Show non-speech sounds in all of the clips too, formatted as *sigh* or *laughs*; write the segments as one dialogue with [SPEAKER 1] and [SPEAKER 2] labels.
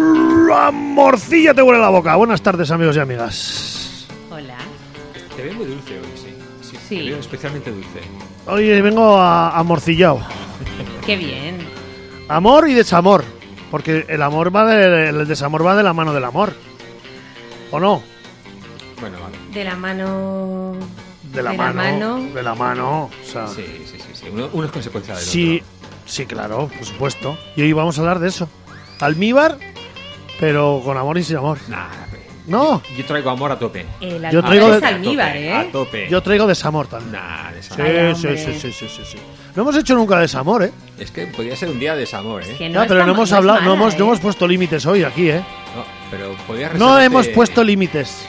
[SPEAKER 1] ¡Toma, morcilla te huele la boca! Buenas tardes, amigos y amigas.
[SPEAKER 2] Hola.
[SPEAKER 3] Te veo muy dulce hoy, sí. Sí.
[SPEAKER 2] Sí.
[SPEAKER 3] Te veo especialmente dulce.
[SPEAKER 1] Hoy vengo a, a morcillao.
[SPEAKER 2] Qué bien.
[SPEAKER 1] Amor y desamor. Porque el amor va de- el desamor va de la mano del amor. ¿O no?
[SPEAKER 3] Bueno, vale.
[SPEAKER 2] De la mano.
[SPEAKER 1] De la, mano, De la mano. O sea, sí.
[SPEAKER 3] Sí, sí, sí. sí. Uno, uno es consecuencia del
[SPEAKER 1] Sí, claro, por supuesto. Y hoy vamos a hablar de eso. Almíbar, pero con amor y sin amor.
[SPEAKER 3] otro. Nah,
[SPEAKER 1] No,
[SPEAKER 3] yo traigo amor a tope. Ah,
[SPEAKER 2] El
[SPEAKER 1] Yo
[SPEAKER 2] almíbar
[SPEAKER 1] traigo
[SPEAKER 2] es
[SPEAKER 1] de-
[SPEAKER 2] almíbar,
[SPEAKER 3] A
[SPEAKER 2] ¿eh?
[SPEAKER 3] tope.
[SPEAKER 1] yo traigo desamor también.
[SPEAKER 3] Nah, desamor.
[SPEAKER 1] Sí,
[SPEAKER 2] Ay,
[SPEAKER 1] sí,
[SPEAKER 2] hombre.
[SPEAKER 1] sí, sí, sí, sí, sí. No hemos hecho nunca desamor, ¿eh?
[SPEAKER 3] Es que podría ser un día de desamor, ¿eh?
[SPEAKER 2] Que
[SPEAKER 1] ya, pero no
[SPEAKER 2] está ma-
[SPEAKER 1] hemos
[SPEAKER 2] es
[SPEAKER 1] hablado, no,
[SPEAKER 2] mala,
[SPEAKER 1] hemos, no
[SPEAKER 2] ¿eh?
[SPEAKER 1] hemos puesto límites hoy aquí, ¿eh?
[SPEAKER 3] No, pero podrías
[SPEAKER 1] No
[SPEAKER 3] reservarte-
[SPEAKER 1] hemos puesto límites.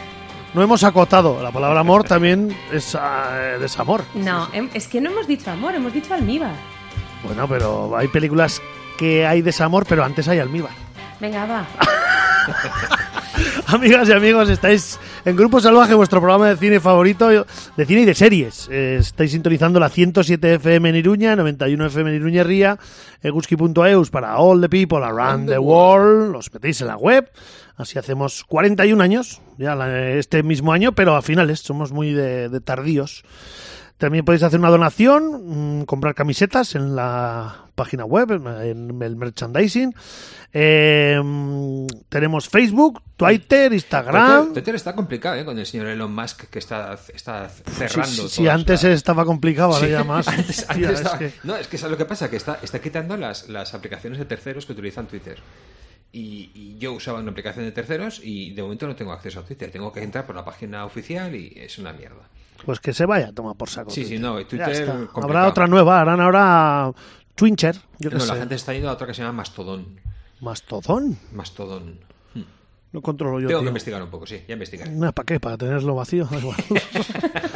[SPEAKER 1] No hemos acotado. La palabra amor también es ah, eh, desamor.
[SPEAKER 2] No, em- es que no hemos dicho amor, hemos dicho almíbar.
[SPEAKER 1] Bueno, pero hay películas que hay desamor, pero antes hay almíbar.
[SPEAKER 2] Venga, va.
[SPEAKER 1] Ah, *laughs* Amigas y amigos, estáis en Grupo Salvaje, vuestro programa de cine favorito, de cine y de series. Eh, estáis sintonizando la 107 FM en Iruña, 91 FM en Iruña Ría, eh, eguski.eus para all the people around the world, los metéis en la web. Así hacemos 41 años, ya la- este mismo año, pero a finales, somos muy de- de tardíos. También podéis hacer una donación, mm, comprar camisetas en la página web, en- en el merchandising. Eh, mm, tenemos Facebook, Twitter,
[SPEAKER 3] Twitter,
[SPEAKER 1] Instagram.
[SPEAKER 3] Twitter está complicado, ¿eh? Con el señor Elon Musk que está, está
[SPEAKER 1] Si
[SPEAKER 3] cerrando. todo,
[SPEAKER 1] antes
[SPEAKER 3] o sea.
[SPEAKER 1] estaba complicado, ahora
[SPEAKER 3] Sí.
[SPEAKER 1] ya más.
[SPEAKER 3] *laughs* Antes-
[SPEAKER 1] *laughs* Hostia,
[SPEAKER 3] antes
[SPEAKER 1] es
[SPEAKER 3] estaba-
[SPEAKER 1] que-
[SPEAKER 3] No, es que es lo que pasa, que está, está quitando las, las aplicaciones de terceros que utilizan Twitter. Y, y yo usaba una aplicación de terceros y de momento no tengo acceso a Twitter. Tengo que entrar por la página oficial y es una mierda.
[SPEAKER 1] Pues que se vaya, toma por saco.
[SPEAKER 3] Sí, sí, no, y
[SPEAKER 1] Ya
[SPEAKER 3] Twitter,
[SPEAKER 1] está.
[SPEAKER 3] complicado.
[SPEAKER 1] Habrá otra nueva, harán ahora Twincher, yo qué
[SPEAKER 3] No,
[SPEAKER 1] sé.
[SPEAKER 3] la gente está yendo a otra que se llama Mastodon.
[SPEAKER 1] Mastodon,
[SPEAKER 3] Mastodon.
[SPEAKER 1] no controlo yo.
[SPEAKER 3] Tengo que
[SPEAKER 1] tío.
[SPEAKER 3] investigar un poco, sí, ya investigaré.
[SPEAKER 1] ¿Para qué? ¿Para tenerlo vacío? Da igual. *laughs*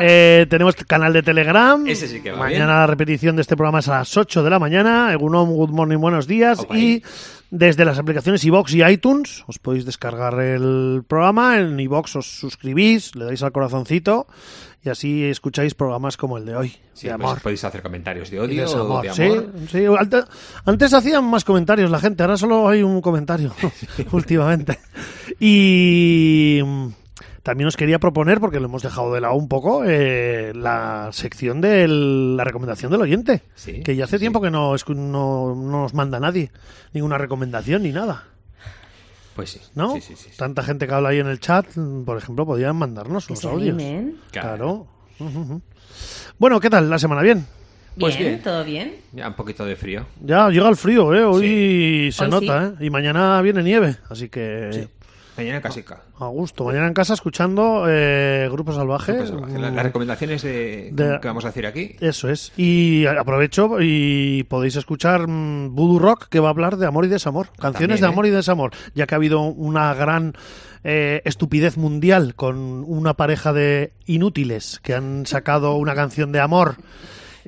[SPEAKER 1] Eh, tenemos canal de Telegram.
[SPEAKER 3] Ese sí que va
[SPEAKER 1] Mañana
[SPEAKER 3] bien.
[SPEAKER 1] la repetición de este programa es a las 8 de la mañana. Egunon, good morning, buenos días.
[SPEAKER 3] Opa,
[SPEAKER 1] y
[SPEAKER 3] ahí.
[SPEAKER 1] desde las aplicaciones iBox y iTunes os podéis descargar el programa. En iBox os suscribís, le dais al corazoncito y así escucháis programas como el de hoy.
[SPEAKER 3] Sí,
[SPEAKER 1] de
[SPEAKER 3] pues
[SPEAKER 1] amor.
[SPEAKER 3] podéis hacer comentarios de
[SPEAKER 1] y
[SPEAKER 3] odio,
[SPEAKER 1] desamor.
[SPEAKER 3] de amor.
[SPEAKER 1] Sí, sí. Ante- Antes hacían más comentarios la gente, ahora solo hay un
[SPEAKER 3] *laughs*
[SPEAKER 1] comentario *laughs* últimamente. Y mm, también os quería proponer, porque lo hemos dejado de lado un poco, eh, la sección de la recomendación del oyente.
[SPEAKER 3] Sí,
[SPEAKER 1] que ya hace
[SPEAKER 3] sí,
[SPEAKER 1] tiempo
[SPEAKER 3] sí.
[SPEAKER 1] que no, escu- no, no nos manda nadie ninguna recomendación ni nada.
[SPEAKER 3] Pues sí.
[SPEAKER 1] ¿No?
[SPEAKER 3] Sí, sí, sí, sí.
[SPEAKER 1] Tanta gente que habla ahí en el chat, mm, por ejemplo, podían mandarnos
[SPEAKER 2] Que
[SPEAKER 1] los
[SPEAKER 2] se
[SPEAKER 1] audios.
[SPEAKER 2] animen.
[SPEAKER 1] Claro. Ujú, ujú. Bueno, ¿qué tal la semana? ¿Bien?
[SPEAKER 3] Pues
[SPEAKER 2] bien,
[SPEAKER 3] bien.
[SPEAKER 2] todo bien.
[SPEAKER 3] Ya, un poquito de frío.
[SPEAKER 1] Ya llega el frío, ¿eh? Hoy se
[SPEAKER 2] Hoy
[SPEAKER 1] nota, ¿eh? Y mañana viene nieve, así que
[SPEAKER 3] Mañana casi ca-
[SPEAKER 1] a gusto. Mañana en casa escuchando eh, Grupo Salvaje. Mm,
[SPEAKER 3] Pues, la- Las recomendaciones de,
[SPEAKER 1] De-
[SPEAKER 3] que vamos a decir aquí.
[SPEAKER 1] Eso es. Y aprovecho y podéis escuchar mm, Voodoo Rock, que va a hablar de amor y desamor. Canciones
[SPEAKER 3] También,
[SPEAKER 1] de
[SPEAKER 3] ¿eh?
[SPEAKER 1] amor y desamor. Ya que ha habido una gran eh, estupidez mundial con una pareja de inútiles que han sacado una canción de amor.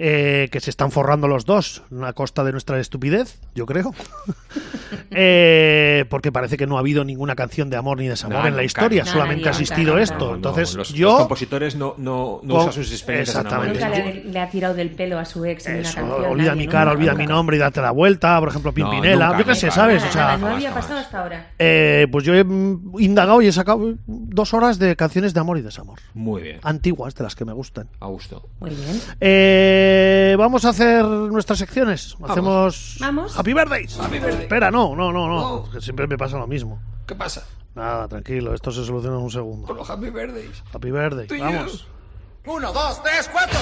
[SPEAKER 1] eh, que se están forrando los dos a costa de nuestra estupidez, yo creo. *laughs* Eh, porque parece que no ha habido ninguna canción de amor ni desamor
[SPEAKER 3] No,
[SPEAKER 1] en la
[SPEAKER 3] nunca,
[SPEAKER 1] historia,
[SPEAKER 3] nunca,
[SPEAKER 1] solamente
[SPEAKER 2] nunca,
[SPEAKER 1] ha existido
[SPEAKER 2] nunca.
[SPEAKER 1] esto.
[SPEAKER 3] No, no,
[SPEAKER 1] Entonces,
[SPEAKER 3] los,
[SPEAKER 1] yo.
[SPEAKER 3] los compositores no, no, no
[SPEAKER 1] Con-
[SPEAKER 3] usan sus experiencias
[SPEAKER 1] Exactamente.
[SPEAKER 2] Nunca
[SPEAKER 3] en
[SPEAKER 2] le,
[SPEAKER 3] amor.
[SPEAKER 2] ha- le ha tirado del pelo a su ex en una
[SPEAKER 1] pues Eso,
[SPEAKER 2] canción.
[SPEAKER 1] olvida
[SPEAKER 2] nadie,
[SPEAKER 1] mi cara,
[SPEAKER 2] nunca,
[SPEAKER 1] olvida mi
[SPEAKER 2] nunca.
[SPEAKER 1] nombre y date la vuelta, por ejemplo, Pimpinela,
[SPEAKER 3] nunca,
[SPEAKER 1] yo qué sé,
[SPEAKER 3] nunca,
[SPEAKER 1] ¿sabes?
[SPEAKER 2] Nada,
[SPEAKER 1] O sea,
[SPEAKER 2] nada, no
[SPEAKER 3] jamás,
[SPEAKER 2] había
[SPEAKER 3] jamás.
[SPEAKER 2] pasado hasta ahora.
[SPEAKER 1] eh, pues yo he mm, indagado y he sacado dos horas de canciones de amor y desamor,
[SPEAKER 3] Muy bien.
[SPEAKER 1] antiguas, de las que me gustan.
[SPEAKER 3] A gusto.
[SPEAKER 2] Muy bien.
[SPEAKER 1] Eh, vamos a hacer nuestras secciones. Hacemos
[SPEAKER 2] Vamos. Oh.
[SPEAKER 1] Happy Birthdays.
[SPEAKER 3] Happy birthday.
[SPEAKER 1] Espera, no, no, no, no,
[SPEAKER 3] No.
[SPEAKER 1] es que siempre me pasa lo mismo.
[SPEAKER 3] ¿Qué pasa
[SPEAKER 1] Nada, tranquilo, esto se soluciona en un
[SPEAKER 3] con
[SPEAKER 2] Oh.
[SPEAKER 1] segundo.
[SPEAKER 3] los Happy Verdes?
[SPEAKER 1] Happy Birthday, vamos.
[SPEAKER 3] Uno, dos, tres, cuatro.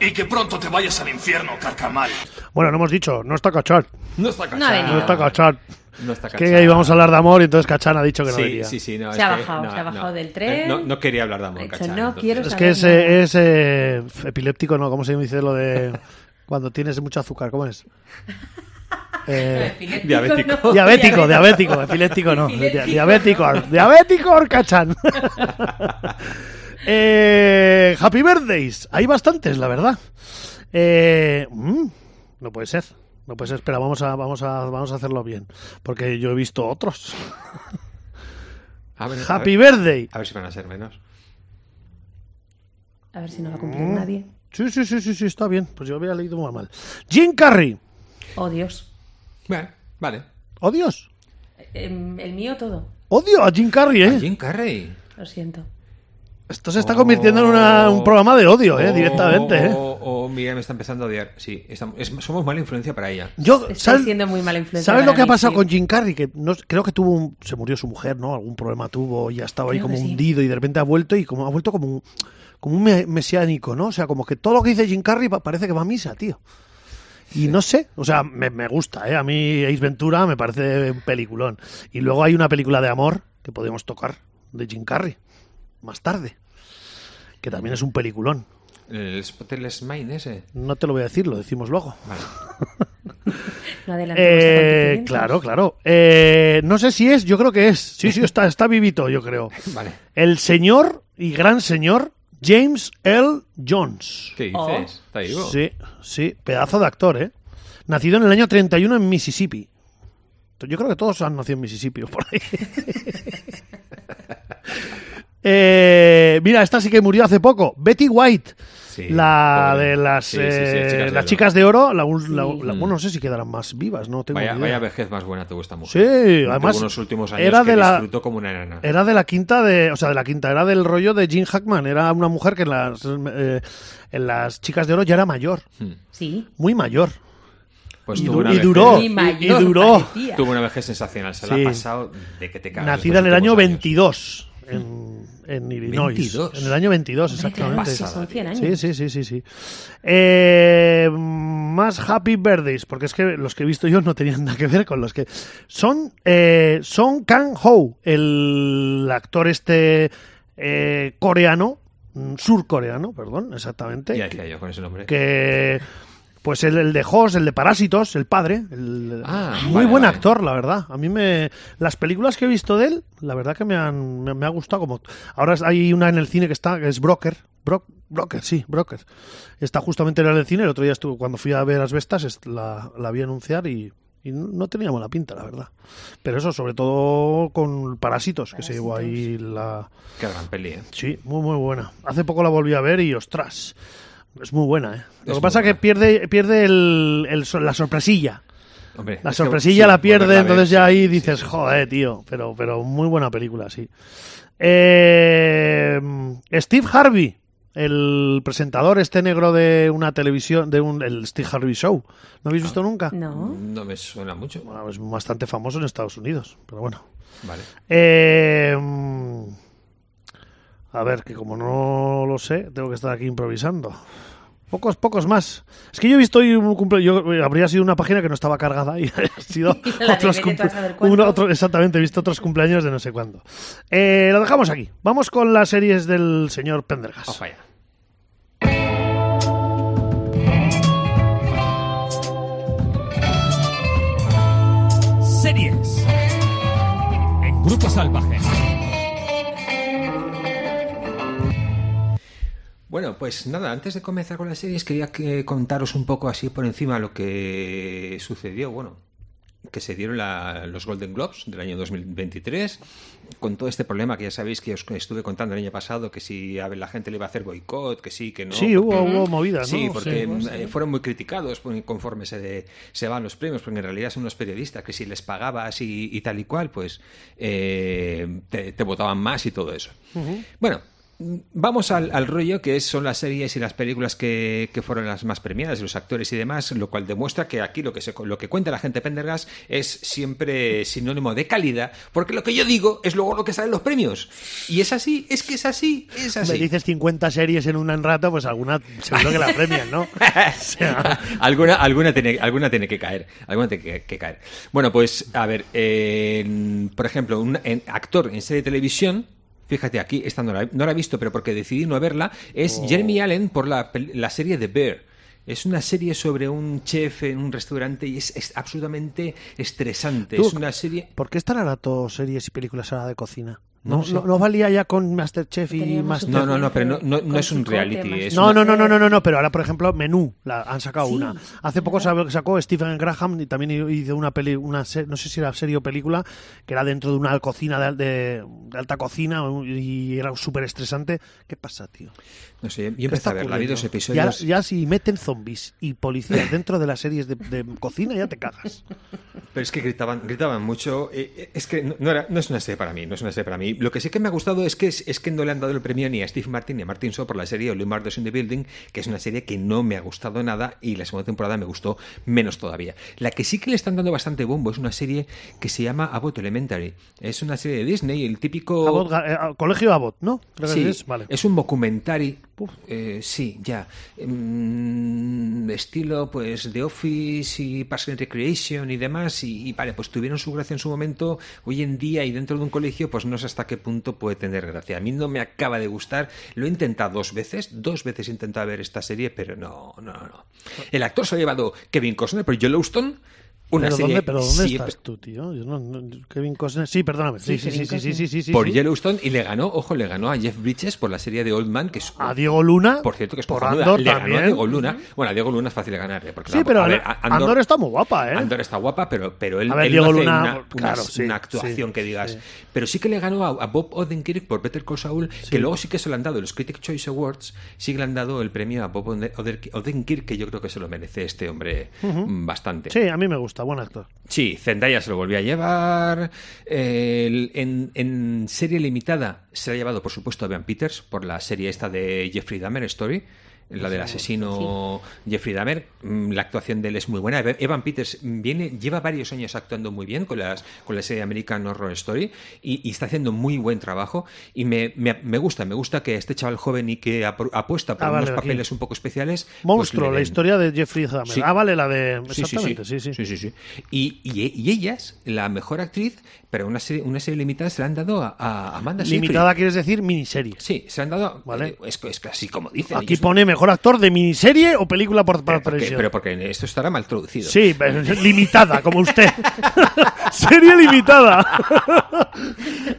[SPEAKER 4] Y que pronto te vayas al infierno, carcamal.
[SPEAKER 1] Bueno, no hemos dicho, no está cachar,
[SPEAKER 3] No está cachado.
[SPEAKER 2] No ha venido.
[SPEAKER 1] no está cachar.
[SPEAKER 3] No está
[SPEAKER 1] Es que
[SPEAKER 3] cachado.
[SPEAKER 1] íbamos a hablar de amor y entonces Cachán ha dicho que no
[SPEAKER 3] Sí,
[SPEAKER 1] venía.
[SPEAKER 3] sí, sí. No,
[SPEAKER 2] Se
[SPEAKER 3] es
[SPEAKER 2] ha
[SPEAKER 3] que-
[SPEAKER 2] bajado,
[SPEAKER 3] no,
[SPEAKER 2] se ha bajado
[SPEAKER 3] no.
[SPEAKER 2] del tren.
[SPEAKER 3] Eh, No, no quería hablar de amor,
[SPEAKER 2] Ha dicho,
[SPEAKER 3] cachado,
[SPEAKER 2] no
[SPEAKER 3] entonces.
[SPEAKER 2] quiero
[SPEAKER 1] Es
[SPEAKER 2] saber
[SPEAKER 1] que es,
[SPEAKER 2] nada.
[SPEAKER 1] eh, es, eh, f- epiléptico, ¿no? ¿Cómo se dice lo de cuando tienes mucho azúcar? ¿Cómo es? *laughs* Eh,
[SPEAKER 2] Epiléptico,
[SPEAKER 3] diabético.
[SPEAKER 1] *laughs*
[SPEAKER 2] no, *laughs*
[SPEAKER 1] diabético, diabético, epiléptico no.
[SPEAKER 2] Epiléptico,
[SPEAKER 1] Di- Diabético, ar- diabético *laughs* Orcachán. eh, happy Birthdays. Hay bastantes, la verdad. Eh, mm, no puede ser. No, pues espera, vamos a, vamos a, vamos a hacerlo bien. Porque yo he visto otros.
[SPEAKER 3] A ver, a
[SPEAKER 1] Happy
[SPEAKER 3] ver-
[SPEAKER 1] Birthday.
[SPEAKER 3] a ver si van a ser menos.
[SPEAKER 2] A ver si no va a cumplir
[SPEAKER 1] Mm.
[SPEAKER 2] nadie.
[SPEAKER 1] Sí, sí, sí, sí, sí, está bien. Pues yo había leído muy mal. Jim Carrey.
[SPEAKER 2] Oh, Dios.
[SPEAKER 3] Bueno, vale.
[SPEAKER 1] Oh, Dios.
[SPEAKER 2] Eh, el mío todo.
[SPEAKER 1] Odio a Jim Carrey, ¿eh?
[SPEAKER 3] Jim Carrey.
[SPEAKER 2] Lo siento.
[SPEAKER 1] Esto se está convirtiendo en una-
[SPEAKER 3] Oh.
[SPEAKER 1] un programa de odio, ¿eh? Directamente, ¿eh?
[SPEAKER 3] O, o oh, Miguel me está empezando a odiar. Sí, estamos- es- somos mala influencia para ella.
[SPEAKER 1] Yo,
[SPEAKER 2] Estoy
[SPEAKER 1] ¿sabes,
[SPEAKER 2] siendo muy mala influencia
[SPEAKER 1] ¿sabes lo
[SPEAKER 2] para
[SPEAKER 1] que ha
[SPEAKER 2] mí,
[SPEAKER 1] pasado
[SPEAKER 2] sí.
[SPEAKER 1] con Jim Carrey? Que no, creo que tuvo un- se murió su mujer, ¿no? Algún problema tuvo y ha estado ahí
[SPEAKER 2] Creo
[SPEAKER 1] como
[SPEAKER 2] que sí.
[SPEAKER 1] hundido y de repente ha vuelto y como ha vuelto como un, como un me- mesiánico, ¿no? O sea, como que todo lo que dice Jim Carrey pa- parece que va a misa, tío. Y no sé, o sea, me, me gusta, ¿eh? A mí Ace Ventura me parece un peliculón. Y luego hay una película de amor que podemos tocar de Jim Carrey más tarde, que también es un peliculón.
[SPEAKER 3] El Spotter
[SPEAKER 1] *laughs*
[SPEAKER 3] Mine ese.
[SPEAKER 1] No te lo voy a decir, lo decimos luego.
[SPEAKER 3] Vale.
[SPEAKER 2] No adelantemos
[SPEAKER 1] Eh,
[SPEAKER 2] acontecimientos.
[SPEAKER 1] claro, claro. Eh, no sé si es, yo creo que es. Sí, sí, está, está vivito, yo creo.
[SPEAKER 3] *laughs* Vale.
[SPEAKER 1] El señor y gran señor James L. Jones.
[SPEAKER 3] ¿Qué dices?
[SPEAKER 2] Oh.
[SPEAKER 3] Está vivo.
[SPEAKER 1] Sí, sí, pedazo de actor, ¿eh? Nacido en el año 31 en Mississippi. Yo creo que todos han nacido en Mississippi o por
[SPEAKER 3] *laughs*
[SPEAKER 1] ahí. *laughs* Eh, mira, esta sí que murió hace poco. Betty White,
[SPEAKER 3] Sí,
[SPEAKER 1] la
[SPEAKER 3] pobre.
[SPEAKER 1] de las,
[SPEAKER 3] Sí, sí, sí,
[SPEAKER 1] eh,
[SPEAKER 3] chicas
[SPEAKER 1] las
[SPEAKER 3] de oro.
[SPEAKER 1] chicas de oro. la un- la-
[SPEAKER 2] Sí.
[SPEAKER 1] la- bueno, no sé si quedarán más vivas, no tengo
[SPEAKER 3] Vaya,
[SPEAKER 1] ni idea.
[SPEAKER 3] vaya vejez más buena tuvo esta
[SPEAKER 1] Sí,
[SPEAKER 3] mujer. Tuvo
[SPEAKER 1] además
[SPEAKER 3] unos últimos años
[SPEAKER 1] era
[SPEAKER 3] que
[SPEAKER 1] de la
[SPEAKER 3] disfrutó como una nana.
[SPEAKER 1] era de la quinta de, o sea, de la quinta era del rollo de Jim Hackman, era una mujer que en las eh, en las chicas de oro ya era mayor,
[SPEAKER 3] Hmm.
[SPEAKER 2] Sí.
[SPEAKER 1] muy mayor.
[SPEAKER 3] Pues
[SPEAKER 1] Y,
[SPEAKER 3] tuvo
[SPEAKER 1] du-
[SPEAKER 3] una
[SPEAKER 1] y
[SPEAKER 3] vejez-
[SPEAKER 1] duró
[SPEAKER 2] Ni
[SPEAKER 1] Oh, y- y,
[SPEAKER 2] mayor
[SPEAKER 1] duró.
[SPEAKER 2] parecía.
[SPEAKER 3] Tuvo una vejez sensacional. Se
[SPEAKER 1] Sí.
[SPEAKER 3] la ha pasado de que te cagas.
[SPEAKER 1] Nacida en
[SPEAKER 3] estos
[SPEAKER 1] el año
[SPEAKER 3] últimos años.
[SPEAKER 1] 22 en, en Illinois.
[SPEAKER 3] 22.
[SPEAKER 1] En el año 22
[SPEAKER 2] Hombre, claro,
[SPEAKER 1] exactamente.
[SPEAKER 2] que son 100 años.
[SPEAKER 1] Sí, sí, sí, sí, sí. Eh, más Happy Birthdays, porque es que los que he visto yo no tenían nada que ver con los que... Son, eh, son Kang Ho, el actor este eh, coreano, mm, surcoreano, perdón, exactamente,
[SPEAKER 3] Ya decía yo con ese nombre.
[SPEAKER 1] que... Pues el, el de Hoss, el de Parásitos, el padre. el-
[SPEAKER 3] Ah,
[SPEAKER 1] muy
[SPEAKER 3] vale,
[SPEAKER 1] buen
[SPEAKER 3] vale.
[SPEAKER 1] actor, la verdad. A mí me. Las películas que he visto de él, la verdad que me han me, me ha gustado. como Ahora hay una en el cine que está, que es Broker. Bro- Broker, sí, Broker. Está justamente en el cine. El otro día estuve, cuando fui a ver Asbestas, est- la, la vi anunciar y, y no tenía mala pinta, la verdad. Pero eso, sobre todo con Parásitos, que se llevó ahí la.
[SPEAKER 3] Qué gran peli, ¿eh?
[SPEAKER 1] Sí, muy muy buena. Hace poco la volví a ver y ostras, es muy buena, ¿eh? Lo
[SPEAKER 3] Es
[SPEAKER 1] que
[SPEAKER 3] muy
[SPEAKER 1] pasa es que
[SPEAKER 3] buena.
[SPEAKER 1] pierde, pierde el, el so- la sorpresilla.
[SPEAKER 3] Hombre,
[SPEAKER 1] La
[SPEAKER 3] es que-
[SPEAKER 1] sorpresilla
[SPEAKER 3] sí,
[SPEAKER 1] la pierde,
[SPEAKER 3] volverla a
[SPEAKER 1] entonces ya
[SPEAKER 3] ver, sí,
[SPEAKER 1] ahí
[SPEAKER 3] sí,
[SPEAKER 1] dices,
[SPEAKER 3] sí, sí.
[SPEAKER 1] joder, tío. Pero, pero muy buena película, sí. Eh, Steve Harvey, el presentador este negro de una televisión, de un, el Steve Harvey Show. ¿No habéis visto nunca?
[SPEAKER 2] No.
[SPEAKER 3] No me suena mucho.
[SPEAKER 1] Bueno, es bastante famoso en Estados Unidos, pero bueno.
[SPEAKER 3] Vale.
[SPEAKER 1] Eh, mm, a ver, que como no lo sé, tengo que estar aquí improvisando. Pocos, pocos más. Es que yo he visto hoy un cumple. Yo, eh, habría sido una página que no estaba cargada y *laughs* ha sido
[SPEAKER 2] La
[SPEAKER 1] otros
[SPEAKER 2] de vete tú a
[SPEAKER 1] cumple-
[SPEAKER 2] saber cuándo.
[SPEAKER 1] uno- otro- exactamente, he visto otros cumpleaños de no sé cuándo. Eh, lo dejamos aquí. Vamos con las series del señor Pendergast.
[SPEAKER 3] Ojo allá.
[SPEAKER 5] Series en Grupo Salvaje.
[SPEAKER 3] Bueno, pues nada, antes de comenzar con las series quería que contaros un poco así por encima lo que sucedió, bueno, que se dieron la- los Golden Globes del año 2023, con todo este problema que ya sabéis que os estuve contando el año pasado, que si a ver, la gente le iba a hacer boicot, que sí, que no.
[SPEAKER 1] Sí, hubo, hubo movidas, ¿no?
[SPEAKER 3] Sí, porque
[SPEAKER 1] Sí.
[SPEAKER 3] mm, eh, fueron muy criticados pues, conforme se, de- se van los premios, porque en realidad son unos periodistas que si les pagabas y, y tal y cual, pues eh, te, te votaban más y todo eso. Bueno. mm, Vamos al, al rollo que es- son las series y las películas que, que fueron las más premiadas, los actores y demás, lo cual demuestra que aquí lo que, se, lo que cuenta la gente de Pendergast es siempre sinónimo de calidad, porque lo que yo digo es luego lo que sale en los premios. Y es así, es que es así, es así.
[SPEAKER 1] Me dices 50 series en un rato, pues alguna seguro que la premian,
[SPEAKER 3] *laughs*
[SPEAKER 1] ¿no? *laughs*
[SPEAKER 3] alguna, alguna, tiene, alguna tiene que caer. Alguna tiene que, que caer. Bueno, pues, a ver, en- por ejemplo, un en- actor en serie de televisión. Fíjate, aquí esta no la, he- no la he visto, pero porque decidí no verla, es
[SPEAKER 1] Oh.
[SPEAKER 3] Jeremy Allen por la, pel- la serie The Bear. Es una serie sobre un chef en un restaurante y es, es absolutamente estresante.
[SPEAKER 1] Tú,
[SPEAKER 3] es una serie...
[SPEAKER 1] ¿Por qué estará todo series y películas ahora de cocina? No, no, no valía ya con Masterchef y
[SPEAKER 2] Teníamos
[SPEAKER 1] Master.
[SPEAKER 3] No, no, no, pero no, no- no
[SPEAKER 2] Con
[SPEAKER 3] es un
[SPEAKER 2] Chicote,
[SPEAKER 3] reality.
[SPEAKER 2] más.
[SPEAKER 3] Es
[SPEAKER 1] No, no,
[SPEAKER 3] una-
[SPEAKER 1] no, no, no, no, no, pero ahora, por ejemplo, Menú, la, han sacado
[SPEAKER 2] Sí,
[SPEAKER 1] una. Hace poco sa- sacó Stephen Graham y también hizo una peli, una se- no sé si era serie o película, que era dentro de una cocina de, al- de- de alta cocina y era súper estresante. ¿Qué pasa, tío?
[SPEAKER 3] no sé, yo
[SPEAKER 1] ¿Qué
[SPEAKER 3] empecé
[SPEAKER 1] está
[SPEAKER 3] a verla, vi dos
[SPEAKER 1] ocurriendo?
[SPEAKER 3] episodios.
[SPEAKER 1] Ya, ya si meten zombies y policías dentro de las series de, de cocina, ya te
[SPEAKER 3] *laughs*
[SPEAKER 1] cagas.
[SPEAKER 3] Pero es que gritaban, gritaban mucho. eh, eh, Es que no, no era, no es una serie para mí, no es una serie para mí. Lo que sí que me ha gustado es que, es, es que no le han dado el premio ni a Steve Martin ni a Martin Shaw por la serie Only Murders in the Building, que es una serie que no me ha gustado nada y la segunda temporada me gustó menos todavía. La que sí que le están dando bastante bombo es una serie que se llama Abbott Elementary. Es una serie de Disney, el típico...
[SPEAKER 1] Abbott, eh, colegio Abbott, ¿no? Creo que
[SPEAKER 3] Oh. Sí,
[SPEAKER 1] es. Vale.
[SPEAKER 3] es un documentary. eh, sí, ya. mm, estilo, pues, The Office y Parks and Recreation y demás. Y, y vale, pues tuvieron su gracia en su momento. Hoy en día y dentro de un colegio, pues no sé hasta qué punto puede tener gracia. A mí no me acaba de gustar. Lo he intentado dos veces. Dos veces he intentado ver esta serie, pero no, no, no.
[SPEAKER 1] Ah.
[SPEAKER 3] El actor se ha llevado Kevin Costner, pero Joel Houston. Una
[SPEAKER 1] pero,
[SPEAKER 3] serie
[SPEAKER 1] ¿dónde, pero ¿dónde
[SPEAKER 3] siempre-
[SPEAKER 1] estás tú, tío? Yo no- no- Kevin Costner. Sí, perdóname. Sí, sí, sí,
[SPEAKER 2] Sí, Kevin
[SPEAKER 1] sí, sí, sí,
[SPEAKER 2] Costner.
[SPEAKER 1] sí, sí,
[SPEAKER 3] por
[SPEAKER 1] sí.
[SPEAKER 3] Yellowstone y le ganó, ojo, le ganó a Jeff Bridges por la serie de Old Man, que es
[SPEAKER 1] A Diego Luna.
[SPEAKER 3] por cierto, que es
[SPEAKER 1] por
[SPEAKER 3] cojonuda.
[SPEAKER 1] Andor
[SPEAKER 3] Le ganó
[SPEAKER 1] también.
[SPEAKER 3] a Diego Luna. Bueno, a Diego Luna es fácil de ganarle. Porque
[SPEAKER 1] Sí,
[SPEAKER 3] la-
[SPEAKER 1] pero
[SPEAKER 3] a ver,
[SPEAKER 1] Andor,
[SPEAKER 3] a- Andor,
[SPEAKER 1] está muy guapa, ¿eh?
[SPEAKER 3] Andor está guapa, pero, pero él,
[SPEAKER 1] A ver,
[SPEAKER 3] él
[SPEAKER 1] Diego
[SPEAKER 3] no hace
[SPEAKER 1] Luna,
[SPEAKER 3] una, una-
[SPEAKER 1] claro, sí,
[SPEAKER 3] una actuación
[SPEAKER 1] sí,
[SPEAKER 3] que digas.
[SPEAKER 1] sí.
[SPEAKER 3] Pero sí que le ganó a, a Bob Odenkirk por Better Call Saul, que luego sí que se lo han dado en los Critic Choice Awards, sí que le han dado el premio a Bob Ode- Oden- Odenkirk, que yo creo que se lo merece este hombre mm, bastante.
[SPEAKER 1] Sí, a mí me gusta, buen actor.
[SPEAKER 3] Sí, Zendaya se lo volvió a llevar. El- en, en serie limitada se la ha llevado, por supuesto, a Van Peters por la serie esta de Jeffrey Dahmer Story. La del asesino Jeffrey Dahmer, Mm, la actuación de él es muy buena. Ev- Evan Peters viene, lleva varios años actuando muy bien con, las, con la serie American Horror Story y, y está haciendo muy buen trabajo. Y me, me- me gusta, me gusta que este chaval joven y que apro- apuesta por
[SPEAKER 1] Ah, vale,
[SPEAKER 3] unos
[SPEAKER 1] aquí.
[SPEAKER 3] papeles un poco especiales. pues,
[SPEAKER 1] Monstruo,
[SPEAKER 3] le
[SPEAKER 1] la
[SPEAKER 3] den-
[SPEAKER 1] historia de Jeffrey Dahmer.
[SPEAKER 3] Sí.
[SPEAKER 1] Ah, vale, la de...
[SPEAKER 3] Sí, sí,
[SPEAKER 1] Exactamente, sí, sí.
[SPEAKER 3] Sí, sí, sí. Y, y- y ellas, la mejor actriz, pero una serie, una serie limitada, se la han dado a, a Amanda Seyfried.
[SPEAKER 1] Limitada, quieres decir, miniserie.
[SPEAKER 3] Sí, se la han dado.
[SPEAKER 1] Vale.
[SPEAKER 3] eh, es, es que así como dicen.
[SPEAKER 1] Aquí
[SPEAKER 3] ellos-
[SPEAKER 1] pone mejor actor de miniserie o película por, por
[SPEAKER 3] Pero porque,
[SPEAKER 1] televisión.
[SPEAKER 3] pero porque esto estará mal traducido.
[SPEAKER 1] Sí, pero *laughs* limitada, como usted. *laughs* serie limitada.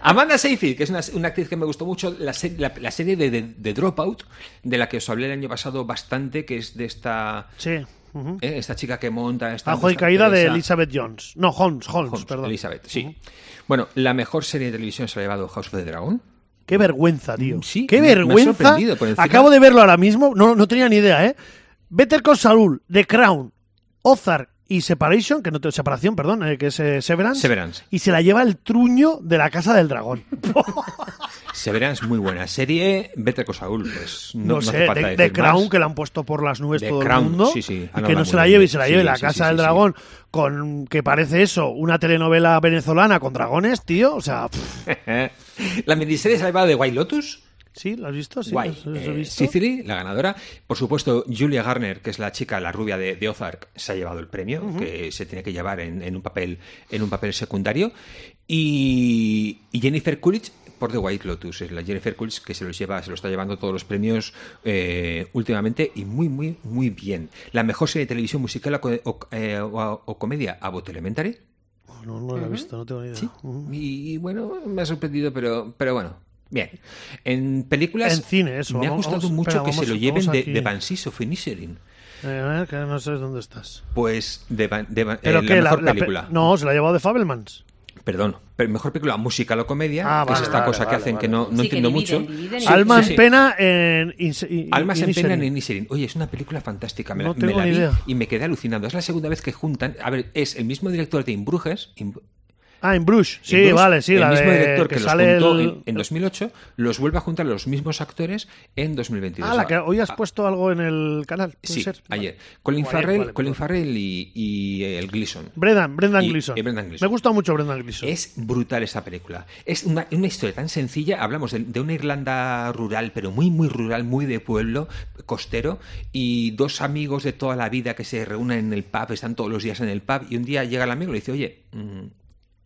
[SPEAKER 3] Amanda Seyfried, que es una, una actriz que me gustó mucho, la, se- la- la serie de, de- de Dropout, de la que os hablé el año pasado bastante, que es de esta,
[SPEAKER 1] sí. ujú.
[SPEAKER 3] eh, esta chica que monta. Esta,
[SPEAKER 1] Bajo y
[SPEAKER 3] esta
[SPEAKER 1] caída de
[SPEAKER 3] Teresa-
[SPEAKER 1] Elizabeth Jones. No, Holmes, Holmes,
[SPEAKER 3] Holmes,
[SPEAKER 1] perdón.
[SPEAKER 3] Elizabeth, sí. Bueno, la mejor serie de televisión se la ha llevado House of the Dragon.
[SPEAKER 1] Qué vergüenza, tío.
[SPEAKER 3] Mm, Sí,
[SPEAKER 1] Qué
[SPEAKER 3] me- me ha
[SPEAKER 1] vergüenza.
[SPEAKER 3] sorprendido por encima.
[SPEAKER 1] Acabo de verlo ahora mismo. No, no tenía ni idea, ¿eh? Better Call Saul, The Crown, Ozark y Separation, que no te- separación, perdón, eh, que es eh, Severance.
[SPEAKER 3] Severance.
[SPEAKER 1] Y se la lleva el truño de la Casa del
[SPEAKER 3] *laughs*
[SPEAKER 1] Dragón.
[SPEAKER 3] Severance, muy buena serie. Better Call Saul, pues no,
[SPEAKER 1] No,
[SPEAKER 3] no hace
[SPEAKER 1] sé,
[SPEAKER 3] falta
[SPEAKER 1] de,
[SPEAKER 3] decir
[SPEAKER 1] Crown,
[SPEAKER 3] más.
[SPEAKER 1] que la han puesto por las nubes
[SPEAKER 3] The
[SPEAKER 1] todo
[SPEAKER 3] Crown,
[SPEAKER 1] el mundo.
[SPEAKER 3] sí, sí,
[SPEAKER 1] y
[SPEAKER 3] han
[SPEAKER 1] que no
[SPEAKER 3] hablado
[SPEAKER 1] se la
[SPEAKER 3] muy
[SPEAKER 1] lleve
[SPEAKER 3] bien.
[SPEAKER 1] y se la
[SPEAKER 3] Sí,
[SPEAKER 1] lleve la
[SPEAKER 3] sí,
[SPEAKER 1] Casa
[SPEAKER 3] sí,
[SPEAKER 1] del
[SPEAKER 3] sí, sí.
[SPEAKER 1] Dragón, con que parece eso, una telenovela venezolana con dragones, tío. O sea, pff,
[SPEAKER 3] *laughs* la miniserie se ha llevado de White Lotus.
[SPEAKER 1] ¿sí? ¿Lo has visto? ¿Sí?
[SPEAKER 3] Guay.
[SPEAKER 1] ¿Lo has
[SPEAKER 3] Eh,
[SPEAKER 1] visto?
[SPEAKER 3] Sicily, la ganadora. Por supuesto, Julia Garner, que es la chica, la rubia de, de Ozark, se ha llevado el premio, que se tiene que llevar en, en un, papel, en un papel secundario. Y, y Jennifer Coolidge por The White Lotus. Es la Jennifer Coolidge que se los lleva, se lo está llevando todos los premios eh, últimamente y muy, muy, muy bien. La mejor serie de televisión musical o, o- eh, o- o comedia, Abbott Elementary.
[SPEAKER 1] Pues No, no lo he visto, no tengo ni idea.
[SPEAKER 3] Sí.
[SPEAKER 1] Ujú.
[SPEAKER 3] Y, y, bueno, me ha sorprendido, pero, pero bueno. Bien. En películas.
[SPEAKER 1] En cine, eso,
[SPEAKER 3] Me ha
[SPEAKER 1] vamos-
[SPEAKER 3] gustado
[SPEAKER 1] vamos-
[SPEAKER 3] mucho
[SPEAKER 1] espera,
[SPEAKER 3] que se
[SPEAKER 1] vamos-
[SPEAKER 3] lo lleven
[SPEAKER 1] vamos
[SPEAKER 3] de,
[SPEAKER 1] aquí.
[SPEAKER 3] de Banshees of Inisherin.
[SPEAKER 1] Eh, a ver, que no sé dónde estás.
[SPEAKER 3] Pues de, Ban- de Ban-
[SPEAKER 1] Pero
[SPEAKER 3] eh,
[SPEAKER 1] que
[SPEAKER 3] la mejor
[SPEAKER 1] la pe-
[SPEAKER 3] película.
[SPEAKER 1] no, se la ha llevado de Fabelmans.
[SPEAKER 3] Perdón. Pero mejor película musical o comedia,
[SPEAKER 1] Ah,
[SPEAKER 3] que
[SPEAKER 1] vale,
[SPEAKER 3] es esta
[SPEAKER 1] vale,
[SPEAKER 3] cosa que
[SPEAKER 1] vale,
[SPEAKER 3] hacen
[SPEAKER 1] vale.
[SPEAKER 3] que no, no
[SPEAKER 2] Sí, que
[SPEAKER 3] entiendo
[SPEAKER 2] dividen,
[SPEAKER 3] mucho.
[SPEAKER 2] dividen
[SPEAKER 3] Sí,
[SPEAKER 2] y
[SPEAKER 3] sí,
[SPEAKER 1] Alma en
[SPEAKER 3] sí.
[SPEAKER 1] pena en. Ins- i-
[SPEAKER 3] Almas en pena
[SPEAKER 1] Inisherin.
[SPEAKER 3] en Inisherin. Oye, es una película fantástica. Me,
[SPEAKER 1] No
[SPEAKER 3] me
[SPEAKER 1] tengo
[SPEAKER 3] la
[SPEAKER 1] ni
[SPEAKER 3] vi
[SPEAKER 1] idea.
[SPEAKER 3] y me quedé alucinado. Es la segunda vez que juntan. A ver, es el mismo director de Imbruges. Im-
[SPEAKER 1] Ah, en Bruges. Sí,
[SPEAKER 3] Bruce,
[SPEAKER 1] vale, sí,
[SPEAKER 3] el
[SPEAKER 1] la
[SPEAKER 3] mismo
[SPEAKER 1] de-
[SPEAKER 3] director que,
[SPEAKER 1] que
[SPEAKER 3] los
[SPEAKER 1] sale
[SPEAKER 3] juntó
[SPEAKER 1] el-
[SPEAKER 3] en, en 2008 los vuelve a juntar los mismos actores en 2022.
[SPEAKER 1] Ah, la que hoy has
[SPEAKER 3] Ah,
[SPEAKER 1] puesto algo en el canal. ¿puede
[SPEAKER 3] Sí,
[SPEAKER 1] ser?
[SPEAKER 3] ayer. Colin
[SPEAKER 1] O ayer,
[SPEAKER 3] Farrell,
[SPEAKER 1] vale,
[SPEAKER 3] Colin
[SPEAKER 1] perdón.
[SPEAKER 3] Farrell y, y el Gleason.
[SPEAKER 1] Brendan, Brendan
[SPEAKER 3] Y-
[SPEAKER 1] Gleeson.
[SPEAKER 3] y Brendan Gleeson.
[SPEAKER 1] Me gusta mucho Brendan Gleeson.
[SPEAKER 3] Es brutal esa película. Es una, una historia tan sencilla. Hablamos de, de una Irlanda rural, pero muy, muy rural, muy de pueblo, costero, y dos amigos de toda la vida que se reúnen en el pub, están todos los días en el pub, y un día llega el amigo y le dice, oye, mm,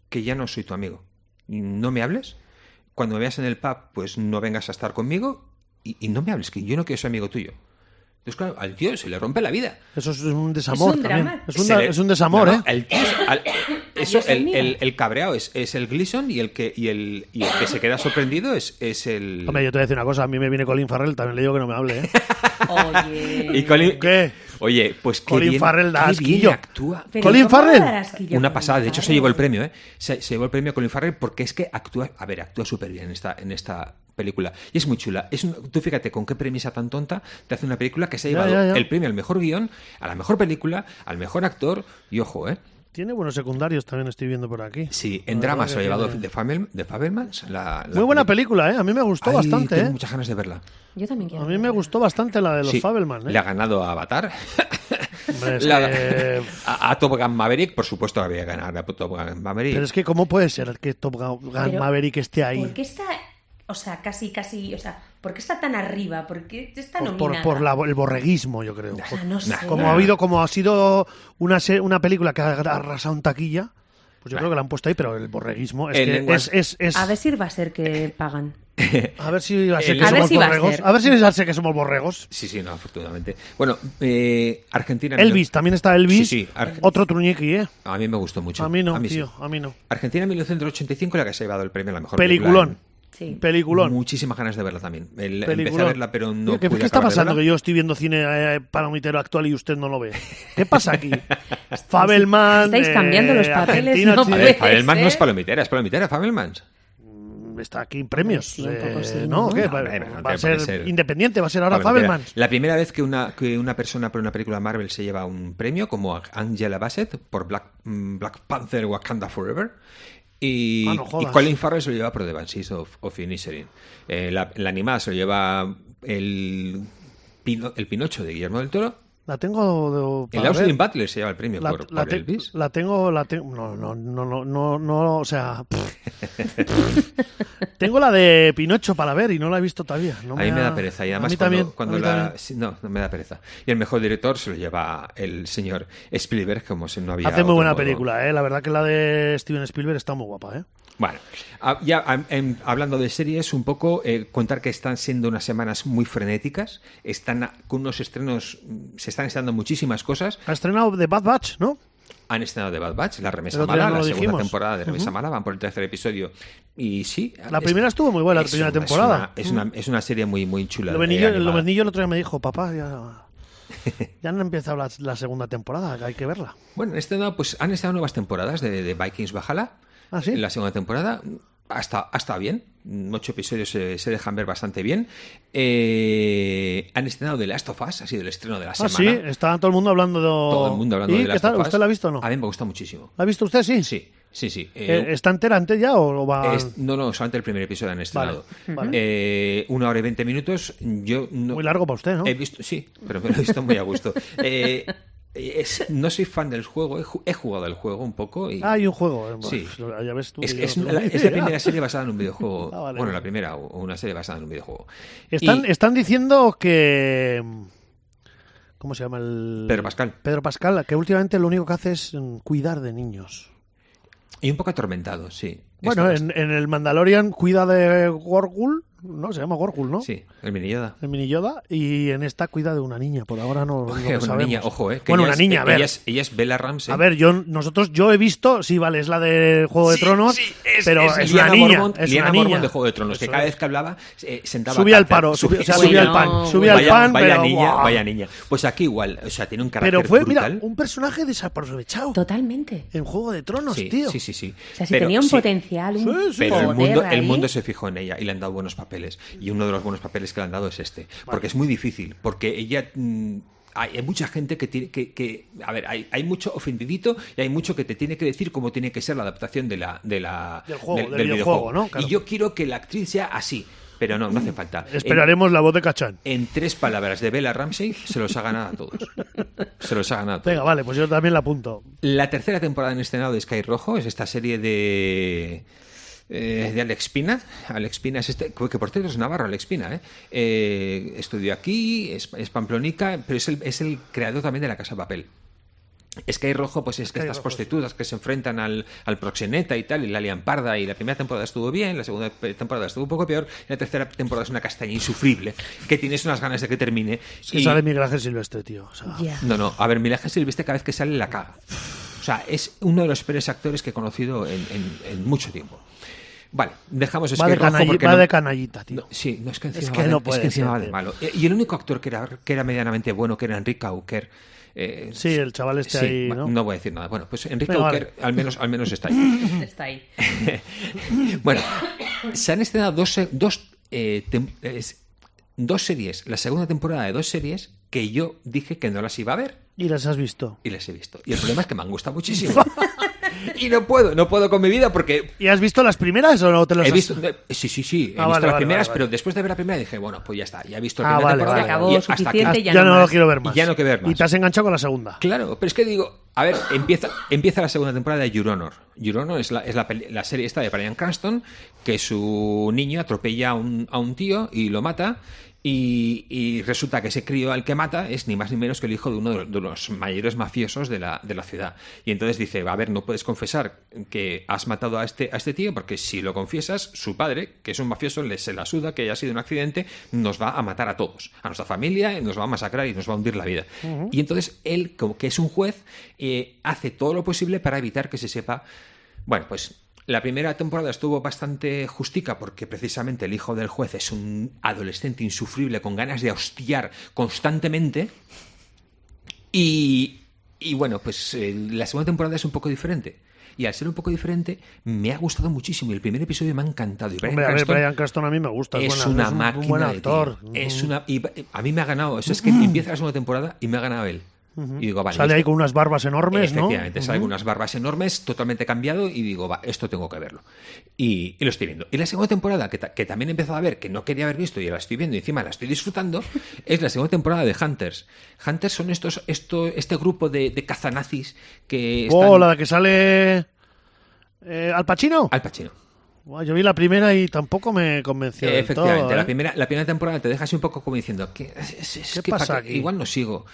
[SPEAKER 3] que ya no soy tu amigo. ¿No me hables? Cuando me veas en el pub, pues no vengas a estar conmigo y, y no me hables, que yo no quiero ser amigo tuyo. Entonces, claro, al tío se le rompe la vida.
[SPEAKER 1] Eso es un desamor
[SPEAKER 2] Es un
[SPEAKER 1] también.
[SPEAKER 2] drama.
[SPEAKER 1] Es, un
[SPEAKER 3] Se
[SPEAKER 1] da-
[SPEAKER 3] le-
[SPEAKER 1] es un desamor,
[SPEAKER 3] No,
[SPEAKER 1] ¿eh?
[SPEAKER 3] no, el tío- al- eso,
[SPEAKER 2] Adiós,
[SPEAKER 3] el,
[SPEAKER 2] amigo.
[SPEAKER 3] el- el cabreado es, es el Gleason y el que y el, y el que se queda sorprendido es, es el.
[SPEAKER 1] Hombre, yo te voy a decir una cosa. A mí me viene Colin Farrell, también le digo que no me hable, ¿eh?
[SPEAKER 2] Oye.
[SPEAKER 3] Y *laughs* Colin-
[SPEAKER 1] ¿Qué?
[SPEAKER 3] Oye, pues qué
[SPEAKER 1] Colin
[SPEAKER 3] bien-
[SPEAKER 1] Farrell da
[SPEAKER 3] qué
[SPEAKER 1] asquillo.
[SPEAKER 3] bien actúa.
[SPEAKER 2] Pero
[SPEAKER 1] Colin
[SPEAKER 2] ¿cómo va a
[SPEAKER 1] Farrell?
[SPEAKER 2] dar asquillo
[SPEAKER 3] Una
[SPEAKER 2] Colin
[SPEAKER 3] pasada, de hecho se
[SPEAKER 2] Farrell?
[SPEAKER 3] llevó el premio, ¿eh? Se, se llevó el premio Colin Farrell porque es que actúa, a ver, actúa súper bien en esta, en esta película. Y es muy chula. Es un- tú fíjate con qué premisa tan tonta te hace una película que se ha
[SPEAKER 1] Ya,
[SPEAKER 3] llevado
[SPEAKER 1] ya, ya.
[SPEAKER 3] el premio al mejor guión, a la mejor película, al mejor actor y ojo, ¿eh?
[SPEAKER 1] Tiene buenos secundarios también, estoy viendo por aquí.
[SPEAKER 3] Sí, en
[SPEAKER 1] La
[SPEAKER 3] drama
[SPEAKER 1] verdad
[SPEAKER 3] se lo ha
[SPEAKER 1] que
[SPEAKER 3] llevado
[SPEAKER 1] tiene-
[SPEAKER 3] de Fabelmans. De Fabelmans, la, la
[SPEAKER 1] Muy buena película, ¿eh? A mí me gustó
[SPEAKER 3] Ay,
[SPEAKER 1] bastante,
[SPEAKER 3] tengo
[SPEAKER 1] ¿eh?
[SPEAKER 3] muchas ganas de verla.
[SPEAKER 2] Yo también quiero.
[SPEAKER 1] A mí me
[SPEAKER 2] verla.
[SPEAKER 1] gustó bastante la de los
[SPEAKER 3] Sí,
[SPEAKER 1] Fabelman, ¿eh?
[SPEAKER 3] Le ha ganado a Avatar. *laughs*
[SPEAKER 1] Hombre, *laughs* es
[SPEAKER 3] Le ha-
[SPEAKER 1] que-
[SPEAKER 3] a, a Top Gun Maverick, por supuesto, había ganado a Top Gun Maverick.
[SPEAKER 1] Pero es que, ¿cómo puede ser que Top Gun
[SPEAKER 2] Pero,
[SPEAKER 1] Maverick esté ahí?
[SPEAKER 2] ¿Por qué está, o sea, casi, casi, o sea, ¿por qué está tan arriba? ¿Por qué está
[SPEAKER 1] Por,
[SPEAKER 2] nominada?
[SPEAKER 1] por- por la- el borreguismo, yo creo.
[SPEAKER 2] O sea, no sé.
[SPEAKER 1] Como ha habido, como ha sido una, se- una película que ha arrasado en taquilla, pues yo creo que la han puesto ahí, pero el borreguismo es
[SPEAKER 3] En
[SPEAKER 1] que
[SPEAKER 3] lenguas-
[SPEAKER 1] es- es- es-
[SPEAKER 2] A ver si va a ser que pagan.
[SPEAKER 1] a ver si va a ser
[SPEAKER 3] en-
[SPEAKER 1] que
[SPEAKER 3] A ver
[SPEAKER 1] somos
[SPEAKER 2] si va a
[SPEAKER 1] borregos.
[SPEAKER 2] ser.
[SPEAKER 1] A ver si va a ser que somos borregos.
[SPEAKER 3] Sí, sí, no, afortunadamente. Bueno, eh, Argentina.
[SPEAKER 1] Elvis, también está Elvis.
[SPEAKER 3] Sí, sí, Arge-
[SPEAKER 1] Otro truñequi, ¿eh?
[SPEAKER 3] A mí me gustó mucho.
[SPEAKER 1] A mí no,
[SPEAKER 3] sí.
[SPEAKER 1] tío, a mí no.
[SPEAKER 3] Argentina 1985, la que se ha llevado el premio a la mejor
[SPEAKER 1] Peliculón.
[SPEAKER 3] película.
[SPEAKER 2] Sí.
[SPEAKER 1] Peliculón.
[SPEAKER 3] Muchísimas ganas de verla también. El- empecé a
[SPEAKER 1] Peliculón.
[SPEAKER 3] verla, pero no.
[SPEAKER 1] Tío, ¿Qué,
[SPEAKER 3] pude
[SPEAKER 1] qué está
[SPEAKER 3] acabar de
[SPEAKER 1] pasando?
[SPEAKER 3] verla.
[SPEAKER 1] Que yo estoy viendo cine eh, palomitero actual y usted no lo ve. ¿Qué pasa
[SPEAKER 3] *laughs*
[SPEAKER 1] aquí? Fabelman.
[SPEAKER 2] Estáis
[SPEAKER 1] eh,
[SPEAKER 2] cambiando los papeles,
[SPEAKER 1] Argentina,
[SPEAKER 2] no
[SPEAKER 1] sí.
[SPEAKER 3] A
[SPEAKER 2] puede *laughs*
[SPEAKER 3] ver, Fabelmans
[SPEAKER 2] ser.
[SPEAKER 3] no es palomitera, es palomitera, Fabelmans.
[SPEAKER 1] Está aquí en premios.
[SPEAKER 2] Sí, un poco
[SPEAKER 1] eh,
[SPEAKER 2] sí,
[SPEAKER 1] ¿no?
[SPEAKER 2] ¿no?
[SPEAKER 1] ¿Qué?
[SPEAKER 3] No,
[SPEAKER 1] Va-
[SPEAKER 3] hombre, no
[SPEAKER 1] va a
[SPEAKER 3] tiene
[SPEAKER 1] ser,
[SPEAKER 3] por qué ser.
[SPEAKER 1] independiente, va a ser ahora
[SPEAKER 3] Palomitera.
[SPEAKER 1] Fabelman.
[SPEAKER 3] La primera vez que una, que una persona por una película Marvel se lleva un premio, como Angela Bassett por Black, mm, Black Panther Wakanda Forever. Y,
[SPEAKER 1] Ah, no
[SPEAKER 3] y
[SPEAKER 1] jodas.
[SPEAKER 3] Colin Farrell se lo lleva por The Banshees of, of Inisherin. Eh, la, la animada se lo lleva el, Pino- el Pinocho de Guillermo del Toro.
[SPEAKER 1] La tengo. de-
[SPEAKER 3] El
[SPEAKER 1] para ver.
[SPEAKER 3] Austin Butler se lleva el premio
[SPEAKER 1] La,
[SPEAKER 3] por,
[SPEAKER 1] la
[SPEAKER 3] por
[SPEAKER 1] te-
[SPEAKER 3] Elvis.
[SPEAKER 1] la tengo, la tengo. No, no, no, no, no, no, o
[SPEAKER 3] *laughs*
[SPEAKER 1] sea. tengo la de Pinocho para ver y no la he visto todavía. No
[SPEAKER 3] a mí me
[SPEAKER 1] ha-
[SPEAKER 3] da pereza y
[SPEAKER 1] a
[SPEAKER 3] además
[SPEAKER 1] mí
[SPEAKER 3] cuando,
[SPEAKER 1] también,
[SPEAKER 3] cuando
[SPEAKER 1] a mí
[SPEAKER 3] la...
[SPEAKER 1] también.
[SPEAKER 3] sí, No, no me da pereza. Y el mejor director se lo lleva el señor Spielberg como si no había...
[SPEAKER 1] Hace muy
[SPEAKER 3] otro
[SPEAKER 1] buena
[SPEAKER 3] modo.
[SPEAKER 1] película, ¿eh? La verdad que la de Steven Spielberg está muy guapa, ¿eh?
[SPEAKER 3] Bueno, a- ya am- em, hablando de series, un poco eh, contar que están siendo unas semanas muy frenéticas, están a- con unos estrenos, mm, se están estrenando muchísimas cosas.
[SPEAKER 1] Ha estrenado The Bad Batch, ¿no?
[SPEAKER 3] Han estrenado The Bad Batch, la remesa
[SPEAKER 1] El otro día
[SPEAKER 3] mala,
[SPEAKER 1] no
[SPEAKER 3] la
[SPEAKER 1] lo
[SPEAKER 3] segunda
[SPEAKER 1] dijimos.
[SPEAKER 3] temporada de remesa mala, van por el tercer episodio. Y sí,
[SPEAKER 1] La
[SPEAKER 3] es-
[SPEAKER 1] primera estuvo muy buena, la
[SPEAKER 3] es
[SPEAKER 1] primera
[SPEAKER 3] una-
[SPEAKER 1] temporada.
[SPEAKER 3] Es una, es una, es una serie muy, muy chula.
[SPEAKER 1] Lo
[SPEAKER 3] eh,
[SPEAKER 1] venillo,
[SPEAKER 3] animada.
[SPEAKER 1] el otro día me dijo, papá, ya,
[SPEAKER 3] *laughs*
[SPEAKER 1] ya no empieza la, la segunda temporada, hay que verla.
[SPEAKER 3] Bueno, han estrenado, pues, han estado nuevas temporadas de, de Vikings Bajala.
[SPEAKER 1] Ah, ¿sí?
[SPEAKER 3] La segunda temporada. Hasta, hasta bien. Mm, Ocho episodios se, se dejan ver bastante bien. Eh, han estrenado The Last of Us, ha sido el estreno de la
[SPEAKER 1] Ah,
[SPEAKER 3] semana.
[SPEAKER 1] sí, está todo el mundo hablando de...
[SPEAKER 3] Todo el mundo hablando
[SPEAKER 1] ¿Y
[SPEAKER 3] de The
[SPEAKER 1] qué
[SPEAKER 3] Last
[SPEAKER 1] tal?
[SPEAKER 3] of Us.
[SPEAKER 1] ¿Usted la ha visto o no?
[SPEAKER 3] A mí me gusta muchísimo.
[SPEAKER 1] ¿La ha visto usted? Sí.
[SPEAKER 3] Sí, sí, sí. Eh,
[SPEAKER 1] Eh, ¿Está entera antes ya o va...?
[SPEAKER 3] es- no, no, solamente el primer episodio han estrenado.
[SPEAKER 1] *laughs* vale.
[SPEAKER 3] Eh, una hora y veinte minutos. Yo no-
[SPEAKER 1] Muy largo para usted, ¿no?
[SPEAKER 3] He visto, sí, pero me lo he visto muy
[SPEAKER 1] *laughs*
[SPEAKER 3] a gusto. Eh, es- no soy fan del juego, he, ju- he jugado el juego un poco. Y,
[SPEAKER 1] Ah, hay un juego. eh,
[SPEAKER 3] Sí.
[SPEAKER 1] pues, ya ves tú.
[SPEAKER 3] Es,
[SPEAKER 1] que yo
[SPEAKER 3] es
[SPEAKER 1] no tengo
[SPEAKER 3] la,
[SPEAKER 1] ni
[SPEAKER 3] es la
[SPEAKER 1] idea.
[SPEAKER 3] primera serie basada en un videojuego.
[SPEAKER 1] *laughs* Ah, vale.
[SPEAKER 3] Bueno, la primera o o una serie basada en un videojuego.
[SPEAKER 1] Están,
[SPEAKER 3] Y
[SPEAKER 1] están diciendo que... ¿Cómo se llama el...?
[SPEAKER 3] Pedro Pascal.
[SPEAKER 1] Pedro Pascal, que últimamente lo único que hace es mm, cuidar de niños.
[SPEAKER 3] y un poco atormentado, sí.
[SPEAKER 1] Bueno,
[SPEAKER 3] Esto-
[SPEAKER 1] en, en el Mandalorian cuida de Gorgul, ¿no? Se llama Gorgul, ¿no?
[SPEAKER 3] Sí, el mini Yoda.
[SPEAKER 1] El mini Yoda. Y en esta cuida de una niña, por ahora
[SPEAKER 3] *laughs*
[SPEAKER 1] no, no lo
[SPEAKER 3] una
[SPEAKER 1] sabemos.
[SPEAKER 3] niña, ojo, ¿eh? que
[SPEAKER 1] bueno,
[SPEAKER 3] ella
[SPEAKER 1] una
[SPEAKER 3] es-
[SPEAKER 1] niña, a ver.
[SPEAKER 3] Ella es, ella es Bella eh, Ramsey.
[SPEAKER 1] A ver, yo, nosotros, yo he visto, sí, vale, es la de Juego de
[SPEAKER 3] Sí,
[SPEAKER 1] Tronos,
[SPEAKER 3] sí, es-
[SPEAKER 1] pero es,
[SPEAKER 3] es
[SPEAKER 1] una
[SPEAKER 3] Liana
[SPEAKER 1] niña,
[SPEAKER 3] Mormont,
[SPEAKER 1] es
[SPEAKER 3] Liana
[SPEAKER 1] una niña.
[SPEAKER 3] Mormont de Juego de Tronos, que
[SPEAKER 1] Eso
[SPEAKER 3] cada
[SPEAKER 1] es.
[SPEAKER 3] vez que hablaba eh, sentaba.
[SPEAKER 1] Subía al
[SPEAKER 3] cáncer.
[SPEAKER 1] paro, subía- o sea,
[SPEAKER 2] subía al pan, subía al
[SPEAKER 3] Vaya-
[SPEAKER 1] pan,
[SPEAKER 3] Vaya
[SPEAKER 1] pero
[SPEAKER 3] niña,
[SPEAKER 1] guau.
[SPEAKER 3] vaya niña. Pues aquí igual, o sea, tiene un carácter
[SPEAKER 1] Pero fue,
[SPEAKER 3] brutal.
[SPEAKER 1] mira, un personaje desaprovechado
[SPEAKER 2] Totalmente.
[SPEAKER 1] en Juego de Tronos,
[SPEAKER 3] sí,
[SPEAKER 1] tío.
[SPEAKER 3] sí, sí, sí.
[SPEAKER 2] O sea, si
[SPEAKER 3] Pero
[SPEAKER 2] tenía un
[SPEAKER 3] sí,
[SPEAKER 2] potencial, un
[SPEAKER 1] Sí, sí.
[SPEAKER 3] Pero el
[SPEAKER 2] poder
[SPEAKER 3] mundo, el
[SPEAKER 2] ahí,
[SPEAKER 3] mundo se fijó en ella y le han dado buenos papeles. Y uno de los buenos papeles que le han dado es este. Porque es muy difícil. Porque ella. mm, hay, hay mucha gente que tiene que. que- a ver, hay, hay mucho ofendidito y hay mucho que te tiene que decir cómo tiene que ser la adaptación de la, de la,
[SPEAKER 1] Del juego, del videojuego, ¿no? Claro.
[SPEAKER 3] Y yo quiero que la actriz sea así. Pero no, no hace falta. En-
[SPEAKER 1] Esperaremos la voz de Cachán.
[SPEAKER 3] En, tres palabras de Bella Ramsey se los ha ganado a todos. Se los ha ganado a todos.
[SPEAKER 1] Venga, vale, pues yo también la apunto.
[SPEAKER 3] La tercera temporada en estrenado de Sky Rojo es esta serie de. eh, de Alex Pina. Alex Pina es este. Que por cierto es navarro, Alex Pina, ¿eh? Eh, estudió aquí, es, es pamplonica, pero es el, es el creador también de La Casa de Papel. Sky Rojo, pues es que
[SPEAKER 1] Sky Rojo,
[SPEAKER 3] estas
[SPEAKER 1] sí.
[SPEAKER 3] prostitutas que se enfrentan al, al proxeneta y tal, y la liamparda, y la primera temporada estuvo bien, la segunda pe- temporada estuvo un poco peor, y la tercera temporada es una castaña insufrible, que tienes unas ganas de que termine.
[SPEAKER 1] Es que
[SPEAKER 3] y-
[SPEAKER 1] sale Miguel Ángel Silvestre, tío. O sea,
[SPEAKER 3] *laughs*
[SPEAKER 2] Ya.
[SPEAKER 3] No, no, a ver, Miguel Ángel Silvestre cada vez que sale la caga. O sea, es uno de los peores actores que he conocido en, en- en mucho tiempo. Vale, dejamos Sky
[SPEAKER 1] va, de
[SPEAKER 3] Rojo
[SPEAKER 1] canalli-
[SPEAKER 3] porque
[SPEAKER 1] va
[SPEAKER 3] no-
[SPEAKER 1] de canallita, tío.
[SPEAKER 3] no, sí, no es que encima,
[SPEAKER 1] Es que
[SPEAKER 3] va de-
[SPEAKER 1] no
[SPEAKER 3] es
[SPEAKER 1] puede
[SPEAKER 3] encima
[SPEAKER 1] ser,
[SPEAKER 3] va de
[SPEAKER 1] tío.
[SPEAKER 3] malo. Eh, Y el único actor que era, que era medianamente bueno, que era Enrique Auquer. eh,
[SPEAKER 1] Sí, el chaval este
[SPEAKER 3] sí,
[SPEAKER 1] ahí,
[SPEAKER 3] va-
[SPEAKER 1] ¿no?
[SPEAKER 3] voy a decir nada. Bueno, pues Enrique
[SPEAKER 1] Venga,
[SPEAKER 3] Auquer al, menos, al menos está ahí.
[SPEAKER 1] *laughs*
[SPEAKER 2] Está ahí.
[SPEAKER 3] bueno, se han estrenado dos, se- dos, eh, tem- es- dos series, la segunda temporada de dos series que yo dije que no las iba a ver.
[SPEAKER 1] Y las has visto.
[SPEAKER 3] Y las he visto. Y el problema es que me han gustado
[SPEAKER 2] *laughs*
[SPEAKER 3] muchísimo. y no puedo, no puedo con mi vida porque
[SPEAKER 1] ¿Y has visto las primeras o no te las
[SPEAKER 3] He
[SPEAKER 1] has
[SPEAKER 3] visto, eh, sí, sí, sí. He
[SPEAKER 1] Ah, vale,
[SPEAKER 3] visto las
[SPEAKER 1] vale,
[SPEAKER 3] primeras,
[SPEAKER 1] vale,
[SPEAKER 3] pero después de ver la primera dije, bueno, pues ya está. Ya he visto
[SPEAKER 1] Ah,
[SPEAKER 3] la primera
[SPEAKER 1] vale,
[SPEAKER 3] temporada.
[SPEAKER 1] vale,
[SPEAKER 2] vale.
[SPEAKER 3] y
[SPEAKER 2] Se acabó,
[SPEAKER 3] hasta aquí.
[SPEAKER 2] suficiente,
[SPEAKER 1] Ya,
[SPEAKER 2] Ya no
[SPEAKER 1] no lo
[SPEAKER 2] más.
[SPEAKER 1] quiero ver más.
[SPEAKER 3] Y ya no que ver más.
[SPEAKER 1] Y te has enganchado con la segunda.
[SPEAKER 3] Claro, pero es que digo, a ver, empieza, empieza la segunda temporada de Your Honor. Your Honor es la, es la, peli- la serie esta de Brian Cranston, que su niño atropella a un, a un tío y lo mata. Y, y resulta que ese crío al que mata es ni más ni menos que el hijo de uno de los, de los mayores mafiosos de la, de la ciudad. Y entonces dice, a ver, no puedes confesar que has matado a este, a este tío porque si lo confiesas, su padre, que es un mafioso, le se la suda que haya sido un accidente, nos va a matar a todos, a nuestra familia, nos va a masacrar y nos va a hundir la vida. Y entonces él, como que es un juez, eh, hace todo lo posible para evitar que se sepa, bueno, pues... La primera temporada estuvo bastante justica porque precisamente el hijo del juez es un adolescente insufrible con ganas de hostiar constantemente. Y, y bueno, pues eh, la segunda temporada es un poco diferente. Y al ser un poco diferente, me ha gustado muchísimo. Y el primer episodio me ha encantado. Y Bryan
[SPEAKER 1] Hombre, a ver,
[SPEAKER 3] Cranston
[SPEAKER 1] Brian Cranston a mí me gusta.
[SPEAKER 3] es
[SPEAKER 1] buena-
[SPEAKER 3] una
[SPEAKER 1] es un
[SPEAKER 3] máquina.
[SPEAKER 1] buen
[SPEAKER 3] de tío.
[SPEAKER 1] actor. Mm.
[SPEAKER 3] Es una, y va- a mí me ha ganado. Eso es que empieza la segunda temporada y me ha ganado él. Y digo, vale.
[SPEAKER 1] Sale ahí
[SPEAKER 3] esto-
[SPEAKER 1] con unas barbas enormes, ¿no? Mm.
[SPEAKER 3] Efectivamente, sale con unas barbas enormes, totalmente cambiado, y digo, va, esto tengo que verlo. Y, y lo estoy viendo. Y la segunda temporada, que, ta- que también he empezado a ver, que no quería haber visto, y la estoy viendo, y encima la
[SPEAKER 1] *laughs*
[SPEAKER 3] estoy disfrutando, es la segunda temporada de Hunters. Hunters son estos, esto, este grupo de, de cazanazis que están
[SPEAKER 1] Oh, la que sale. eh, ¿Al Pacino?
[SPEAKER 3] al Pacino.
[SPEAKER 1] Buah, Yo vi la primera y tampoco me convenció. del
[SPEAKER 3] Efectivamente,
[SPEAKER 1] todo, ¿eh?
[SPEAKER 3] la, primera, la primera temporada te deja así un poco como diciendo, ¿qué, es- es
[SPEAKER 1] ¿Qué
[SPEAKER 3] que pa'
[SPEAKER 1] pasa
[SPEAKER 3] qué?
[SPEAKER 1] aquí?
[SPEAKER 3] Igual no sigo.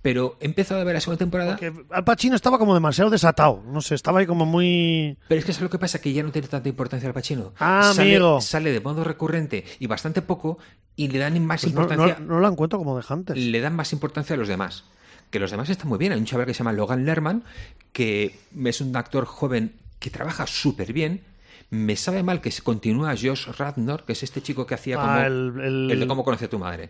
[SPEAKER 3] Pero he empezado a ver la segunda temporada.
[SPEAKER 1] Que Al Pacino estaba como demasiado desatado. No sé, estaba ahí como muy.
[SPEAKER 3] Pero es que es lo que pasa, que ya no tiene tanta importancia al Pacino.
[SPEAKER 1] Ah,
[SPEAKER 3] sale,
[SPEAKER 1] amigo.
[SPEAKER 3] Sale de modo recurrente y bastante poco y le dan más
[SPEAKER 1] Pues no,
[SPEAKER 3] importancia.
[SPEAKER 1] no- no la encuentro como de Hunters.
[SPEAKER 3] Le dan más importancia a los demás. Que los demás están muy bien. Hay un chaval que se llama Logan Lerman, que es un actor joven que trabaja súper bien. Me sabe mal que se continúa Josh Radnor, que es este chico que hacía
[SPEAKER 1] Ah,
[SPEAKER 3] como
[SPEAKER 1] el- el-
[SPEAKER 3] de cómo conoce a tu madre.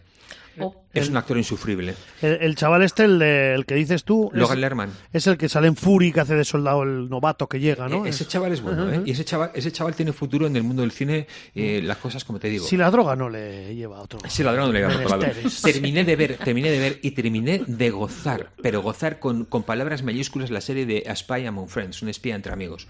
[SPEAKER 2] O-
[SPEAKER 3] Es un actor insufrible.
[SPEAKER 1] El, el chaval este, el, de- el que dices tú.
[SPEAKER 3] Logan
[SPEAKER 1] es,
[SPEAKER 3] Lerman.
[SPEAKER 1] Es el que sale en Fury, que hace de soldado el novato que llega, Ah, ¿no?
[SPEAKER 3] E- Ese chaval es bueno, ¿eh? Y ese chaval, ese chaval tiene futuro en el mundo del cine, eh, las cosas como te digo.
[SPEAKER 1] Si la droga no le lleva a otro.
[SPEAKER 3] Sí, ladrón no le iba a robar la luz.
[SPEAKER 1] Menesteres.
[SPEAKER 3] Terminé de ver, terminé de ver y terminé de gozar, pero gozar con, con palabras mayúsculas la serie de A Spy Among Friends, un espía entre amigos.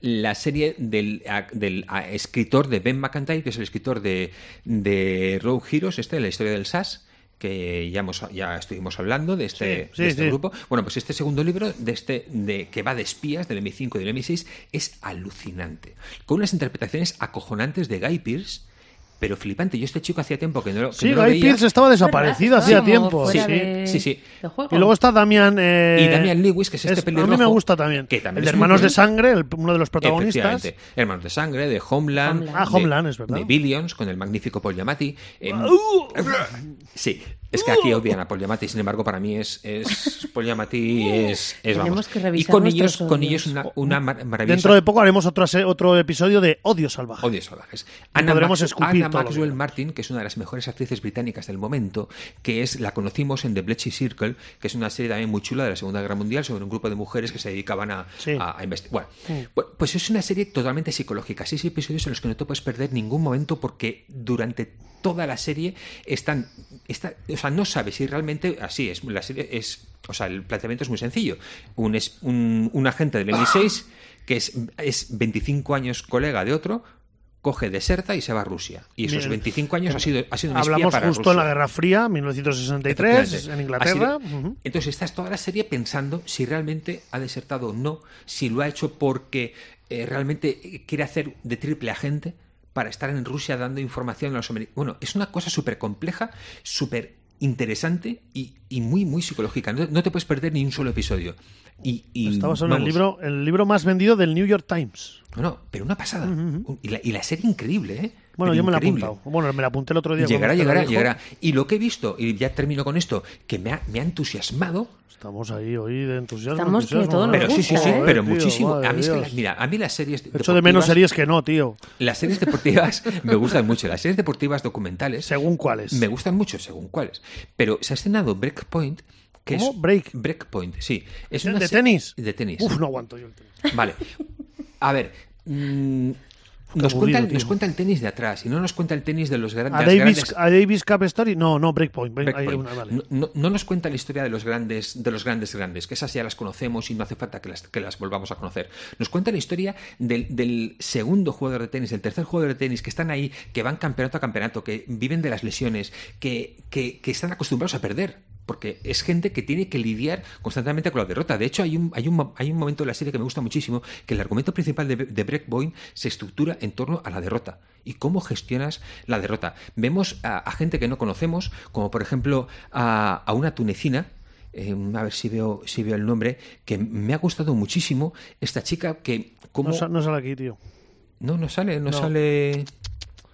[SPEAKER 3] La serie del, a- del a- escritor de Ben McIntyre, que es el escritor de, de Road Heroes, este, la historia del SAS, que ya, hemos- ya estuvimos hablando de este,
[SPEAKER 1] Sí, sí,
[SPEAKER 3] de este
[SPEAKER 1] sí.
[SPEAKER 3] grupo. Bueno, pues este segundo libro, de este, de, que va de espías, del M5 y del M6, es alucinante. Con unas interpretaciones acojonantes de Guy Pearce, pero flipante. Yo este chico hacía tiempo que no lo, que
[SPEAKER 1] Sí,
[SPEAKER 3] no lo
[SPEAKER 1] Guy
[SPEAKER 3] veía.
[SPEAKER 1] Pearce estaba desaparecido
[SPEAKER 2] ¿Verdad? Estaba
[SPEAKER 1] hacía
[SPEAKER 2] como
[SPEAKER 1] tiempo. sí,
[SPEAKER 2] fuera
[SPEAKER 1] sí.
[SPEAKER 2] de-
[SPEAKER 3] sí, sí.
[SPEAKER 2] de juego.
[SPEAKER 1] Y luego está Damian. eh,
[SPEAKER 3] Y Damian Lewis, que es este pelirrojo,
[SPEAKER 1] A mí me gusta también.
[SPEAKER 3] que también
[SPEAKER 1] el
[SPEAKER 3] es
[SPEAKER 1] de
[SPEAKER 3] muy
[SPEAKER 1] Hermanos de
[SPEAKER 3] bueno.
[SPEAKER 1] Sangre, el- uno de los protagonistas.
[SPEAKER 3] Efectivamente. Hermanos de Sangre, de Homeland.
[SPEAKER 2] Homeland.
[SPEAKER 1] Ah,
[SPEAKER 3] de-
[SPEAKER 1] Homeland, es verdad. Uh,
[SPEAKER 3] De Billions, con el magnífico Paul Giamatti. Em, sí, es que aquí odian a Paul Giamatti, sin embargo, para mí es, es Paul Giamatti es... es
[SPEAKER 2] Tenemos
[SPEAKER 3] vamos.
[SPEAKER 2] que
[SPEAKER 3] y
[SPEAKER 2] revisar
[SPEAKER 3] con
[SPEAKER 2] nuestros
[SPEAKER 3] ellos, con
[SPEAKER 2] odios.
[SPEAKER 3] ellos una, una mar- maravillosa...
[SPEAKER 1] Dentro de poco haremos otro, ase- otro episodio de Odio Salvaje.
[SPEAKER 3] Odios salvajes.
[SPEAKER 1] Y
[SPEAKER 3] Ana,
[SPEAKER 1] podremos
[SPEAKER 3] Max-
[SPEAKER 1] escupir
[SPEAKER 3] Ana
[SPEAKER 1] todo lo
[SPEAKER 3] Maxwell
[SPEAKER 1] que-
[SPEAKER 3] Martin, que es una de las mejores actrices británicas del momento, que es la conocimos en The Bletchley Circle, que es una serie también muy chula de la Segunda Guerra Mundial sobre un grupo de mujeres que se dedicaban a,
[SPEAKER 1] Sí.
[SPEAKER 3] investigar. Bueno, bu- pues es una serie totalmente psicológica. Seis episodios en los que no te puedes perder ningún momento porque durante toda la serie están, está- o sea, no sabes si realmente así es. La serie es, o sea, el planteamiento es muy sencillo. Un, es, un, un agente del MI6 que es, es 25 años colega de otro coge, deserta y se va a Rusia. Y esos
[SPEAKER 1] Bien.
[SPEAKER 3] 25 años ha sido, ha sido un espía
[SPEAKER 1] Hablamos
[SPEAKER 3] para
[SPEAKER 1] justo
[SPEAKER 3] Rusia.
[SPEAKER 1] en la Guerra Fría, 1963,
[SPEAKER 3] Efectivamente.
[SPEAKER 1] en
[SPEAKER 3] Ha
[SPEAKER 1] Inglaterra.
[SPEAKER 3] sido-
[SPEAKER 1] Ujú.
[SPEAKER 3] Entonces estás toda la serie pensando si realmente ha desertado o no, si lo ha hecho porque eh, realmente quiere hacer de triple agente para estar en Rusia dando información a los americanos. Bueno, es una cosa súper compleja, súper interesante y, y muy, muy psicológica. No, no te puedes perder ni un solo episodio. Y, y,
[SPEAKER 1] Estamos en el
[SPEAKER 3] vamos,
[SPEAKER 1] libro, el libro más vendido del New York Times.
[SPEAKER 3] No, no, pero una pasada. y, la, y la serie increíble, ¿eh?
[SPEAKER 1] Bueno,
[SPEAKER 3] Pero
[SPEAKER 1] yo me la he
[SPEAKER 3] increíble.
[SPEAKER 1] apuntado. Bueno, me la apunté el otro día. cuando
[SPEAKER 3] Llegará,
[SPEAKER 1] usted lo
[SPEAKER 3] llegará,
[SPEAKER 1] dijo.
[SPEAKER 3] llegará. Y lo que he visto, y ya termino con esto, que me ha, me ha entusiasmado,
[SPEAKER 1] Estamos ahí hoy de entusiasmo.
[SPEAKER 2] Estamos que
[SPEAKER 1] entusiasmo,
[SPEAKER 2] todo
[SPEAKER 1] ¿eh?
[SPEAKER 2] nos
[SPEAKER 3] pero sí, sí, sí,
[SPEAKER 2] ¿eh?
[SPEAKER 3] pero
[SPEAKER 1] Tío,
[SPEAKER 3] muchísimo.
[SPEAKER 1] madre
[SPEAKER 3] A mí, es que
[SPEAKER 1] Dios.
[SPEAKER 3] las- mira, a mí las series
[SPEAKER 1] Echo de menos
[SPEAKER 3] deportivas-
[SPEAKER 1] series que no, tío.
[SPEAKER 3] *laughs* Las series deportivas me gustan mucho, las series deportivas documentales
[SPEAKER 1] Según cuáles.
[SPEAKER 3] me gustan mucho, según cuáles. Pero se ha estrenado Breakpoint, que
[SPEAKER 1] ¿Cómo?
[SPEAKER 3] es
[SPEAKER 1] Break.
[SPEAKER 3] Breakpoint, sí, es
[SPEAKER 1] ¿De-
[SPEAKER 3] una
[SPEAKER 1] de
[SPEAKER 3] se-
[SPEAKER 1] tenis?
[SPEAKER 3] de tenis.
[SPEAKER 1] Uf, no aguanto yo el tenis.
[SPEAKER 3] Vale. A ver, mm, nos,
[SPEAKER 1] aburrido,
[SPEAKER 3] cuenta, el-
[SPEAKER 1] tío.
[SPEAKER 3] nos cuenta el tenis de atrás y no nos cuenta el tenis de los gran-
[SPEAKER 1] ¿A
[SPEAKER 3] de las
[SPEAKER 1] Davis,
[SPEAKER 3] grandes.
[SPEAKER 1] ¿A Davis Cup Story? No, no, Breakpoint. Ven,
[SPEAKER 3] Breakpoint.
[SPEAKER 1] hay una, vale.
[SPEAKER 3] no, no- no nos cuenta la historia de los grandes, de los grandes grandes, que esas ya las conocemos y no hace falta que las, que las volvamos a conocer. Nos cuenta la historia del, del segundo jugador de tenis, del tercer jugador de tenis, que están ahí, que van campeonato a campeonato, que viven de las lesiones, que, que- que están acostumbrados a perder. Porque es gente que tiene que lidiar constantemente con la derrota. De hecho, hay un, hay un, mo- hay un momento de la serie que me gusta muchísimo, que el argumento principal de, de Breakpoint se estructura en torno a la derrota y cómo gestionas la derrota. Vemos a, a gente que no conocemos, como por ejemplo a, a una tunecina, eh, a ver si veo, si veo el nombre, que me ha gustado muchísimo esta chica que... Como,
[SPEAKER 1] No, sa- no sale aquí, tío.
[SPEAKER 3] no, no sale, no,
[SPEAKER 1] No.
[SPEAKER 3] sale...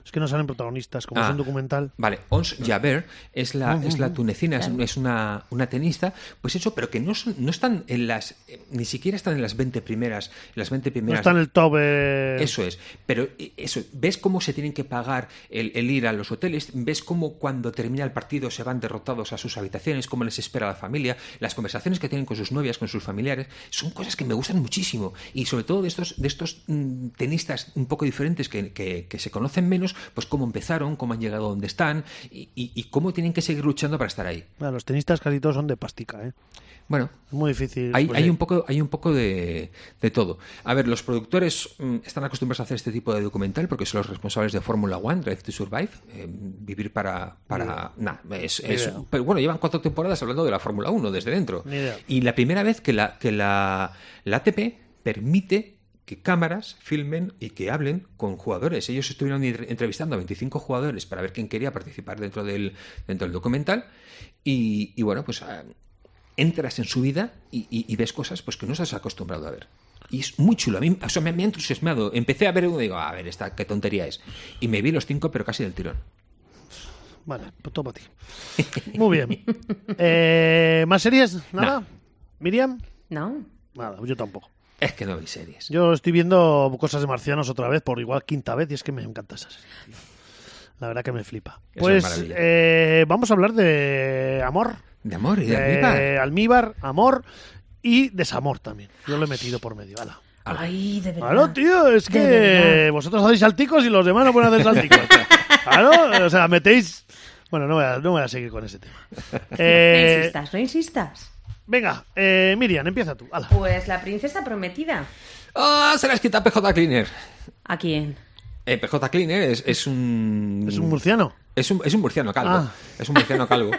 [SPEAKER 1] Es que no salen protagonistas, como
[SPEAKER 3] Ah.
[SPEAKER 1] es un documental.
[SPEAKER 3] Vale, Ons Jaber es la, es
[SPEAKER 1] Ah,
[SPEAKER 3] la tunecina, es- es una, una tenista, pues eso, pero que no, son- no están en las, eh, ni siquiera están en las 20 primeras, las 20
[SPEAKER 1] No
[SPEAKER 3] primeras
[SPEAKER 1] está en el top. eh,
[SPEAKER 3] eso es. Pero eh, eso, ves cómo se tienen que pagar el, el ir a los hoteles, ves cómo cuando termina el partido se van derrotados a sus habitaciones, cómo les espera la familia, las conversaciones que tienen con sus novias, con sus familiares, son cosas que me gustan muchísimo. Y sobre todo de estos, de estos mm, tenistas un poco diferentes que, que- que se conocen menos, pues cómo empezaron, cómo han llegado a donde están y, y- y cómo tienen que seguir luchando para estar ahí.
[SPEAKER 1] Mira, los tenistas casi todos son de pastica, ¿eh?
[SPEAKER 3] Bueno,
[SPEAKER 1] Es muy difícil.
[SPEAKER 3] hay,
[SPEAKER 1] pues,
[SPEAKER 3] hay
[SPEAKER 1] sí.
[SPEAKER 3] un poco, hay un poco de, de todo. A ver, los productores mm, están acostumbrados a hacer este tipo de documental porque son los responsables de Fórmula One, Drive to Survive, eh, vivir para... para nah, es- es-
[SPEAKER 1] idea.
[SPEAKER 3] pero bueno, llevan cuatro temporadas hablando de la Fórmula 1 desde dentro.
[SPEAKER 1] Ni idea.
[SPEAKER 3] Y la primera vez que la, que la, la ATP permite que cámaras filmen y que hablen con jugadores. Ellos estuvieron ir- entrevistando a 25 jugadores para ver quién quería participar dentro del, dentro del documental. Y, y bueno, pues ah, entras en su vida y, y- y ves cosas pues que no estás acostumbrado a ver. Y es muy chulo. A mí, o sea, me, me ha entusiasmado. Empecé a ver uno y digo, a ver, esta, qué tontería es. Y me vi los cinco, pero casi del tirón.
[SPEAKER 1] Vale, pues toma a ti. Muy
[SPEAKER 3] *laughs*
[SPEAKER 1] bien. Eh, ¿Más series? ¿Nada?
[SPEAKER 3] No.
[SPEAKER 1] ¿Miriam?
[SPEAKER 2] No.
[SPEAKER 1] Nada, yo tampoco.
[SPEAKER 3] Es que no veis series.
[SPEAKER 1] Yo estoy viendo cosas de marcianos otra vez, por igual quinta vez, y es que me encanta esa serie. tío. La verdad que me flipa.
[SPEAKER 3] Es una
[SPEAKER 1] Pues
[SPEAKER 3] maravilla.
[SPEAKER 1] eh, vamos a hablar de amor.
[SPEAKER 3] De amor y de
[SPEAKER 1] Eh, almíbar, amor y desamor también. Yo lo he metido por medio. Ala.
[SPEAKER 3] Ala.
[SPEAKER 2] Ay, de verdad.
[SPEAKER 1] Claro, tío, es
[SPEAKER 2] De
[SPEAKER 1] que
[SPEAKER 2] verdad.
[SPEAKER 1] vosotros hacéis salticos y los demás no pueden hacer
[SPEAKER 2] *laughs*
[SPEAKER 1] salticos. claro, o sea, metéis. Bueno, no voy a, no voy a seguir con ese tema.
[SPEAKER 2] *laughs* No
[SPEAKER 1] Eh,
[SPEAKER 2] insistas, no insistas.
[SPEAKER 1] venga, eh, Miriam, empieza tú. Ala.
[SPEAKER 2] Pues la princesa prometida.
[SPEAKER 3] ¡Ah! se las quita PJ Cleaner.
[SPEAKER 2] ¿A quién? *laughs*
[SPEAKER 3] Eh, PJ Cleaner es, es un.
[SPEAKER 1] Es un murciano.
[SPEAKER 3] Es un, es un murciano calvo.
[SPEAKER 1] Ah.
[SPEAKER 3] Es un
[SPEAKER 1] *laughs*
[SPEAKER 3] murciano calvo.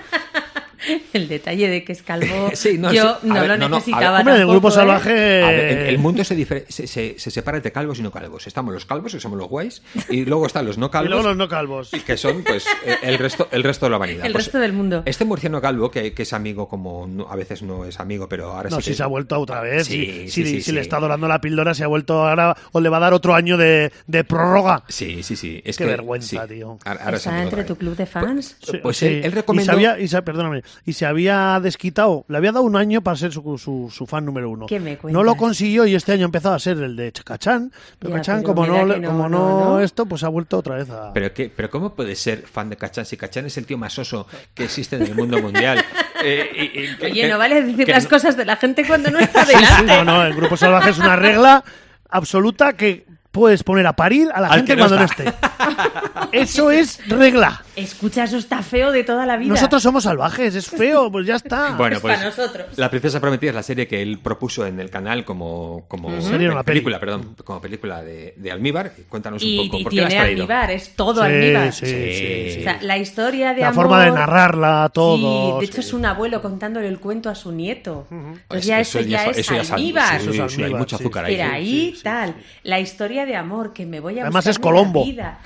[SPEAKER 2] El detalle de que es calvo.
[SPEAKER 3] *laughs* Sí, no,
[SPEAKER 2] yo
[SPEAKER 3] sí. A
[SPEAKER 2] no
[SPEAKER 3] ver,
[SPEAKER 2] lo
[SPEAKER 3] no, no, a ver,
[SPEAKER 2] necesitaba.
[SPEAKER 1] Hombre, del
[SPEAKER 2] tampoco,
[SPEAKER 1] grupo
[SPEAKER 2] ¿eh?
[SPEAKER 1] salvaje.
[SPEAKER 3] A ver,
[SPEAKER 1] Eh.
[SPEAKER 3] el, el mundo se, difer- se, se- se separa entre calvos y no calvos. Estamos los calvos, que somos los guays, y luego están los no
[SPEAKER 1] Y luego
[SPEAKER 3] calvos,
[SPEAKER 1] los no calvos.
[SPEAKER 3] que son pues eh, el resto, el resto de la humanidad.
[SPEAKER 2] El
[SPEAKER 3] Pues,
[SPEAKER 2] resto del mundo.
[SPEAKER 3] Este murciano calvo, que, que es amigo como no- a veces no es amigo, pero ahora
[SPEAKER 1] No,
[SPEAKER 3] sí
[SPEAKER 1] si
[SPEAKER 3] que-
[SPEAKER 1] se ha vuelto otra vez.
[SPEAKER 3] Sí,
[SPEAKER 1] si,
[SPEAKER 3] sí,
[SPEAKER 1] si-
[SPEAKER 3] sí,
[SPEAKER 1] si le
[SPEAKER 3] sí.
[SPEAKER 1] está dorando la píldora, se ha vuelto ahora. O le va a dar otro año de, de prórroga.
[SPEAKER 3] Sí, sí, sí. Es
[SPEAKER 1] Qué
[SPEAKER 3] que,
[SPEAKER 1] vergüenza,
[SPEAKER 3] sí.
[SPEAKER 1] tío.
[SPEAKER 3] Ahora- ahora es
[SPEAKER 2] ¿Está
[SPEAKER 3] amigo
[SPEAKER 2] entre
[SPEAKER 3] otra
[SPEAKER 2] tu
[SPEAKER 3] vez.
[SPEAKER 2] club de fans?
[SPEAKER 1] Sí,
[SPEAKER 3] Pues
[SPEAKER 1] sí.
[SPEAKER 3] él, él
[SPEAKER 1] Y
[SPEAKER 3] recomendó...
[SPEAKER 1] se, había, y se- perdóname, y se había desquitado. Le había dado un año para ser su, su, su fan número uno.
[SPEAKER 2] ¿Qué me cuentas?
[SPEAKER 1] no lo consiguió y este año ha empezado a ser el de Chacachán. Pero
[SPEAKER 2] Ya,
[SPEAKER 1] Cachán,
[SPEAKER 2] pero
[SPEAKER 1] como,
[SPEAKER 2] mira
[SPEAKER 1] no, le-
[SPEAKER 2] que no,
[SPEAKER 1] como no,
[SPEAKER 2] no, no.
[SPEAKER 1] esto, pues ha vuelto otra vez a.
[SPEAKER 3] Pero, qué, pero ¿cómo puedes ser fan de Cachán si Cachán es el tío más oso que existe en el
[SPEAKER 2] *laughs*
[SPEAKER 3] mundo mundial? Eh, y- y- que-
[SPEAKER 2] Oye,
[SPEAKER 3] que-
[SPEAKER 2] no vale decir
[SPEAKER 3] que
[SPEAKER 2] las
[SPEAKER 3] no-
[SPEAKER 2] cosas de la gente cuando no está
[SPEAKER 1] Sí, sí,
[SPEAKER 2] delante.
[SPEAKER 1] no, no, el grupo salvaje es una regla absoluta que puedes poner a parir a la
[SPEAKER 3] Al
[SPEAKER 1] gente
[SPEAKER 3] que no
[SPEAKER 1] cuando
[SPEAKER 3] está.
[SPEAKER 1] no esté. Eso es regla.
[SPEAKER 2] Escucha, eso está feo de toda la vida.
[SPEAKER 1] Nosotros somos salvajes, es feo, pues ya está.
[SPEAKER 3] Bueno,
[SPEAKER 2] Es
[SPEAKER 3] pues
[SPEAKER 2] para nosotros.
[SPEAKER 3] La Princesa Prometida es la serie que él propuso en el canal como, como
[SPEAKER 1] Serie, una peli.
[SPEAKER 3] película, perdón, como película de, de Almíbar. Cuéntanos
[SPEAKER 2] Y,
[SPEAKER 3] un poco
[SPEAKER 2] y
[SPEAKER 3] por qué la has
[SPEAKER 2] tiene
[SPEAKER 3] traído.
[SPEAKER 2] almíbar, es todo
[SPEAKER 1] Sí,
[SPEAKER 2] almíbar.
[SPEAKER 1] sí, sí, sí.
[SPEAKER 2] O sea, la historia de
[SPEAKER 1] Eh, la
[SPEAKER 2] amor-
[SPEAKER 1] forma de eh. narrarla,
[SPEAKER 2] Sí,
[SPEAKER 1] todo.
[SPEAKER 2] de hecho es un abuelo contándole el cuento a su nieto. Entonces
[SPEAKER 3] Es-
[SPEAKER 2] ya eso, ya es
[SPEAKER 3] eso sal-
[SPEAKER 2] almíbar.
[SPEAKER 1] Eso
[SPEAKER 3] sí,
[SPEAKER 1] es
[SPEAKER 3] sí, hay
[SPEAKER 1] almíbar,
[SPEAKER 3] mucho
[SPEAKER 1] sí.
[SPEAKER 3] azúcar ahí. ¿eh?
[SPEAKER 2] Pero
[SPEAKER 3] sí.
[SPEAKER 2] ahí tal, la historia de amor que me voy a
[SPEAKER 1] Además,
[SPEAKER 2] buscar
[SPEAKER 1] es
[SPEAKER 2] en
[SPEAKER 1] Colombo.
[SPEAKER 2] la vida.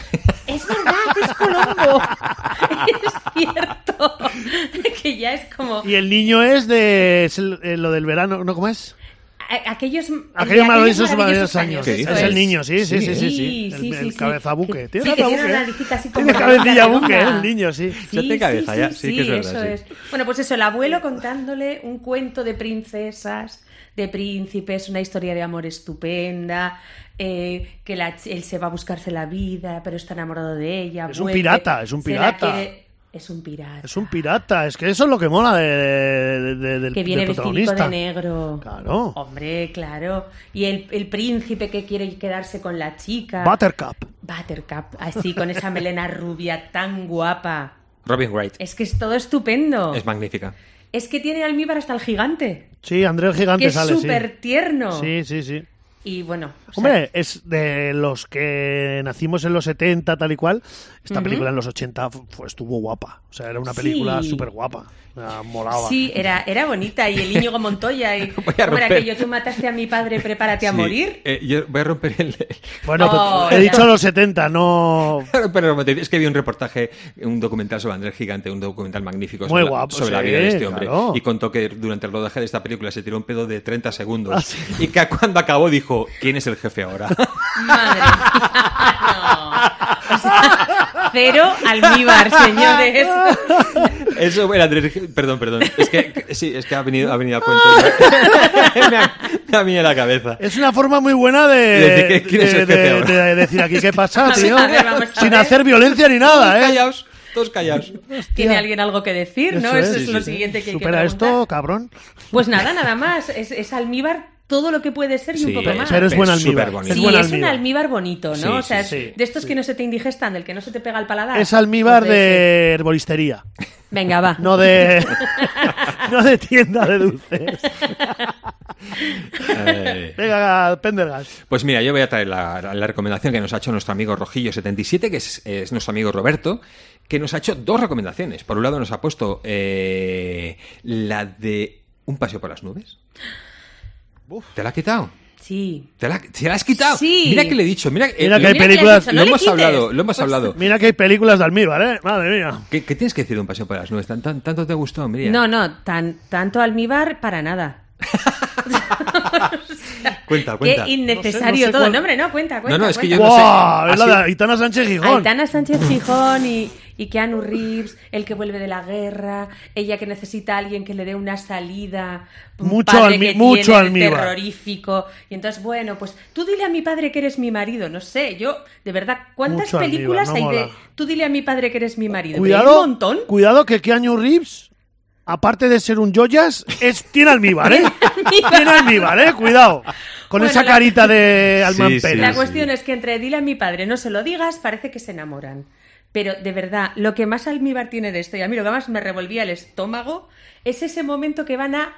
[SPEAKER 2] Es verdad, es Colombo. *laughs* es cierto. *laughs* que ya es como.
[SPEAKER 1] Y el niño es de es el- eh, lo del verano, ¿no? ¿Cómo es?
[SPEAKER 2] a- Aquellos, el de
[SPEAKER 1] Aquellos maravillosos, maravillosos años.
[SPEAKER 3] ¿Qué
[SPEAKER 1] Es
[SPEAKER 2] eso
[SPEAKER 3] dices?
[SPEAKER 1] el niño, sí, sí, sí. sí,
[SPEAKER 3] Sí.
[SPEAKER 1] sí,
[SPEAKER 2] Sí,
[SPEAKER 1] El,
[SPEAKER 2] sí,
[SPEAKER 1] el
[SPEAKER 2] sí,
[SPEAKER 1] cabeza
[SPEAKER 2] sí.
[SPEAKER 1] buque.
[SPEAKER 2] Sí,
[SPEAKER 1] Tiene
[SPEAKER 2] que
[SPEAKER 1] cabeza
[SPEAKER 2] tiene
[SPEAKER 1] buque.
[SPEAKER 2] una naricita así
[SPEAKER 1] Tiene
[SPEAKER 2] como Ah.
[SPEAKER 1] cabecilla
[SPEAKER 2] redonda.
[SPEAKER 1] buque, ¿eh? el niño, sí.
[SPEAKER 3] Ya tiene cabeza, ya, sí que es verdad,
[SPEAKER 2] eso
[SPEAKER 3] sí.
[SPEAKER 2] es. Bueno, pues eso, el abuelo contándole un cuento de princesas, de príncipes, una historia de amor estupenda, eh, que la ch- él se va a buscarse la vida, pero está enamorado de ella.
[SPEAKER 1] Es un
[SPEAKER 2] vuelve,
[SPEAKER 1] pirata, es un
[SPEAKER 2] se la
[SPEAKER 1] pirata.
[SPEAKER 2] quiere- Es un pirata.
[SPEAKER 1] Es un pirata, es que eso es lo que mola de, de- de- del,
[SPEAKER 2] que viene
[SPEAKER 1] del
[SPEAKER 2] vestido
[SPEAKER 1] protagonista.
[SPEAKER 2] de negro.
[SPEAKER 1] Claro.
[SPEAKER 2] Hombre, claro. Y el, el príncipe que quiere quedarse con la chica.
[SPEAKER 1] Buttercup.
[SPEAKER 2] Buttercup, así con esa melena rubia tan guapa.
[SPEAKER 3] Robin Wright.
[SPEAKER 2] Es que es todo estupendo.
[SPEAKER 3] Es magnífica.
[SPEAKER 2] Es que tiene almíbar hasta el gigante.
[SPEAKER 1] Sí, André el
[SPEAKER 2] Que
[SPEAKER 1] Gigante
[SPEAKER 2] es
[SPEAKER 1] sale, sí.
[SPEAKER 2] súper tierno.
[SPEAKER 1] Sí, sí, sí.
[SPEAKER 2] Y bueno. o sea,
[SPEAKER 1] Hombre, es de los que nacimos en los 70, tal y cual. Esta película en los 80 fue, estuvo guapa. O sea, era una
[SPEAKER 2] Sí.
[SPEAKER 1] película súper guapa. Molaba.
[SPEAKER 2] Sí, era, era bonita. Y el Íñigo
[SPEAKER 1] *laughs*
[SPEAKER 2] Montoya. Y,
[SPEAKER 3] Voy a
[SPEAKER 2] ¿Cómo era
[SPEAKER 3] romper.
[SPEAKER 2] aquello? Tú mataste a mi padre, prepárate a
[SPEAKER 3] Sí.
[SPEAKER 2] morir.
[SPEAKER 3] Eh, yo voy a romper el. *laughs*
[SPEAKER 1] Bueno,
[SPEAKER 2] Oh,
[SPEAKER 1] pero he
[SPEAKER 2] ya.
[SPEAKER 1] dicho los 70, no.
[SPEAKER 3] Claro, pero es que vi un reportaje, un documental sobre Andrés Gigante, un documental magnífico sobre,
[SPEAKER 1] Muy
[SPEAKER 3] la-
[SPEAKER 1] guapo,
[SPEAKER 3] sobre la
[SPEAKER 1] sí,
[SPEAKER 3] vida de este hombre.
[SPEAKER 1] claro.
[SPEAKER 3] Y contó que durante el rodaje de esta película se tiró un pedo de 30 segundos.
[SPEAKER 1] Ah, sí.
[SPEAKER 3] Y que cuando acabó dijo, ¿quién es el jefe ahora? *laughs*
[SPEAKER 2] Madre mía, *laughs* no. O sea, cero almíbar, señores.
[SPEAKER 3] Eso era Andrés Gi- Perdón, perdón. Es que, sí, es que ha venido, ha venido a cuento. me, ha, *laughs* me ha venido a la cabeza.
[SPEAKER 1] Es una forma muy buena de,
[SPEAKER 3] De decir, ¿quién es el
[SPEAKER 1] de-
[SPEAKER 3] jefe ahora?
[SPEAKER 1] de- de decir aquí qué pasa,
[SPEAKER 2] *laughs* Vamos
[SPEAKER 1] tío.
[SPEAKER 2] a ver, vamos a
[SPEAKER 1] Sin
[SPEAKER 2] ver.
[SPEAKER 1] hacer violencia ni
[SPEAKER 3] Todos
[SPEAKER 1] nada, ¿eh?
[SPEAKER 3] callaos, todos callaos.
[SPEAKER 2] ¿Tiene alguien algo que decir? ¿no? Eso, es,
[SPEAKER 1] sí,
[SPEAKER 2] lo
[SPEAKER 1] sí.
[SPEAKER 2] siguiente que hay que
[SPEAKER 1] Supera esto,
[SPEAKER 2] preguntar.
[SPEAKER 1] cabrón.
[SPEAKER 2] Pues nada, nada más. Es, es almíbar todo lo que puede ser y un
[SPEAKER 3] Sí,
[SPEAKER 2] poco más.
[SPEAKER 1] Pero es buen almíbar.
[SPEAKER 3] superbonito.
[SPEAKER 2] Sí,
[SPEAKER 1] es
[SPEAKER 2] es,
[SPEAKER 1] buen
[SPEAKER 2] un
[SPEAKER 1] almíbar.
[SPEAKER 2] almíbar bonito, ¿no?
[SPEAKER 3] Sí,
[SPEAKER 2] o sea,
[SPEAKER 3] sí,
[SPEAKER 2] es
[SPEAKER 1] sí.
[SPEAKER 2] de estos que no se te indigestan, del que no se te pega el paladar.
[SPEAKER 1] Es almíbar
[SPEAKER 2] Pues
[SPEAKER 1] de herboristería,
[SPEAKER 2] ese. Venga, va.
[SPEAKER 1] no de
[SPEAKER 2] *laughs*
[SPEAKER 1] no de tienda de dulces.
[SPEAKER 3] Eh,
[SPEAKER 1] Venga, Pendergast.
[SPEAKER 3] Pues mira, yo voy a traer la, la- la recomendación que nos ha hecho nuestro amigo Rojillo77, que es, es nuestro amigo Roberto, que nos ha hecho dos recomendaciones. Por un lado nos ha puesto eh, la de Un paseo por las nubes. ¿Te la ha quitado?
[SPEAKER 2] Sí.
[SPEAKER 3] ¿Te la, ¿Te la has quitado?
[SPEAKER 2] Sí.
[SPEAKER 3] Mira que le he dicho. Mira, eh,
[SPEAKER 1] Mira que
[SPEAKER 3] lo-
[SPEAKER 1] hay
[SPEAKER 2] Mira que
[SPEAKER 1] películas-
[SPEAKER 2] has dicho,
[SPEAKER 3] lo
[SPEAKER 2] no le
[SPEAKER 3] hemos
[SPEAKER 2] quites. Pues
[SPEAKER 3] hablado, lo hemos hablado.
[SPEAKER 1] Mira que hay películas de almíbar, ¿eh? Madre mía.
[SPEAKER 3] ¿Qué, qué tienes que decir de un paseo por las nubes? ¿Tan, tan- tanto te gustó, Miriam?
[SPEAKER 2] No, no, tan, tanto almíbar para nada.
[SPEAKER 3] Cuenta, cuenta.
[SPEAKER 2] Qué innecesario
[SPEAKER 1] No sé, no sé
[SPEAKER 2] todo.
[SPEAKER 1] cuál-
[SPEAKER 2] No, hombre, no, cuenta, cuenta.
[SPEAKER 3] no, es que yo
[SPEAKER 2] cuenta.
[SPEAKER 3] no sé.
[SPEAKER 1] ¡Buah! Es
[SPEAKER 3] Así-
[SPEAKER 1] la de Aitana Sánchez Gijón.
[SPEAKER 2] Aitana Sánchez Gijón y, y Keanu Reeves, el que vuelve de la guerra, ella que necesita a alguien que le dé una salida, un
[SPEAKER 1] Mucho
[SPEAKER 2] padre
[SPEAKER 1] almi-
[SPEAKER 2] que
[SPEAKER 1] mucho
[SPEAKER 2] tiene
[SPEAKER 1] almíbar.
[SPEAKER 2] terrorífico. Y entonces, bueno, pues tú dile a mi padre que eres mi marido, no sé, yo, de verdad, ¿cuántas
[SPEAKER 1] Mucho
[SPEAKER 2] películas
[SPEAKER 1] almíbar, no
[SPEAKER 2] hay de
[SPEAKER 1] mola.
[SPEAKER 2] tú dile a mi padre que eres mi marido? Pero hay
[SPEAKER 1] Cuidado,
[SPEAKER 2] un montón.
[SPEAKER 1] cuidado que Keanu Reeves, aparte de ser un joyas, es, tiene almíbar,
[SPEAKER 2] *laughs*
[SPEAKER 1] ¿eh? tiene almíbar, ¿eh? Cuidado. Con
[SPEAKER 2] Bueno,
[SPEAKER 1] esa
[SPEAKER 2] la-
[SPEAKER 1] carita de Alman
[SPEAKER 3] Sí, sí.
[SPEAKER 1] Pérez.
[SPEAKER 2] La
[SPEAKER 3] sí.
[SPEAKER 2] cuestión es que entre dile a mi padre, no se lo digas, parece que se enamoran. Pero de verdad, lo que más almíbar tiene de esto, y a mí lo que más me revolvía el estómago, es ese momento que van a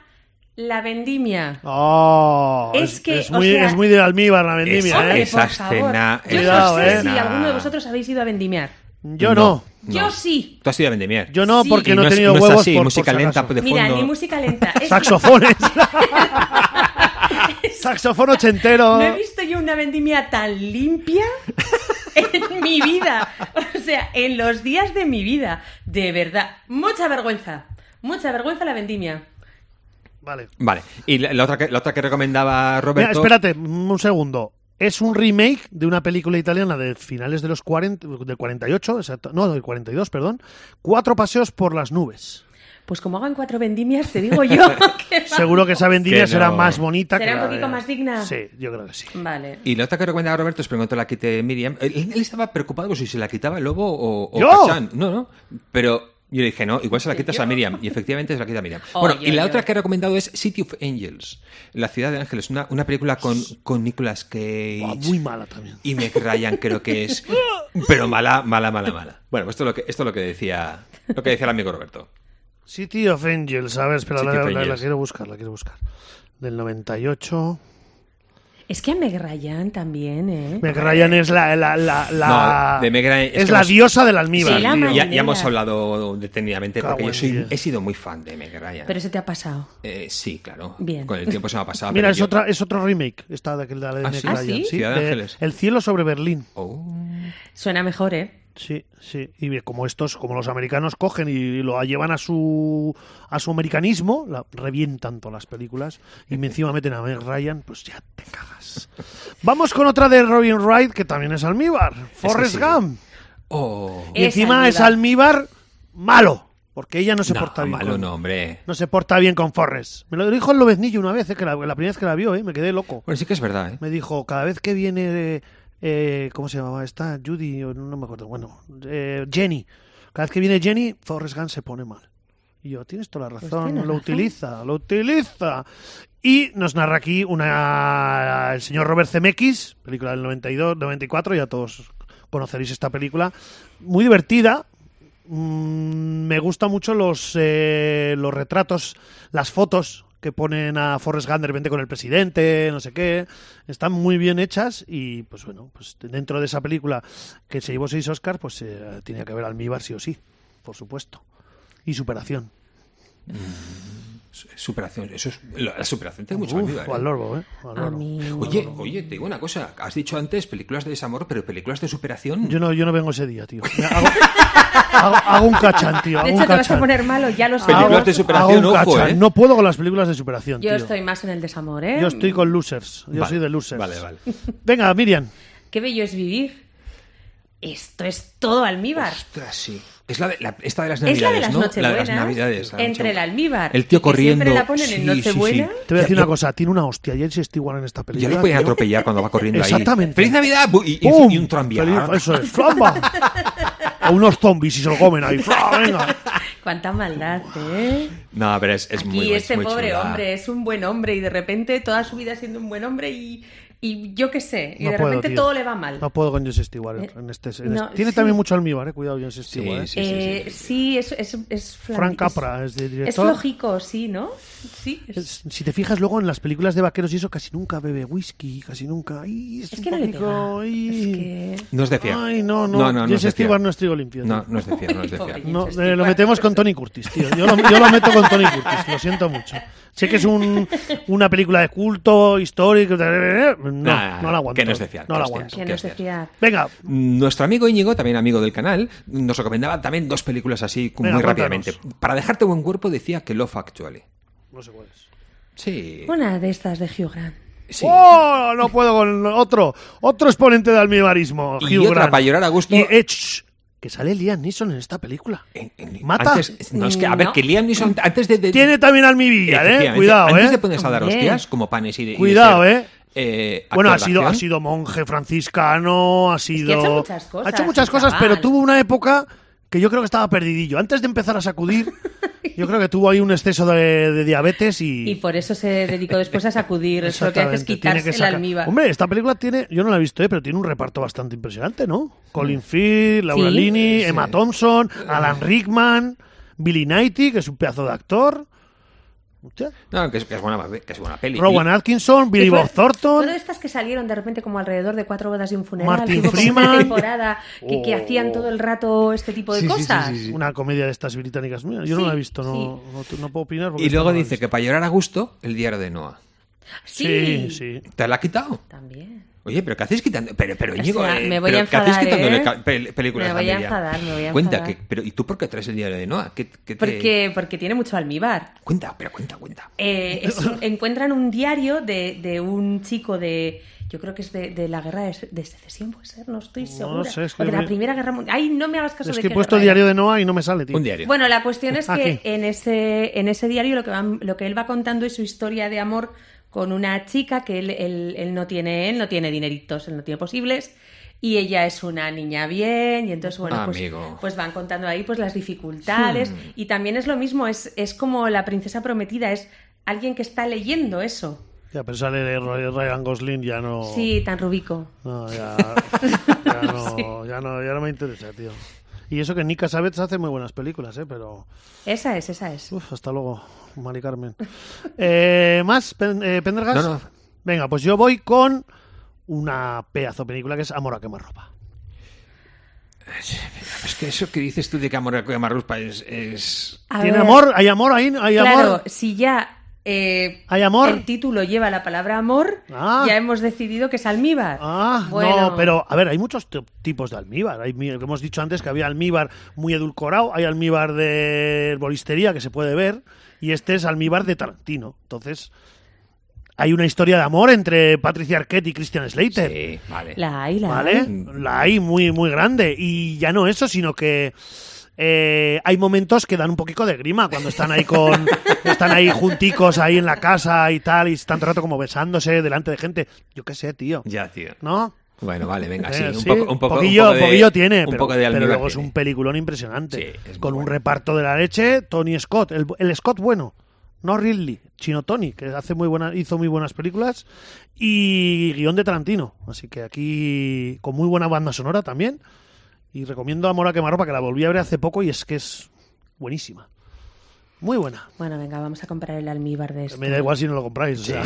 [SPEAKER 2] la vendimia.
[SPEAKER 1] Oh,
[SPEAKER 2] Es
[SPEAKER 1] es,
[SPEAKER 2] que,
[SPEAKER 1] es
[SPEAKER 2] o
[SPEAKER 1] muy,
[SPEAKER 2] sea-
[SPEAKER 1] es muy de almíbar la vendimia,
[SPEAKER 2] Hombre,
[SPEAKER 1] ¿eh?
[SPEAKER 3] es- Esa
[SPEAKER 2] por favor.
[SPEAKER 3] escena-
[SPEAKER 2] Yo
[SPEAKER 1] Cuidado,
[SPEAKER 2] no sé
[SPEAKER 1] eh.
[SPEAKER 2] si alguno de vosotros habéis ido a vendimiar.
[SPEAKER 1] Yo no.
[SPEAKER 2] Yo sí.
[SPEAKER 3] Tú has ido a Vendimier.
[SPEAKER 1] Yo no,
[SPEAKER 2] Sí.
[SPEAKER 1] porque
[SPEAKER 3] Y
[SPEAKER 1] no he
[SPEAKER 3] es-
[SPEAKER 1] tenido
[SPEAKER 3] no es
[SPEAKER 1] huevos
[SPEAKER 3] así,
[SPEAKER 1] por,
[SPEAKER 3] música
[SPEAKER 1] por si
[SPEAKER 3] lenta pues,
[SPEAKER 1] acaso.
[SPEAKER 3] de
[SPEAKER 2] Mira,
[SPEAKER 3] fondo.
[SPEAKER 2] ni música lenta. Es-
[SPEAKER 1] Saxofones.
[SPEAKER 2] *laughs*
[SPEAKER 1] Saxofón ochentero.
[SPEAKER 2] No he visto yo una vendimia tan limpia *laughs* en mi vida. O sea, en los días de mi vida. De verdad. Mucha vergüenza. Mucha vergüenza la vendimia.
[SPEAKER 1] Vale.
[SPEAKER 3] Vale. Y la, la otra que, la otra que recomendaba
[SPEAKER 1] Mira,
[SPEAKER 3] Roberto.
[SPEAKER 1] espérate, mm, un segundo. Es un remake de una película italiana de finales de los 40, del 48, exacto, no, del 42, perdón. Cuatro paseos por las nubes.
[SPEAKER 2] Pues como hagan cuatro vendimias, te digo
[SPEAKER 3] *laughs*
[SPEAKER 2] yo que va-
[SPEAKER 1] Seguro que esa vendimia
[SPEAKER 3] Que no.
[SPEAKER 1] será más bonita.
[SPEAKER 2] Será
[SPEAKER 1] que
[SPEAKER 2] un
[SPEAKER 1] la
[SPEAKER 2] poquito
[SPEAKER 1] de-
[SPEAKER 2] más digna.
[SPEAKER 1] Sí, yo creo que sí.
[SPEAKER 2] Vale.
[SPEAKER 3] Y la otra que recomendaba Roberto es preguntó la quite Miriam. Él, él estaba preocupado por si se la quitaba el lobo o, o
[SPEAKER 1] ¿Yo?
[SPEAKER 3] Pachán. No, no. Pero yo le dije, no, igual se la quitas a Miriam. Y efectivamente se la quita a Miriam.
[SPEAKER 2] *laughs* Oh,
[SPEAKER 3] bueno,
[SPEAKER 2] yo,
[SPEAKER 3] y la
[SPEAKER 2] yo.
[SPEAKER 3] otra que he recomendado es City of Angels, La ciudad de ángeles. Una, una película con, con Nicolas Cage.
[SPEAKER 1] Buah, muy mala también.
[SPEAKER 3] Y Meg Ryan creo que es. Pero mala, mala, mala, mala. Bueno, pues esto es lo que, esto es lo que decía lo que decía el amigo Roberto.
[SPEAKER 1] City of Angels, a ver, espera,
[SPEAKER 3] City
[SPEAKER 1] la,
[SPEAKER 3] of
[SPEAKER 1] la- la
[SPEAKER 3] Angels.
[SPEAKER 1] quiero buscar, la quiero buscar. Del 98.
[SPEAKER 2] Es que a Meg Ryan también, ¿eh?
[SPEAKER 1] Meg Ryan es la. la, la, la-
[SPEAKER 3] No, de Meg Ryan es
[SPEAKER 1] es
[SPEAKER 3] que
[SPEAKER 1] la
[SPEAKER 3] hemos-
[SPEAKER 1] diosa del almíbar.
[SPEAKER 2] Sí, la
[SPEAKER 1] tío.
[SPEAKER 2] man-
[SPEAKER 3] ya, ya
[SPEAKER 2] Marinera.
[SPEAKER 3] hemos hablado detenidamente porque
[SPEAKER 1] Cago
[SPEAKER 3] yo
[SPEAKER 1] en
[SPEAKER 3] soy,
[SPEAKER 1] diez.
[SPEAKER 3] he sido muy fan de Meg Ryan.
[SPEAKER 2] Pero se te ha pasado.
[SPEAKER 3] Eh, sí, claro.
[SPEAKER 2] Bien.
[SPEAKER 3] Con el tiempo se me ha pasado.
[SPEAKER 1] Mira,
[SPEAKER 3] pero
[SPEAKER 1] es,
[SPEAKER 3] yo-
[SPEAKER 1] otra, es otro remake, esta de, aquel de la de
[SPEAKER 3] Ah,
[SPEAKER 1] Meg
[SPEAKER 3] ¿sí?
[SPEAKER 2] ¿Ah,
[SPEAKER 1] Ryan.
[SPEAKER 2] sí?
[SPEAKER 3] Ciudad de
[SPEAKER 1] de
[SPEAKER 3] Ángeles.
[SPEAKER 1] El cielo sobre Berlín.
[SPEAKER 3] Oh.
[SPEAKER 2] Suena mejor, ¿eh?
[SPEAKER 1] Sí, sí. Y como estos, como los americanos cogen y lo llevan a su a su americanismo, la- revientan todas las películas y encima meten a Meg Ryan, pues ya te cagas. Vamos con otra de Robin Wright que también es almíbar, Forrest
[SPEAKER 3] sí.
[SPEAKER 1] Gump.
[SPEAKER 3] Oh,
[SPEAKER 1] Y
[SPEAKER 2] Es
[SPEAKER 1] encima es almíbar malo, porque ella no se
[SPEAKER 3] no,
[SPEAKER 1] porta bien.
[SPEAKER 3] malo
[SPEAKER 1] con-
[SPEAKER 3] no, hombre.
[SPEAKER 1] no se porta bien con Forrest. Me lo dijo el lobeznillo una vez, eh, que la, la primera vez que la vio, eh, me quedé loco.
[SPEAKER 3] Bueno, sí que es verdad, ¿eh?
[SPEAKER 1] Me dijo, cada vez que viene, eh, eh, ¿cómo se llamaba esta? Judy, o no me acuerdo, bueno, eh, Jenny. Cada vez que viene Jenny, Forrest Gump se pone mal. Y yo, tienes toda la razón,
[SPEAKER 2] Pues tiene
[SPEAKER 1] lo
[SPEAKER 2] razón.
[SPEAKER 1] utiliza, lo utiliza. Y nos narra aquí una el señor Robert Zemeckis, película del 92, 94, ya todos conoceréis esta película, muy divertida. Mm, me gustan mucho los, eh, los retratos, las fotos que ponen a Forrest Gump de repente con el presidente, no sé qué. Están muy bien hechas y, pues bueno, pues dentro de esa película que se llevó seis Oscars, pues eh, tenía que haber Almíbar sí o sí, por supuesto. Y superación.
[SPEAKER 3] Superación. Eso es, la la superación tiene mucho
[SPEAKER 1] Uf,
[SPEAKER 3] almíbar, ¿eh?
[SPEAKER 1] o al Lorbo, ¿eh? O al
[SPEAKER 2] A
[SPEAKER 1] Lorbo.
[SPEAKER 2] mí-
[SPEAKER 3] Oye, oye, te digo una cosa. Has dicho antes películas de desamor, pero películas de superación.
[SPEAKER 1] Yo no, yo no vengo ese día, tío. Me Hago, hago- hago un cachán, tío. Hago
[SPEAKER 2] De
[SPEAKER 1] un
[SPEAKER 2] hecho, te vas
[SPEAKER 1] cachán.
[SPEAKER 2] a poner malo, ya lo sé.
[SPEAKER 3] Películas
[SPEAKER 1] Hago-
[SPEAKER 3] Ah, de superación,
[SPEAKER 1] hago un
[SPEAKER 3] ojo,
[SPEAKER 1] cachán.
[SPEAKER 3] ¿eh?
[SPEAKER 1] No puedo con las películas de superación,
[SPEAKER 2] Yo
[SPEAKER 1] tío.
[SPEAKER 2] estoy más en el desamor, ¿eh?
[SPEAKER 1] Yo estoy con losers. Yo
[SPEAKER 3] Vale,
[SPEAKER 1] soy de losers.
[SPEAKER 3] Vale, vale.
[SPEAKER 1] Venga, Miriam.
[SPEAKER 2] Qué bello es vivir. Esto es todo almíbar.
[SPEAKER 3] Ostras, sí. Es la de, la- esta de las
[SPEAKER 2] Es
[SPEAKER 3] navidades,
[SPEAKER 2] la de las
[SPEAKER 3] ¿no?
[SPEAKER 2] nochebuenas.
[SPEAKER 3] La de las navidades. la
[SPEAKER 2] entre el
[SPEAKER 3] Nochebuena.
[SPEAKER 2] almíbar.
[SPEAKER 3] El tío
[SPEAKER 2] que
[SPEAKER 3] corriendo.
[SPEAKER 2] Siempre la ponen en
[SPEAKER 3] Sí, sí, sí.
[SPEAKER 2] Nochebuena.
[SPEAKER 1] Te voy a decir
[SPEAKER 3] Ya-
[SPEAKER 1] una cosa. Tiene una hostia. Jensi Stewart en esta
[SPEAKER 3] Ya
[SPEAKER 1] película.
[SPEAKER 3] lo pueden
[SPEAKER 1] tío.
[SPEAKER 3] atropellar cuando va corriendo ahí.
[SPEAKER 1] Exactamente.
[SPEAKER 3] ¡Feliz Navidad! Bu- Y, y-
[SPEAKER 1] ¡Pum!
[SPEAKER 3] y un tranvía.
[SPEAKER 1] Feliz- Eso es. ¡Flamba! A unos zombies y se lo comen ahí. ¡Fla! Venga.
[SPEAKER 2] Cuánta maldad, ¿eh?
[SPEAKER 3] No, pero es, es
[SPEAKER 2] Aquí
[SPEAKER 3] muy es
[SPEAKER 2] este
[SPEAKER 3] muy
[SPEAKER 2] pobre
[SPEAKER 3] chula.
[SPEAKER 2] hombre es un buen hombre y de repente toda su vida siendo un buen hombre y, y yo qué sé. Y
[SPEAKER 1] No
[SPEAKER 2] de
[SPEAKER 1] puedo,
[SPEAKER 2] repente
[SPEAKER 1] tío.
[SPEAKER 2] todo le va mal. Eh,
[SPEAKER 1] No puedo con Jensi Stewart. En este, en
[SPEAKER 2] No,
[SPEAKER 1] este- Tiene
[SPEAKER 2] sí.
[SPEAKER 1] también mucho almíbar, eh. Cuidado, Jensi Stewart. eh.
[SPEAKER 3] sí, sí, sí,
[SPEAKER 2] Eh,
[SPEAKER 3] sí, sí.
[SPEAKER 2] sí, es, es, es flan-
[SPEAKER 1] Frank
[SPEAKER 2] es-
[SPEAKER 1] Capra es de
[SPEAKER 2] Es
[SPEAKER 1] director.
[SPEAKER 2] flojico, sí, ¿no? Sí. es-
[SPEAKER 1] Es- Si te fijas luego en las películas de vaqueros y eso, casi nunca bebe whisky, casi nunca. Ay, es,
[SPEAKER 2] es
[SPEAKER 1] un
[SPEAKER 2] que no le
[SPEAKER 1] poquito,
[SPEAKER 2] pega.
[SPEAKER 1] ay.
[SPEAKER 2] Es que...
[SPEAKER 3] No es de fiar.
[SPEAKER 1] Ay, no, no.
[SPEAKER 3] No, no, no
[SPEAKER 1] Jesse
[SPEAKER 3] es de fiar.
[SPEAKER 1] Stewart no es trigo limpio. tío.
[SPEAKER 3] No, no es de fiar,
[SPEAKER 2] *laughs*
[SPEAKER 3] no es de
[SPEAKER 2] Pobre
[SPEAKER 3] fiar.
[SPEAKER 2] Jesse
[SPEAKER 1] No, eh,
[SPEAKER 2] Stewart.
[SPEAKER 1] lo metemos con Tony Curtis, tío. Yo lo, yo lo meto con Tony Curtis, lo siento mucho. Sé que es *laughs* un- una película de culto, histórica. No,
[SPEAKER 3] Nah,
[SPEAKER 1] no la aguanto.
[SPEAKER 3] que no es de fiar,
[SPEAKER 1] No la
[SPEAKER 3] hostia.
[SPEAKER 1] aguanto.
[SPEAKER 2] Que no
[SPEAKER 3] ¿Qué
[SPEAKER 2] es de
[SPEAKER 3] haces?
[SPEAKER 2] fiar.
[SPEAKER 1] Venga,
[SPEAKER 3] Nuestro amigo Íñigo, también amigo del canal, nos recomendaba también dos películas así
[SPEAKER 1] Venga,
[SPEAKER 3] muy
[SPEAKER 1] cuéntanos.
[SPEAKER 3] rápidamente. Para dejarte buen cuerpo decía que Love Actually.
[SPEAKER 1] no sé cuál es.
[SPEAKER 3] Sí.
[SPEAKER 2] Una de estas de Hugh Grant.
[SPEAKER 3] sí.
[SPEAKER 1] ¡Oh! *laughs* No puedo con otro. Otro exponente de almibarismo.
[SPEAKER 3] Y
[SPEAKER 1] Hugh
[SPEAKER 3] otra
[SPEAKER 1] Grant.
[SPEAKER 3] para llorar a gusto. Eh,
[SPEAKER 1] Y, eh, shh, que sale Liam Neeson en esta película.
[SPEAKER 3] En- en-
[SPEAKER 1] ¿Mata?
[SPEAKER 3] antes- no, es que, a ver,
[SPEAKER 2] No.
[SPEAKER 3] que Liam Neeson, antes de... de-
[SPEAKER 1] Tiene también almibillar, ¿eh?
[SPEAKER 3] efectivamente,
[SPEAKER 1] Cuidado,
[SPEAKER 3] Antes
[SPEAKER 1] ¿eh?
[SPEAKER 3] de ponerse a dar
[SPEAKER 2] Hombre.
[SPEAKER 3] hostias, como panes y de... y de
[SPEAKER 1] Cuidado,
[SPEAKER 3] ser,
[SPEAKER 1] ¿eh?
[SPEAKER 3] eh,
[SPEAKER 1] Bueno, ha
[SPEAKER 3] actor de
[SPEAKER 1] sido, ha
[SPEAKER 3] acción.
[SPEAKER 1] sido monje franciscano, ha sido...
[SPEAKER 2] hecho muchas cosas,
[SPEAKER 1] Ha hecho muchas
[SPEAKER 2] el
[SPEAKER 1] cosas,
[SPEAKER 2] chaval.
[SPEAKER 1] pero tuvo una época que yo creo que estaba perdidillo. Antes de empezar a
[SPEAKER 2] *laughs*
[SPEAKER 1] sacudir, yo creo que tuvo ahí un exceso de, de diabetes y...
[SPEAKER 2] Y por eso se dedicó después a sacudir. Eso lo que hace es
[SPEAKER 1] Exactamente, tiene
[SPEAKER 2] quitarse
[SPEAKER 1] que
[SPEAKER 2] el
[SPEAKER 1] sacar-
[SPEAKER 2] almíbar.
[SPEAKER 1] Hombre, esta película tiene, yo no la he visto, ¿eh? pero tiene un reparto bastante impresionante, ¿no? Colin Firth, Laura
[SPEAKER 2] Sí.
[SPEAKER 1] Linney, Emma Thompson, Alan Rickman, Billy Knighty, que es un pedazo de actor. Hostia.
[SPEAKER 3] No, que es, que es buena, que es buena peli.
[SPEAKER 1] Rowan Atkinson, Billy
[SPEAKER 2] Sí, fue-
[SPEAKER 1] Bob Thornton.
[SPEAKER 2] Fueron estas que salieron de repente como alrededor de cuatro bodas y un funeral.
[SPEAKER 1] Martin
[SPEAKER 2] tuvo como
[SPEAKER 1] Freeman. Oh.
[SPEAKER 2] una temporada que, que hacían todo el rato este tipo de
[SPEAKER 3] Sí, sí, sí,
[SPEAKER 2] cosas.
[SPEAKER 3] sí, sí.
[SPEAKER 1] una comedia de estas británicas. Mira, yo no
[SPEAKER 2] Sí,
[SPEAKER 1] la he visto, no,
[SPEAKER 2] sí.
[SPEAKER 1] no, no puedo opinar. porque
[SPEAKER 3] Y luego
[SPEAKER 1] no la he
[SPEAKER 3] dice
[SPEAKER 1] visto.
[SPEAKER 3] que para llorar a gusto, el diario de Noah.
[SPEAKER 1] Sí,
[SPEAKER 2] Sí,
[SPEAKER 1] sí.
[SPEAKER 3] ¿Te la ha quitado?
[SPEAKER 2] También.
[SPEAKER 3] Oye, pero ¿qué hacéis quitando? Pero, pero,
[SPEAKER 2] O
[SPEAKER 3] Íñigo,
[SPEAKER 2] sea,
[SPEAKER 3] eh,
[SPEAKER 2] me voy
[SPEAKER 3] pero
[SPEAKER 2] a
[SPEAKER 3] ¿qué hacéis
[SPEAKER 2] enfadar,
[SPEAKER 3] quitándole
[SPEAKER 2] ¿eh?
[SPEAKER 3] ca- pel- películas
[SPEAKER 2] Me voy a
[SPEAKER 3] Amelia?
[SPEAKER 2] enfadar, me voy a
[SPEAKER 3] Cuenta,
[SPEAKER 2] enfadar.
[SPEAKER 3] que, pero ¿y tú por qué traes el diario de Noah? ¿Qué- qué te-
[SPEAKER 2] Porque, porque tiene mucho almíbar.
[SPEAKER 3] Cuenta, pero cuenta, cuenta.
[SPEAKER 2] Eh, es
[SPEAKER 1] *laughs*
[SPEAKER 2] un- encuentran un diario de, de un chico de. Yo creo que es de, de la guerra de, de secesión, puede ser, no estoy
[SPEAKER 1] No
[SPEAKER 2] segura.
[SPEAKER 1] sé, es que
[SPEAKER 2] o de la
[SPEAKER 1] me-
[SPEAKER 2] Primera Guerra Mundial. Ay, no me hagas caso
[SPEAKER 1] Es
[SPEAKER 2] de
[SPEAKER 1] que he
[SPEAKER 2] qué
[SPEAKER 1] puesto
[SPEAKER 2] guerra era.
[SPEAKER 1] Diario de Noah y no me sale, tío.
[SPEAKER 3] Un diario.
[SPEAKER 2] Bueno, la cuestión es
[SPEAKER 1] Aquí.
[SPEAKER 2] que en ese, en ese diario lo que, van- lo que él va contando es su historia de amor con una chica que él, él- él no tiene, él no tiene dineritos, él no tiene posibles. Y ella es una niña bien, y entonces, bueno, pues,
[SPEAKER 3] Amigo. Hmm.
[SPEAKER 2] pues van contando ahí pues las dificultades. Y también es lo mismo, es, es como la princesa prometida, es alguien que está leyendo eso.
[SPEAKER 1] Ya, pero sale Ray- Ryan Gosling, ya no.
[SPEAKER 3] Oh.
[SPEAKER 2] Sí, tan rubico.
[SPEAKER 1] No,
[SPEAKER 2] *laughs*
[SPEAKER 1] ya, ya no, ya no, ya no me interesa, tío. Y eso que Nika Sabets hace muy buenas películas, ¿eh? Pero.
[SPEAKER 2] Esa es, esa es.
[SPEAKER 1] Uf, hasta luego, Mari
[SPEAKER 2] *laughs*
[SPEAKER 1] Carmen. Eh, ¿Más, Pen- eh, Pendergast?
[SPEAKER 3] No, no.
[SPEAKER 1] Venga, pues yo voy con una pedazo de película que es Amor a quemarropa.
[SPEAKER 3] Es que eso que dices tú de que amor a Marrupa es, es...
[SPEAKER 2] A
[SPEAKER 1] Tiene
[SPEAKER 2] ver,
[SPEAKER 1] amor, hay amor ahí, hay
[SPEAKER 2] Claro,
[SPEAKER 1] amor.
[SPEAKER 2] si ya eh,
[SPEAKER 1] ¿Hay amor?
[SPEAKER 2] El título lleva la palabra amor.
[SPEAKER 1] Ah.
[SPEAKER 2] Ya hemos decidido que es almíbar.
[SPEAKER 1] Ah,
[SPEAKER 2] Bueno,
[SPEAKER 1] no, pero a ver, hay muchos t- tipos de almíbar. Hay, mi- hemos dicho antes que había almíbar muy edulcorado, hay almíbar de herboristería que se puede ver, y este es almíbar de Tarantino. Entonces, hay una historia de amor entre Patricia Arquette y Christian Slater.
[SPEAKER 3] Sí, vale.
[SPEAKER 2] Eh, La hay, la
[SPEAKER 1] ¿Vale?
[SPEAKER 2] hay.
[SPEAKER 1] La hay muy, muy grande. Y ya no eso, sino que. eh, hay momentos que dan un poquito de grima cuando están ahí
[SPEAKER 3] *laughs*
[SPEAKER 1] con están ahí junticos ahí en la casa y tal y están todo el rato como besándose delante de gente yo qué sé tío
[SPEAKER 3] Ya, tío.
[SPEAKER 1] no
[SPEAKER 3] Bueno, vale, venga, sí.
[SPEAKER 1] Eh,
[SPEAKER 3] Un,
[SPEAKER 1] sí,
[SPEAKER 3] poco, un, poco, un
[SPEAKER 1] poquillo,
[SPEAKER 3] poco de-
[SPEAKER 1] poquillo tiene,
[SPEAKER 3] un
[SPEAKER 1] pero,
[SPEAKER 3] poco de
[SPEAKER 1] pero
[SPEAKER 3] almíbar
[SPEAKER 1] luego es
[SPEAKER 3] tiene.
[SPEAKER 1] un peliculón impresionante.
[SPEAKER 3] Sí, es muy
[SPEAKER 1] con un
[SPEAKER 3] bueno.
[SPEAKER 1] reparto de la leche, Tony Scott, el, el Scott bueno, no Ridley, sino Tony, que hace muy buena, hizo muy buenas películas, y guión de Tarantino. Así que aquí, con muy buena banda sonora también, y recomiendo Amor a Quemarropa, que la volví a ver hace poco y es que es buenísima. Muy buena.
[SPEAKER 2] Bueno, venga, vamos a comprar el almíbar de esto.
[SPEAKER 1] Me da igual si no lo compráis. o sea,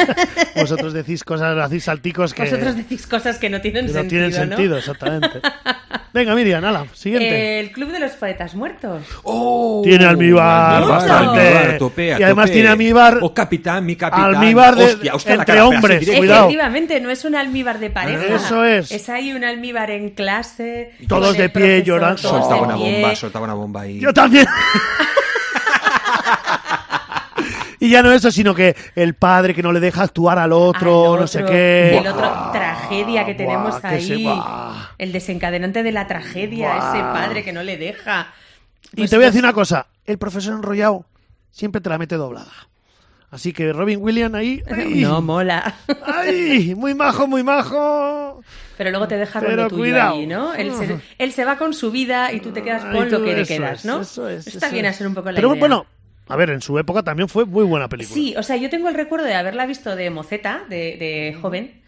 [SPEAKER 1] *laughs* vosotros decís cosas, hacéis salticos que
[SPEAKER 2] Vosotros decís cosas que no Eh, tienen
[SPEAKER 1] que no
[SPEAKER 2] sentido.
[SPEAKER 1] tienen sentido,
[SPEAKER 2] *laughs*
[SPEAKER 1] exactamente. Venga, Miriam, ala, siguiente.
[SPEAKER 2] El Club de los Poetas Muertos.
[SPEAKER 3] ¡Oh!
[SPEAKER 1] Tiene almíbar,
[SPEAKER 3] Almíbar,
[SPEAKER 1] bastante.
[SPEAKER 3] almíbar, a tope, a
[SPEAKER 1] Y además
[SPEAKER 3] tope.
[SPEAKER 1] tiene almíbar-
[SPEAKER 3] ¡Oh, capitán, mi capitán!
[SPEAKER 1] almíbar de-
[SPEAKER 3] Hostia, hostia, la
[SPEAKER 1] entre
[SPEAKER 3] cara, pero así
[SPEAKER 1] hombres.
[SPEAKER 3] directo.
[SPEAKER 1] Cuidado.
[SPEAKER 2] Efectivamente, no es un almíbar de pareja.
[SPEAKER 1] Eso es.
[SPEAKER 2] Es ahí un almíbar en clase.
[SPEAKER 1] Todos
[SPEAKER 2] con el
[SPEAKER 1] de pie
[SPEAKER 2] profesor,
[SPEAKER 1] llorando.
[SPEAKER 2] todos
[SPEAKER 3] Soltaba
[SPEAKER 2] de
[SPEAKER 3] una
[SPEAKER 2] pie.
[SPEAKER 3] bomba, soltaba una bomba ahí.
[SPEAKER 1] Yo también. y ya no eso, sino que el padre que no le deja actuar al otro,
[SPEAKER 2] Al
[SPEAKER 1] no sé
[SPEAKER 2] otro,
[SPEAKER 1] qué.
[SPEAKER 2] El otro tragedia que
[SPEAKER 1] buah,
[SPEAKER 2] tenemos
[SPEAKER 1] que
[SPEAKER 2] ahí.
[SPEAKER 1] se- buah.
[SPEAKER 2] el desencadenante de la tragedia,
[SPEAKER 1] Buah.
[SPEAKER 2] ese padre que no le deja. Pues
[SPEAKER 1] y te voy a decir una cosa, el profesor enrollado siempre te la mete doblada. Así que Robin Williams
[SPEAKER 2] *laughs*
[SPEAKER 1] ahí... ¡ay!
[SPEAKER 2] No mola. *laughs*
[SPEAKER 1] ¡Ay! Muy majo, muy majo.
[SPEAKER 2] Pero luego te deja con
[SPEAKER 1] Pero
[SPEAKER 2] lo tuyo
[SPEAKER 1] cuidado.
[SPEAKER 2] ahí, ¿no? Él se, él se va con su vida y tú te quedas con
[SPEAKER 1] Ay,
[SPEAKER 2] lo que
[SPEAKER 1] todo
[SPEAKER 2] te
[SPEAKER 1] eso
[SPEAKER 2] quedas,
[SPEAKER 1] es,
[SPEAKER 2] ¿no?
[SPEAKER 1] eso es,
[SPEAKER 2] Está
[SPEAKER 1] eso
[SPEAKER 2] bien
[SPEAKER 1] es.
[SPEAKER 2] hacer un poco la
[SPEAKER 1] Pero
[SPEAKER 2] idea.
[SPEAKER 1] bueno, a ver, en su época también fue muy buena película.
[SPEAKER 2] Sí, o sea, yo tengo el recuerdo de haberla visto de moceta, de, de joven,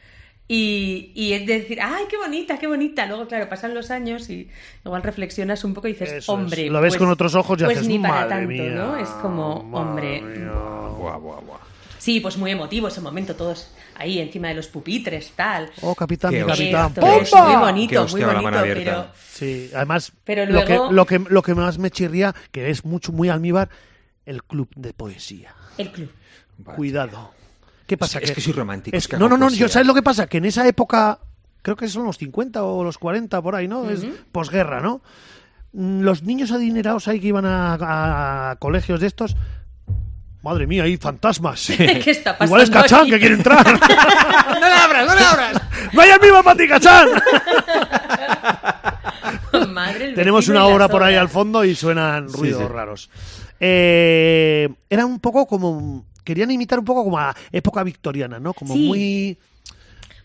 [SPEAKER 2] y, y es decir, ¡ay, qué bonita, qué bonita! Luego, claro, pasan los años y igual reflexionas un poco y dices,
[SPEAKER 1] Eso es.
[SPEAKER 2] hombre.
[SPEAKER 1] Lo ves
[SPEAKER 2] pues-
[SPEAKER 1] con otros ojos y
[SPEAKER 2] pues
[SPEAKER 1] haces,
[SPEAKER 2] ni para
[SPEAKER 1] "Madre
[SPEAKER 2] tanto,
[SPEAKER 1] mía,
[SPEAKER 2] ¿no? Es como,
[SPEAKER 1] madre
[SPEAKER 2] hombre.
[SPEAKER 3] Buah, buah, buah.
[SPEAKER 2] Sí, pues muy emotivo ese momento, todos ahí encima de los pupitres, tal.
[SPEAKER 1] Oh, capitán,
[SPEAKER 3] Qué
[SPEAKER 1] mi
[SPEAKER 3] hostia.
[SPEAKER 1] capitán.
[SPEAKER 2] Esto
[SPEAKER 1] ¡Pum!
[SPEAKER 2] es muy
[SPEAKER 3] Qué
[SPEAKER 2] bonito, muy
[SPEAKER 3] hostia, la mano
[SPEAKER 2] bonito, pero.
[SPEAKER 3] abierta.
[SPEAKER 1] Sí, además,
[SPEAKER 2] Pero
[SPEAKER 1] lo, que,
[SPEAKER 2] luego-
[SPEAKER 1] lo, que, lo que más me chirría, que es mucho, muy almíbar, el club de poesía. *laughs*
[SPEAKER 2] El club.
[SPEAKER 3] Vale.
[SPEAKER 1] Cuidado. ¿Qué pasa?
[SPEAKER 3] Es que soy romántico,
[SPEAKER 1] es-
[SPEAKER 3] es que
[SPEAKER 1] no,
[SPEAKER 3] hago
[SPEAKER 1] no, no,
[SPEAKER 3] poesía.
[SPEAKER 1] yo, ¿sabes lo que pasa? Que en esa época, creo que son los 50 o los 40 por ahí, ¿no? Es posguerra, ¿no? Mm, Los niños adinerados ahí que iban a, a colegios de estos, madre mía, hay fantasmas.
[SPEAKER 3] *laughs*
[SPEAKER 2] ¿Qué está pasando?
[SPEAKER 1] Igual es Cachán
[SPEAKER 2] aquí?
[SPEAKER 1] que quiere entrar.
[SPEAKER 3] ¡No la abras, no la abras!
[SPEAKER 1] *laughs* ¡Vaya el mismo para ti, Cachán!
[SPEAKER 2] Madre, el
[SPEAKER 1] Tenemos
[SPEAKER 2] vecino
[SPEAKER 1] una
[SPEAKER 2] y las
[SPEAKER 1] obra por ahí
[SPEAKER 2] obras.
[SPEAKER 1] al fondo y suenan
[SPEAKER 3] Sí,
[SPEAKER 1] ruidos
[SPEAKER 3] sí.
[SPEAKER 1] raros. Eh, era un poco como. Querían imitar un poco como a época victoriana, ¿no? Como
[SPEAKER 2] Sí.
[SPEAKER 1] muy.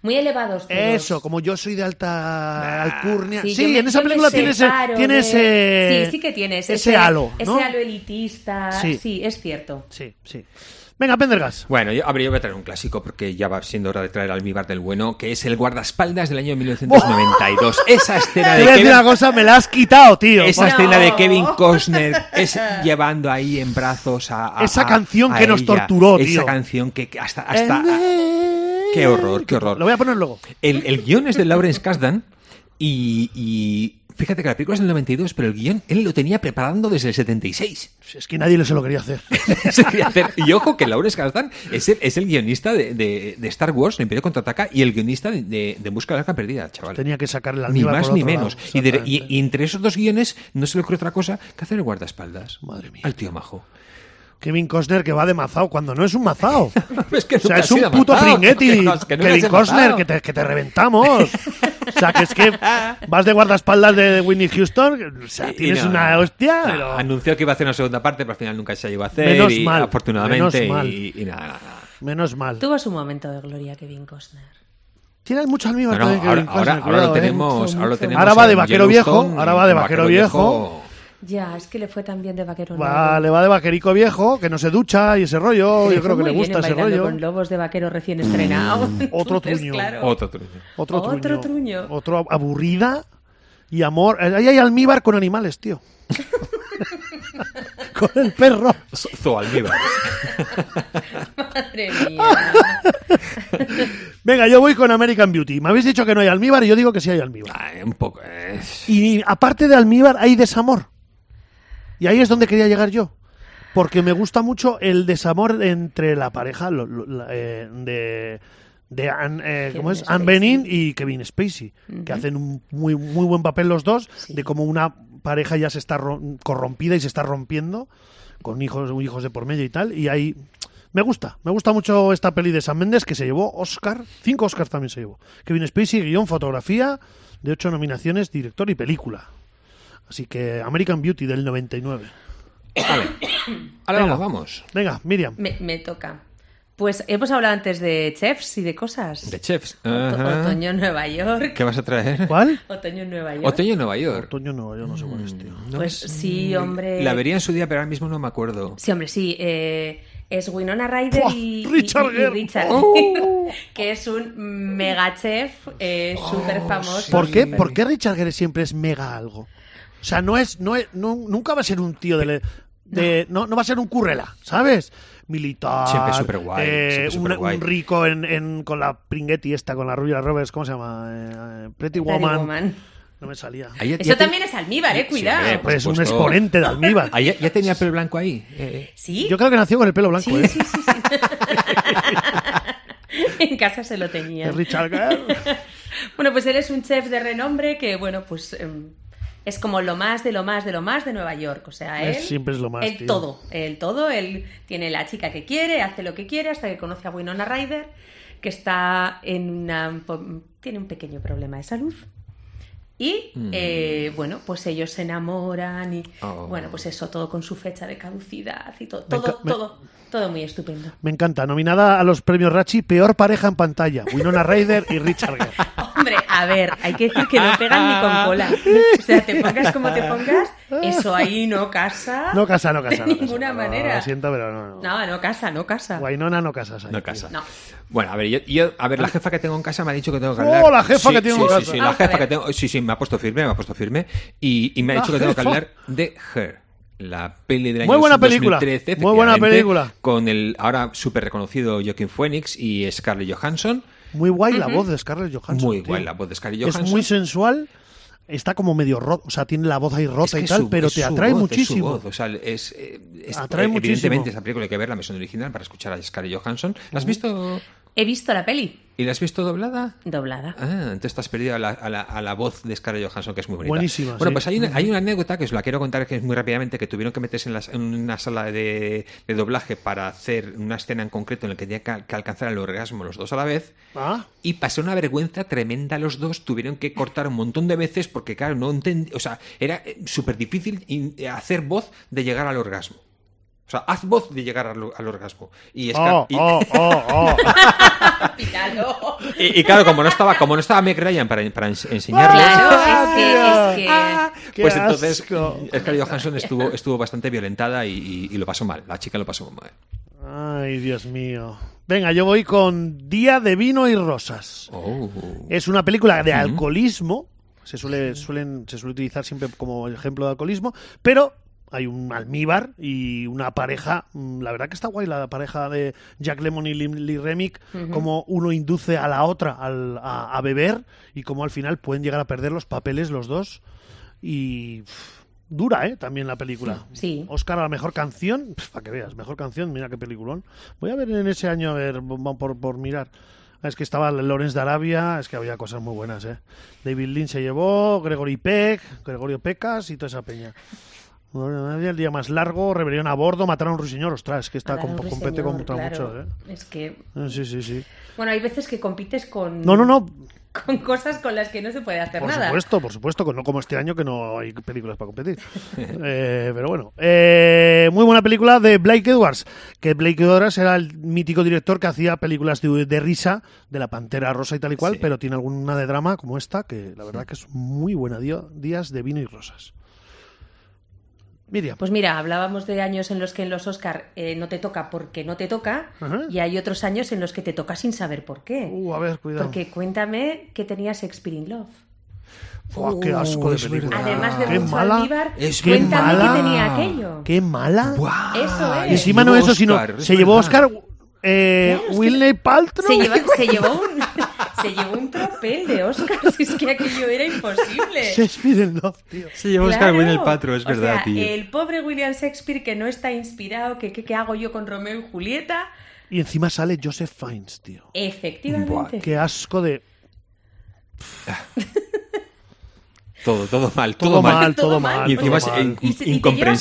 [SPEAKER 2] Muy elevados. todos.
[SPEAKER 1] Eso, como yo soy de alta alcurnia. Sí,
[SPEAKER 2] yo me-
[SPEAKER 1] en esa
[SPEAKER 2] yo me
[SPEAKER 1] película tiene ese,
[SPEAKER 2] separo
[SPEAKER 1] tiene
[SPEAKER 2] de-
[SPEAKER 1] ese.
[SPEAKER 2] Sí, sí que tienes.
[SPEAKER 1] Ese, halo. ¿no?
[SPEAKER 2] Ese halo elitista.
[SPEAKER 1] Sí.
[SPEAKER 2] Sí, es cierto.
[SPEAKER 1] Sí, sí. Venga, Pendergas.
[SPEAKER 3] Bueno, yo, a ver, yo voy a traer un clásico porque ya va siendo hora de traer al almíbar del bueno, que es el guardaespaldas del año 1992. Esa escena
[SPEAKER 1] Te voy
[SPEAKER 3] de
[SPEAKER 1] a decir
[SPEAKER 3] Kevin,
[SPEAKER 1] una cosa, me la has quitado, tío.
[SPEAKER 3] esa
[SPEAKER 1] Por-
[SPEAKER 2] No.
[SPEAKER 3] escena de Kevin Costner es llevando ahí en brazos a, a-
[SPEAKER 1] Esa
[SPEAKER 3] a-
[SPEAKER 1] canción
[SPEAKER 3] a
[SPEAKER 1] que nos
[SPEAKER 3] ella.
[SPEAKER 1] torturó, tío.
[SPEAKER 3] Esa canción que que hasta hasta qué horror, qué horror.
[SPEAKER 1] Lo voy a poner luego.
[SPEAKER 3] El, el guión es de Lawrence Kasdan y, y fíjate que la película es del 92, pero el guión él lo tenía preparando desde el 76.
[SPEAKER 1] Es que nadie se lo quería hacer.
[SPEAKER 3] *laughs* Se quería hacer- Y ojo que Lawrence Kasdan es el, es el guionista de, de- de Star Wars, El Imperio Contraataca, y el guionista de, de, de Busca del Arca Perdida, chaval.
[SPEAKER 1] Tenía que sacar el
[SPEAKER 3] ni
[SPEAKER 1] almíbar
[SPEAKER 3] más
[SPEAKER 1] por
[SPEAKER 3] ni
[SPEAKER 1] otro lado,
[SPEAKER 3] menos. Y, de- y-
[SPEAKER 1] exactamente.
[SPEAKER 3] y entre esos dos guiones no se le ocurre otra cosa que hacer el guardaespaldas.
[SPEAKER 1] Madre mía.
[SPEAKER 3] Al tío majo. *laughs*
[SPEAKER 1] Kevin Costner que va de mazao cuando no es un mazao.
[SPEAKER 3] *laughs* Es que
[SPEAKER 1] o sea,
[SPEAKER 3] nunca
[SPEAKER 1] es
[SPEAKER 3] ha
[SPEAKER 1] un
[SPEAKER 3] sido
[SPEAKER 1] puto
[SPEAKER 3] matado,
[SPEAKER 1] pringuetti.
[SPEAKER 3] *laughs* que no- que nunca ha
[SPEAKER 1] Kevin
[SPEAKER 3] sido
[SPEAKER 1] Costner,
[SPEAKER 3] matado.
[SPEAKER 1] que te, que te reventamos. o sea, que es
[SPEAKER 3] *laughs*
[SPEAKER 1] que vas de guardaespaldas de, de Whitney Houston. O sea,
[SPEAKER 3] Y- y
[SPEAKER 1] tienes
[SPEAKER 3] no,
[SPEAKER 1] una
[SPEAKER 3] no.
[SPEAKER 1] hostia.
[SPEAKER 3] Ah,
[SPEAKER 1] pero-
[SPEAKER 3] Anunció que iba a hacer una segunda parte, pero al final nunca se llegó a hacer.
[SPEAKER 1] Menos
[SPEAKER 3] y,
[SPEAKER 1] mal,
[SPEAKER 3] Afortunadamente.
[SPEAKER 1] menos mal.
[SPEAKER 3] Y, y nada, nada, nada.
[SPEAKER 1] Menos mal.
[SPEAKER 2] Tuvo su momento de gloria, Kevin Costner.
[SPEAKER 1] Tienes mucho
[SPEAKER 3] No,
[SPEAKER 1] almíbar
[SPEAKER 3] no,
[SPEAKER 1] también,
[SPEAKER 3] ahora,
[SPEAKER 1] Kevin
[SPEAKER 3] ahora-
[SPEAKER 1] Costner,
[SPEAKER 3] ahora lo
[SPEAKER 1] cuidado, ¿eh?
[SPEAKER 3] tenemos,
[SPEAKER 2] Mucho,
[SPEAKER 3] ahora lo
[SPEAKER 2] mucho.
[SPEAKER 3] tenemos.
[SPEAKER 1] Ahora va de
[SPEAKER 3] en
[SPEAKER 1] vaquero
[SPEAKER 3] Yellowstone,
[SPEAKER 1] viejo, ahora va de vaquero viejo.
[SPEAKER 2] Ya, es que le fue también de vaquero nuevo.
[SPEAKER 1] Vale, va de vaquerico viejo, que no se ducha y ese rollo.
[SPEAKER 2] Le
[SPEAKER 1] Yo
[SPEAKER 2] fue
[SPEAKER 1] creo que
[SPEAKER 2] muy
[SPEAKER 1] le
[SPEAKER 2] bien
[SPEAKER 1] gusta
[SPEAKER 2] en
[SPEAKER 1] ese
[SPEAKER 2] Bailando
[SPEAKER 1] rollo. Mm,
[SPEAKER 2] con lobos de vaquero recién estrenado.
[SPEAKER 1] Otro
[SPEAKER 2] Entonces,
[SPEAKER 1] truño.
[SPEAKER 2] claro.
[SPEAKER 3] Otro truño.
[SPEAKER 1] Otro truño.
[SPEAKER 2] Otro truño.
[SPEAKER 1] Otro aburrida y amor. Eh, Ahí hay almíbar con animales,
[SPEAKER 2] *laughs*
[SPEAKER 1] tío. con el perro.
[SPEAKER 3] Zo- Zoalmíbar.
[SPEAKER 2] Madre mía.
[SPEAKER 1] Venga, yo voy con American Beauty. Me habéis dicho que no hay almíbar y yo digo que sí hay almíbar.
[SPEAKER 3] Ah, un poco. eh.
[SPEAKER 1] Y aparte de almíbar hay desamor. Y ahí es donde quería llegar yo. porque me gusta mucho el desamor entre la pareja lo- lo- la, eh, de de Anne, eh, ¿cómo es?
[SPEAKER 2] Kevin
[SPEAKER 1] Anne
[SPEAKER 2] Spacey.
[SPEAKER 1] Benin y Kevin Spacey, que hacen un muy, muy buen papel los dos, de cómo una pareja ya se está ro- corrompida y se está rompiendo, con hijos, hijos de por medio y tal, y ahí... Me gusta, me gusta mucho esta peli de San Méndez que se llevó Oscar, cinco Oscars también se llevó. Kevin Spacey, guión, fotografía, de ocho nominaciones, director y película. Así que American Beauty del 99.
[SPEAKER 3] Vale. Ahora
[SPEAKER 1] Venga.
[SPEAKER 3] vamos, vamos.
[SPEAKER 1] Venga, Miriam.
[SPEAKER 2] *laughs* Me, me toca. Pues hemos hablado antes de chefs y de cosas.
[SPEAKER 3] De chefs.
[SPEAKER 2] Oto-
[SPEAKER 3] Ajá.
[SPEAKER 2] Otoño en Nueva York.
[SPEAKER 3] ¿Qué vas a traer?
[SPEAKER 1] ¿Cuál?
[SPEAKER 2] Otoño en Nueva York.
[SPEAKER 3] Otoño en Nueva York. Mm,
[SPEAKER 1] Toño no, yo no sé cuál es, tío.
[SPEAKER 3] No
[SPEAKER 2] Pues
[SPEAKER 3] es-
[SPEAKER 2] sí, hombre.
[SPEAKER 3] La vería en su día, pero ahora mismo no me acuerdo.
[SPEAKER 2] Sí, hombre, sí. eh, es Winona Ryder
[SPEAKER 1] ¡Puah!
[SPEAKER 2] y, y-
[SPEAKER 1] Richard
[SPEAKER 2] y- y
[SPEAKER 1] Gere. Oh.
[SPEAKER 2] Richard *laughs* que es un mega chef eh, súper famoso.
[SPEAKER 1] Oh, ¿Por qué? ¿Por qué Richard Gere siempre es mega algo? O sea, no es, no es, no- nunca va a ser un tío de, le- de- no. no va a ser un currela, ¿sabes? Militar, eh,
[SPEAKER 3] Siempre superguay, siempre
[SPEAKER 1] un-
[SPEAKER 3] superguay.
[SPEAKER 1] un rico en, en- con la Pringuetti esta, con la Rubia Roberts, ¿cómo se llama? Eh, Pretty,
[SPEAKER 2] Pretty
[SPEAKER 1] Woman.
[SPEAKER 2] Woman.
[SPEAKER 1] No me salía.
[SPEAKER 3] Ahí ya- ya
[SPEAKER 2] Eso
[SPEAKER 3] te-
[SPEAKER 2] también es almíbar, eh, cuidado.
[SPEAKER 3] hombre,
[SPEAKER 1] Pues un
[SPEAKER 3] supuesto.
[SPEAKER 1] exponente de almíbar.
[SPEAKER 3] Ahí ya, ya tenía pelo blanco ahí. eh, eh.
[SPEAKER 2] ¿Sí?
[SPEAKER 1] Yo creo que nació con el pelo blanco,
[SPEAKER 2] Sí,
[SPEAKER 1] ¿eh?
[SPEAKER 2] sí, sí, sí. *laughs* en casa se lo tenía.
[SPEAKER 1] Es Richard Gere.
[SPEAKER 2] Bueno, pues él es un chef de renombre que, bueno, pues em, es como lo más de lo más de lo más de Nueva York. O sea, él.
[SPEAKER 1] Es- siempre es lo más,
[SPEAKER 2] El
[SPEAKER 1] tío.
[SPEAKER 2] todo. El todo. Él tiene la chica que quiere, hace lo que quiere, hasta que conoce a Winona Ryder, que está en una. po- tiene un pequeño problema de salud. Y
[SPEAKER 1] Mm.
[SPEAKER 2] eh, bueno, pues ellos se enamoran y
[SPEAKER 3] Oh.
[SPEAKER 2] bueno, pues eso todo con su fecha de caducidad y todo,
[SPEAKER 1] Me
[SPEAKER 2] todo,
[SPEAKER 1] enca- me-
[SPEAKER 2] todo, todo muy estupendo.
[SPEAKER 1] Me encanta. Nominada a los premios Rachi, peor pareja en pantalla. Winona Ryder y Richard Gere.
[SPEAKER 2] Hombre, a ver, hay que decir que no pegan ni con cola. O sea, te pongas como te pongas, eso ahí no casa.
[SPEAKER 1] No casa, no casa. no
[SPEAKER 2] De
[SPEAKER 1] casa.
[SPEAKER 2] *laughs* ninguna
[SPEAKER 1] No,
[SPEAKER 2] manera.
[SPEAKER 1] Lo siento, pero no. no.
[SPEAKER 2] No, no casa, no casa.
[SPEAKER 1] Guainona no casas ahí,
[SPEAKER 3] No
[SPEAKER 1] tío.
[SPEAKER 3] casa.
[SPEAKER 2] No.
[SPEAKER 3] Bueno, a ver, yo, yo- a ver, la jefa que tengo en casa me ha dicho que tengo que
[SPEAKER 1] Ah, Oh,
[SPEAKER 3] hablar.
[SPEAKER 1] la jefa
[SPEAKER 3] Sí,
[SPEAKER 1] que tengo
[SPEAKER 3] sí,
[SPEAKER 1] en
[SPEAKER 3] sí,
[SPEAKER 1] casa.
[SPEAKER 3] Sí, la
[SPEAKER 2] Vamos a
[SPEAKER 3] jefa
[SPEAKER 2] ver.
[SPEAKER 3] que tengo. Sí, sí, me ha puesto firme, me ha puesto firme. Y, y me ha
[SPEAKER 1] La
[SPEAKER 3] dicho que tengo que
[SPEAKER 1] jefa.
[SPEAKER 3] hablar de Her. La peli del año
[SPEAKER 1] Muy buena película.
[SPEAKER 3] 2013,
[SPEAKER 1] Muy buena
[SPEAKER 3] efectivamente,
[SPEAKER 1] película.
[SPEAKER 3] Con el ahora súper reconocido Joaquín Phoenix y Scarlett Johansson.
[SPEAKER 1] Muy guay la voz de Scarlett Johansson.
[SPEAKER 3] Muy
[SPEAKER 1] tío.
[SPEAKER 3] guay la voz de Scarlett
[SPEAKER 1] Es
[SPEAKER 3] Johansson.
[SPEAKER 1] muy sensual. Está como medio rota, o sea, tiene la voz ahí rota
[SPEAKER 3] Es que
[SPEAKER 1] y
[SPEAKER 3] es
[SPEAKER 1] tal,
[SPEAKER 3] su-
[SPEAKER 1] pero
[SPEAKER 3] es
[SPEAKER 1] te
[SPEAKER 3] su
[SPEAKER 1] atrae
[SPEAKER 3] voz, es su
[SPEAKER 1] muchísimo.
[SPEAKER 3] voz, o sea, es, eh, es-
[SPEAKER 1] Atrae
[SPEAKER 3] eh,
[SPEAKER 1] muchísimo.
[SPEAKER 3] Evidentemente, esta película hay que ver la versión original para escuchar a Scarlett Johansson. ¿La has visto
[SPEAKER 2] He visto la peli
[SPEAKER 3] y la has visto doblada?
[SPEAKER 2] doblada.
[SPEAKER 3] Ah, entonces te has perdido a la, a la- a la voz de Scarlett Johansson, que es muy bonita.
[SPEAKER 1] Buenísima,
[SPEAKER 3] Bueno,
[SPEAKER 1] sí.
[SPEAKER 3] pues hay una, hay una anécdota que os la quiero contar que es muy rápidamente, que tuvieron que meterse en, las- en una sala de, de doblaje para hacer una escena en concreto en la que tenía que, al- que alcanzar el orgasmo los dos a la vez.
[SPEAKER 1] Ah,
[SPEAKER 3] Y pasó una vergüenza tremenda los dos, tuvieron que cortar un montón de veces porque, claro, no entendí, o sea, era eh, súper difícil in- eh, hacer voz de llegar al orgasmo. O sea, haz voz de llegar al, al orgasmo. Y,
[SPEAKER 1] oh,
[SPEAKER 3] Scar- y- *laughs*
[SPEAKER 1] oh, oh, oh.
[SPEAKER 2] Claro.
[SPEAKER 3] y, y claro, como no estaba, como no estaba Meg Ryan para, para ens- enseñarle.
[SPEAKER 2] Claro, es que, es que-
[SPEAKER 1] Ah, ¡Qué
[SPEAKER 3] pues entonces
[SPEAKER 1] asco!
[SPEAKER 3] Scarlett Johansson estuvo, estuvo bastante violentada y, y- y lo pasó mal. La chica lo pasó muy mal.
[SPEAKER 1] Ay, Dios mío. Venga, yo voy con Día de Vino y Rosas.
[SPEAKER 3] Oh.
[SPEAKER 1] Es una película de alcoholismo. Se suele, suelen, se suele utilizar siempre como ejemplo de alcoholismo, pero hay un almíbar y una pareja. mm, La verdad que está guay la pareja de Jack Lemon y Lim- Lee Remick, como uno induce a la otra al- a, a beber y como al final pueden llegar a perder los papeles los dos. Y pff, dura, ¿eh? También la película.
[SPEAKER 2] Sí.
[SPEAKER 1] Oscar a la mejor canción, para que veas, mejor canción, mira qué peliculón. Voy a ver en ese año, a ver, bo- por, por mirar. Ah, Es que estaba Lorenz de Arabia, es que había cosas muy buenas, ¿eh? David Lynn se llevó, Gregory Peck, Gregorio Pecas y toda esa peña. Bueno, había el día más largo, rebelión a bordo, mataron a un ruiseñor, ostras, que está
[SPEAKER 2] Adán
[SPEAKER 1] com- compete
[SPEAKER 2] Ruiseñor,
[SPEAKER 1] contra
[SPEAKER 2] claro.
[SPEAKER 1] muchos, ¿eh?
[SPEAKER 2] Es que,
[SPEAKER 1] Eh, Sí, sí, sí.
[SPEAKER 2] bueno, hay veces que compites con,
[SPEAKER 1] No, no, no,
[SPEAKER 2] con cosas con las que no se puede hacer
[SPEAKER 1] por
[SPEAKER 2] nada.
[SPEAKER 1] supuesto, por supuesto, con- no como este año que no hay películas para
[SPEAKER 3] *laughs*
[SPEAKER 1] competir. Eh, pero bueno, Eh, muy buena película de Blake Edwards, que Blake Edwards era el mítico director que hacía películas de, de risa, de la Pantera Rosa y tal y cual,
[SPEAKER 3] Sí.
[SPEAKER 1] pero tiene alguna de drama como esta, que la verdad que es muy buena, Dio- Días de Vino y Rosas. Miriam,
[SPEAKER 2] Pues mira, hablábamos de años en los que en los Oscar eh, no te toca porque no te toca
[SPEAKER 1] Ajá.
[SPEAKER 2] y hay otros años en los que te toca sin saber por qué.
[SPEAKER 1] uh, a ver, cuidado.
[SPEAKER 2] Porque cuéntame que tenías Shakespeare in Love.
[SPEAKER 1] Buah, qué asco de
[SPEAKER 3] Oh, es
[SPEAKER 1] película.
[SPEAKER 3] verdad.
[SPEAKER 2] Además de
[SPEAKER 1] Qué
[SPEAKER 2] mucho
[SPEAKER 1] mala,
[SPEAKER 2] almíbar,
[SPEAKER 3] Ah, es que
[SPEAKER 2] cuéntame
[SPEAKER 1] mala.
[SPEAKER 2] que tenía aquello.
[SPEAKER 1] ¡Qué mala!
[SPEAKER 3] Buah,
[SPEAKER 2] Eso es.
[SPEAKER 1] Y encima no eso, sino
[SPEAKER 3] Oscar, es
[SPEAKER 1] se llevó
[SPEAKER 3] verdad.
[SPEAKER 1] Oscar eh,
[SPEAKER 2] Claro, es que-
[SPEAKER 1] *laughs* Whitney Paltrow.
[SPEAKER 2] Se, lleva- se llevó un, *laughs* Se llevó un tropel de *laughs* Oscars, es que aquello era imposible.
[SPEAKER 1] Shakespeare en Love, tío.
[SPEAKER 6] Sí, llevo Oscar
[SPEAKER 2] Claro.
[SPEAKER 6] Wilde el patro, es
[SPEAKER 2] O
[SPEAKER 6] verdad,
[SPEAKER 2] sea,
[SPEAKER 6] tío.
[SPEAKER 2] El pobre William Shakespeare que no está inspirado, que qué que hago yo con Romeo y Julieta.
[SPEAKER 1] Y encima sale Joseph Fiennes, tío.
[SPEAKER 2] Efectivamente.
[SPEAKER 3] Buah,
[SPEAKER 1] Qué asco de...
[SPEAKER 3] Todo, todo mal, todo,
[SPEAKER 1] Todo
[SPEAKER 3] mal.
[SPEAKER 2] *laughs*
[SPEAKER 1] mal. todo mal,
[SPEAKER 3] Y encima
[SPEAKER 1] todo
[SPEAKER 3] es
[SPEAKER 1] mal.
[SPEAKER 2] Y se- y te llevas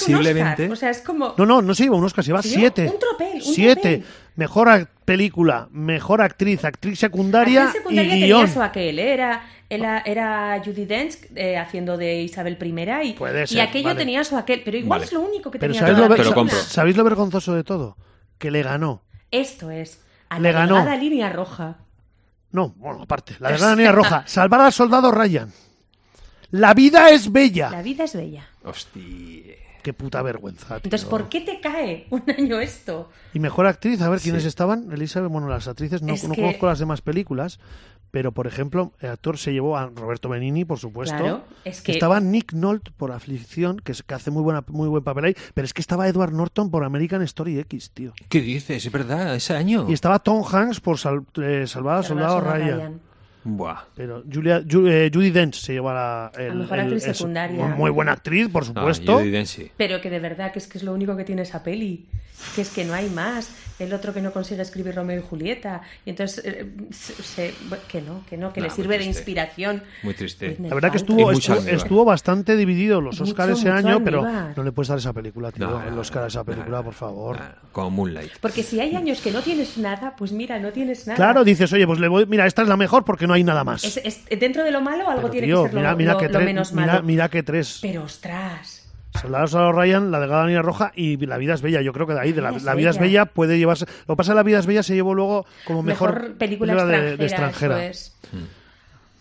[SPEAKER 2] un
[SPEAKER 3] incomprensiblemente-
[SPEAKER 2] Oscar, O sea, es como.
[SPEAKER 1] No, no, no se lleva un Oscar, se lleva
[SPEAKER 2] Se lleva
[SPEAKER 1] siete.
[SPEAKER 2] un tropel, un
[SPEAKER 1] siete.
[SPEAKER 2] tropel.
[SPEAKER 1] Mejor ac- película, mejor actriz, actriz secundaria,
[SPEAKER 2] Aquel secundaria
[SPEAKER 1] y
[SPEAKER 2] tenía
[SPEAKER 1] guión.
[SPEAKER 2] su aquel, ¿eh? era, era, era Judy Dench eh, haciendo de Isabel I y,
[SPEAKER 1] Puede
[SPEAKER 2] y
[SPEAKER 1] ser,
[SPEAKER 2] aquello
[SPEAKER 1] vale.
[SPEAKER 2] tenía su aquel, pero igual
[SPEAKER 3] Vale.
[SPEAKER 2] es lo único que
[SPEAKER 1] Pero
[SPEAKER 2] tenía.
[SPEAKER 1] ¿sabéis lo,
[SPEAKER 2] toda
[SPEAKER 3] Te
[SPEAKER 1] ver-
[SPEAKER 3] lo
[SPEAKER 2] la
[SPEAKER 3] compro.
[SPEAKER 2] película.
[SPEAKER 1] ¿sabéis lo vergonzoso de todo? Que le ganó.
[SPEAKER 2] Esto es. A
[SPEAKER 1] Le
[SPEAKER 2] la
[SPEAKER 1] ganó.
[SPEAKER 2] delgada línea roja.
[SPEAKER 1] No, bueno, aparte, la de
[SPEAKER 2] *laughs*
[SPEAKER 1] la niña roja. Salvar al soldado Ryan. La vida es
[SPEAKER 2] La
[SPEAKER 1] bella.
[SPEAKER 2] vida es bella.
[SPEAKER 3] Hostia.
[SPEAKER 1] Qué puta vergüenza. tío.
[SPEAKER 2] Entonces, ¿por qué te cae un año esto?
[SPEAKER 1] Y mejor actriz, a ver quiénes estaban. Elizabeth, bueno, las actrices, no,
[SPEAKER 2] Es
[SPEAKER 1] no
[SPEAKER 2] que-
[SPEAKER 1] conozco las demás películas. Pero, por ejemplo, el actor se llevó a Roberto Benini, por supuesto.
[SPEAKER 2] Claro, es que-
[SPEAKER 1] Estaba Nick Nolte por Aflicción, que, es- que hace muy, buena, muy buen papel ahí. Pero es que estaba Edward Norton por American Story X, tío.
[SPEAKER 3] ¿Qué dices? ¿Es verdad? ¿Ese año?
[SPEAKER 1] Y estaba Tom Hanks por sal, eh, Salvado Soldado
[SPEAKER 2] Salvador
[SPEAKER 1] Ryan.
[SPEAKER 3] Buah.
[SPEAKER 1] Pero Julia, Ju- eh, Judy Dench se lleva la, el-
[SPEAKER 2] La mejor
[SPEAKER 1] el-
[SPEAKER 2] actriz
[SPEAKER 1] el-
[SPEAKER 2] secundaria.
[SPEAKER 1] Muy buena actriz, por
[SPEAKER 3] Ah,
[SPEAKER 1] supuesto.
[SPEAKER 3] Judi Dench, sí.
[SPEAKER 2] Pero que de verdad que es que es lo único que tiene esa peli. Que es que no hay más. El otro que no consigue escribir Romeo y Julieta. Y entonces, eh, se- se- que no, que no, que
[SPEAKER 3] Nah,
[SPEAKER 2] le
[SPEAKER 3] muy
[SPEAKER 2] sirve de
[SPEAKER 3] triste.
[SPEAKER 2] inspiración.
[SPEAKER 3] Muy triste.
[SPEAKER 2] Whitney
[SPEAKER 1] La verdad que
[SPEAKER 2] Houston.
[SPEAKER 1] estuvo,
[SPEAKER 3] Y mucha
[SPEAKER 1] estuvo,
[SPEAKER 3] almíbar.
[SPEAKER 1] estuvo bastante dividido los
[SPEAKER 2] Mucho,
[SPEAKER 1] Oscars ese
[SPEAKER 2] mucho
[SPEAKER 1] año, pero
[SPEAKER 2] almíbar.
[SPEAKER 1] no le puedes dar esa película, tío.
[SPEAKER 3] No, no,
[SPEAKER 1] el Oscar a esa
[SPEAKER 3] no,
[SPEAKER 1] película,
[SPEAKER 3] no,
[SPEAKER 1] por favor.
[SPEAKER 3] Ah, Como Moonlight.
[SPEAKER 2] Porque si hay años que no tienes nada, pues mira, no tienes nada.
[SPEAKER 1] Claro, dices, oye, pues le voy. Mira, esta es la mejor porque no hay nada más.
[SPEAKER 2] Es- es- dentro de lo malo algo
[SPEAKER 1] Pero,
[SPEAKER 2] tiene
[SPEAKER 1] tío,
[SPEAKER 2] que ser lo,
[SPEAKER 1] mira, mira
[SPEAKER 2] lo-
[SPEAKER 1] que
[SPEAKER 2] lo
[SPEAKER 1] tres,
[SPEAKER 2] menos
[SPEAKER 1] mira,
[SPEAKER 2] malo.
[SPEAKER 1] mira que tres.
[SPEAKER 2] Pero ostras.
[SPEAKER 1] Soldados a los Ryan, La delgada línea roja y La vida es bella. Yo creo que de ahí, de La,
[SPEAKER 2] La vida es
[SPEAKER 1] La vida es
[SPEAKER 2] bella.
[SPEAKER 1] bella, puede llevarse. Lo que pasa es que La vida es bella se llevó luego como mejor,
[SPEAKER 2] Mejor, película
[SPEAKER 1] de-
[SPEAKER 2] extranjera.
[SPEAKER 1] de, extranjera.
[SPEAKER 2] Pues.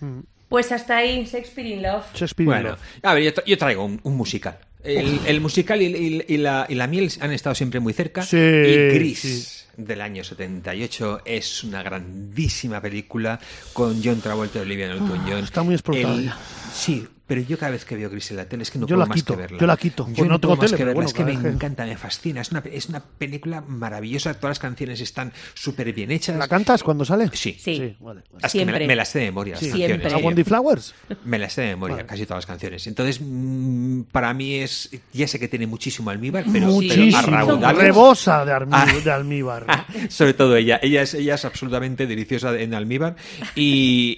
[SPEAKER 3] Hmm.
[SPEAKER 2] Pues hasta ahí, Shakespeare in Love.
[SPEAKER 1] Shakespeare in
[SPEAKER 3] Bueno,
[SPEAKER 1] Love.
[SPEAKER 3] a ver, yo, tra- yo traigo un, un musical. El, el musical y, y- y la, y la miel han estado siempre muy cerca.
[SPEAKER 1] Sí,
[SPEAKER 3] y Gris
[SPEAKER 1] sí.
[SPEAKER 3] del año 78 es una grandísima película con John Travolta y Olivia Newton-John.
[SPEAKER 1] Ah, está muy explotada
[SPEAKER 3] El-
[SPEAKER 1] ya.
[SPEAKER 3] Sí, pero yo cada vez que veo Gris en la tele es que no
[SPEAKER 1] Yo la
[SPEAKER 3] puedo más
[SPEAKER 1] quito,
[SPEAKER 3] que verla.
[SPEAKER 1] yo la quito. Pues no
[SPEAKER 3] puedo
[SPEAKER 1] tengo
[SPEAKER 3] más
[SPEAKER 1] tele,
[SPEAKER 3] que
[SPEAKER 1] pero
[SPEAKER 3] verla,
[SPEAKER 1] bueno,
[SPEAKER 3] es que me
[SPEAKER 1] cada vez que-
[SPEAKER 3] encanta, me fascina. Es una, es una película maravillosa. Todas las canciones están súper bien hechas.
[SPEAKER 1] ¿La cantas cuando sale?
[SPEAKER 3] Sí.
[SPEAKER 2] Sí.
[SPEAKER 1] vale. vale.
[SPEAKER 3] Es que me-
[SPEAKER 2] Siempre.
[SPEAKER 3] Me, las sé de memoria. las
[SPEAKER 1] Sí.
[SPEAKER 3] canciones,
[SPEAKER 2] Siempre.
[SPEAKER 1] ¿A
[SPEAKER 3] sí.
[SPEAKER 1] Wendy Flowers?
[SPEAKER 3] Me las sé de memoria, casi todas las canciones. Entonces, mm, para mí es. Ya sé que tiene muchísimo almíbar, pero, pero a
[SPEAKER 1] Muchísimo.
[SPEAKER 3] raudales.
[SPEAKER 1] Rebosa de, armi-
[SPEAKER 3] Ah.
[SPEAKER 1] de almíbar.
[SPEAKER 3] *laughs* Sobre todo ella. Ella es, ella es absolutamente deliciosa en almíbar. Y.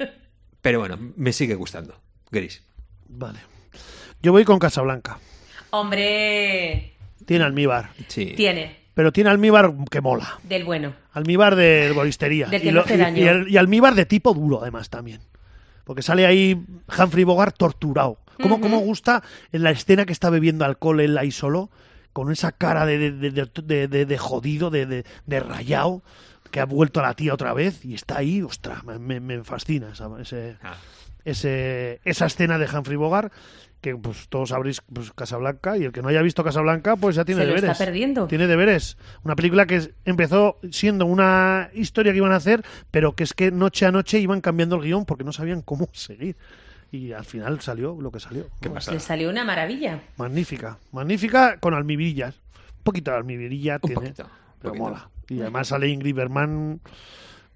[SPEAKER 3] Pero bueno, me sigue gustando. Gris.
[SPEAKER 1] Vale. Yo voy con Casablanca.
[SPEAKER 3] Eh.
[SPEAKER 2] Hombre,
[SPEAKER 1] Tiene almíbar.
[SPEAKER 3] Sí.
[SPEAKER 2] tiene
[SPEAKER 1] Pero tiene almíbar que mola.
[SPEAKER 2] del bueno.
[SPEAKER 1] Almíbar de herboristería.
[SPEAKER 2] Del que
[SPEAKER 1] y,
[SPEAKER 2] no hace daño.
[SPEAKER 1] y al- y almíbar de tipo duro, además, también. Porque sale ahí Humphrey Bogart torturado. ¿Cómo, cómo gusta en la escena que está bebiendo alcohol él ahí solo? Con esa cara de, de, de- de- de- de- de jodido, de, de, de rayado, que ha vuelto a la tía otra vez y está ahí, ostras, me- me, me fascina esa- ese,
[SPEAKER 3] Ah,
[SPEAKER 1] ese- esa escena de Humphrey Bogart que pues todos sabréis pues, Casablanca y el que no haya visto Casablanca pues ya tiene
[SPEAKER 2] Se lo
[SPEAKER 1] deberes.
[SPEAKER 2] está perdiendo.
[SPEAKER 1] Tiene deberes. Una película que es- empezó siendo una historia que iban a hacer, pero que es que noche a noche iban cambiando el guión porque no sabían cómo seguir. Y al final salió lo que salió.
[SPEAKER 3] ¿Qué
[SPEAKER 2] Pues
[SPEAKER 3] pasa?
[SPEAKER 2] le salió una maravilla.
[SPEAKER 1] Magnífica, magnífica con almibrillas. Un poquito de almibirilla tiene,
[SPEAKER 3] poquito, un
[SPEAKER 1] pero
[SPEAKER 3] poquito.
[SPEAKER 1] mola. Y además sale Ingrid Bergman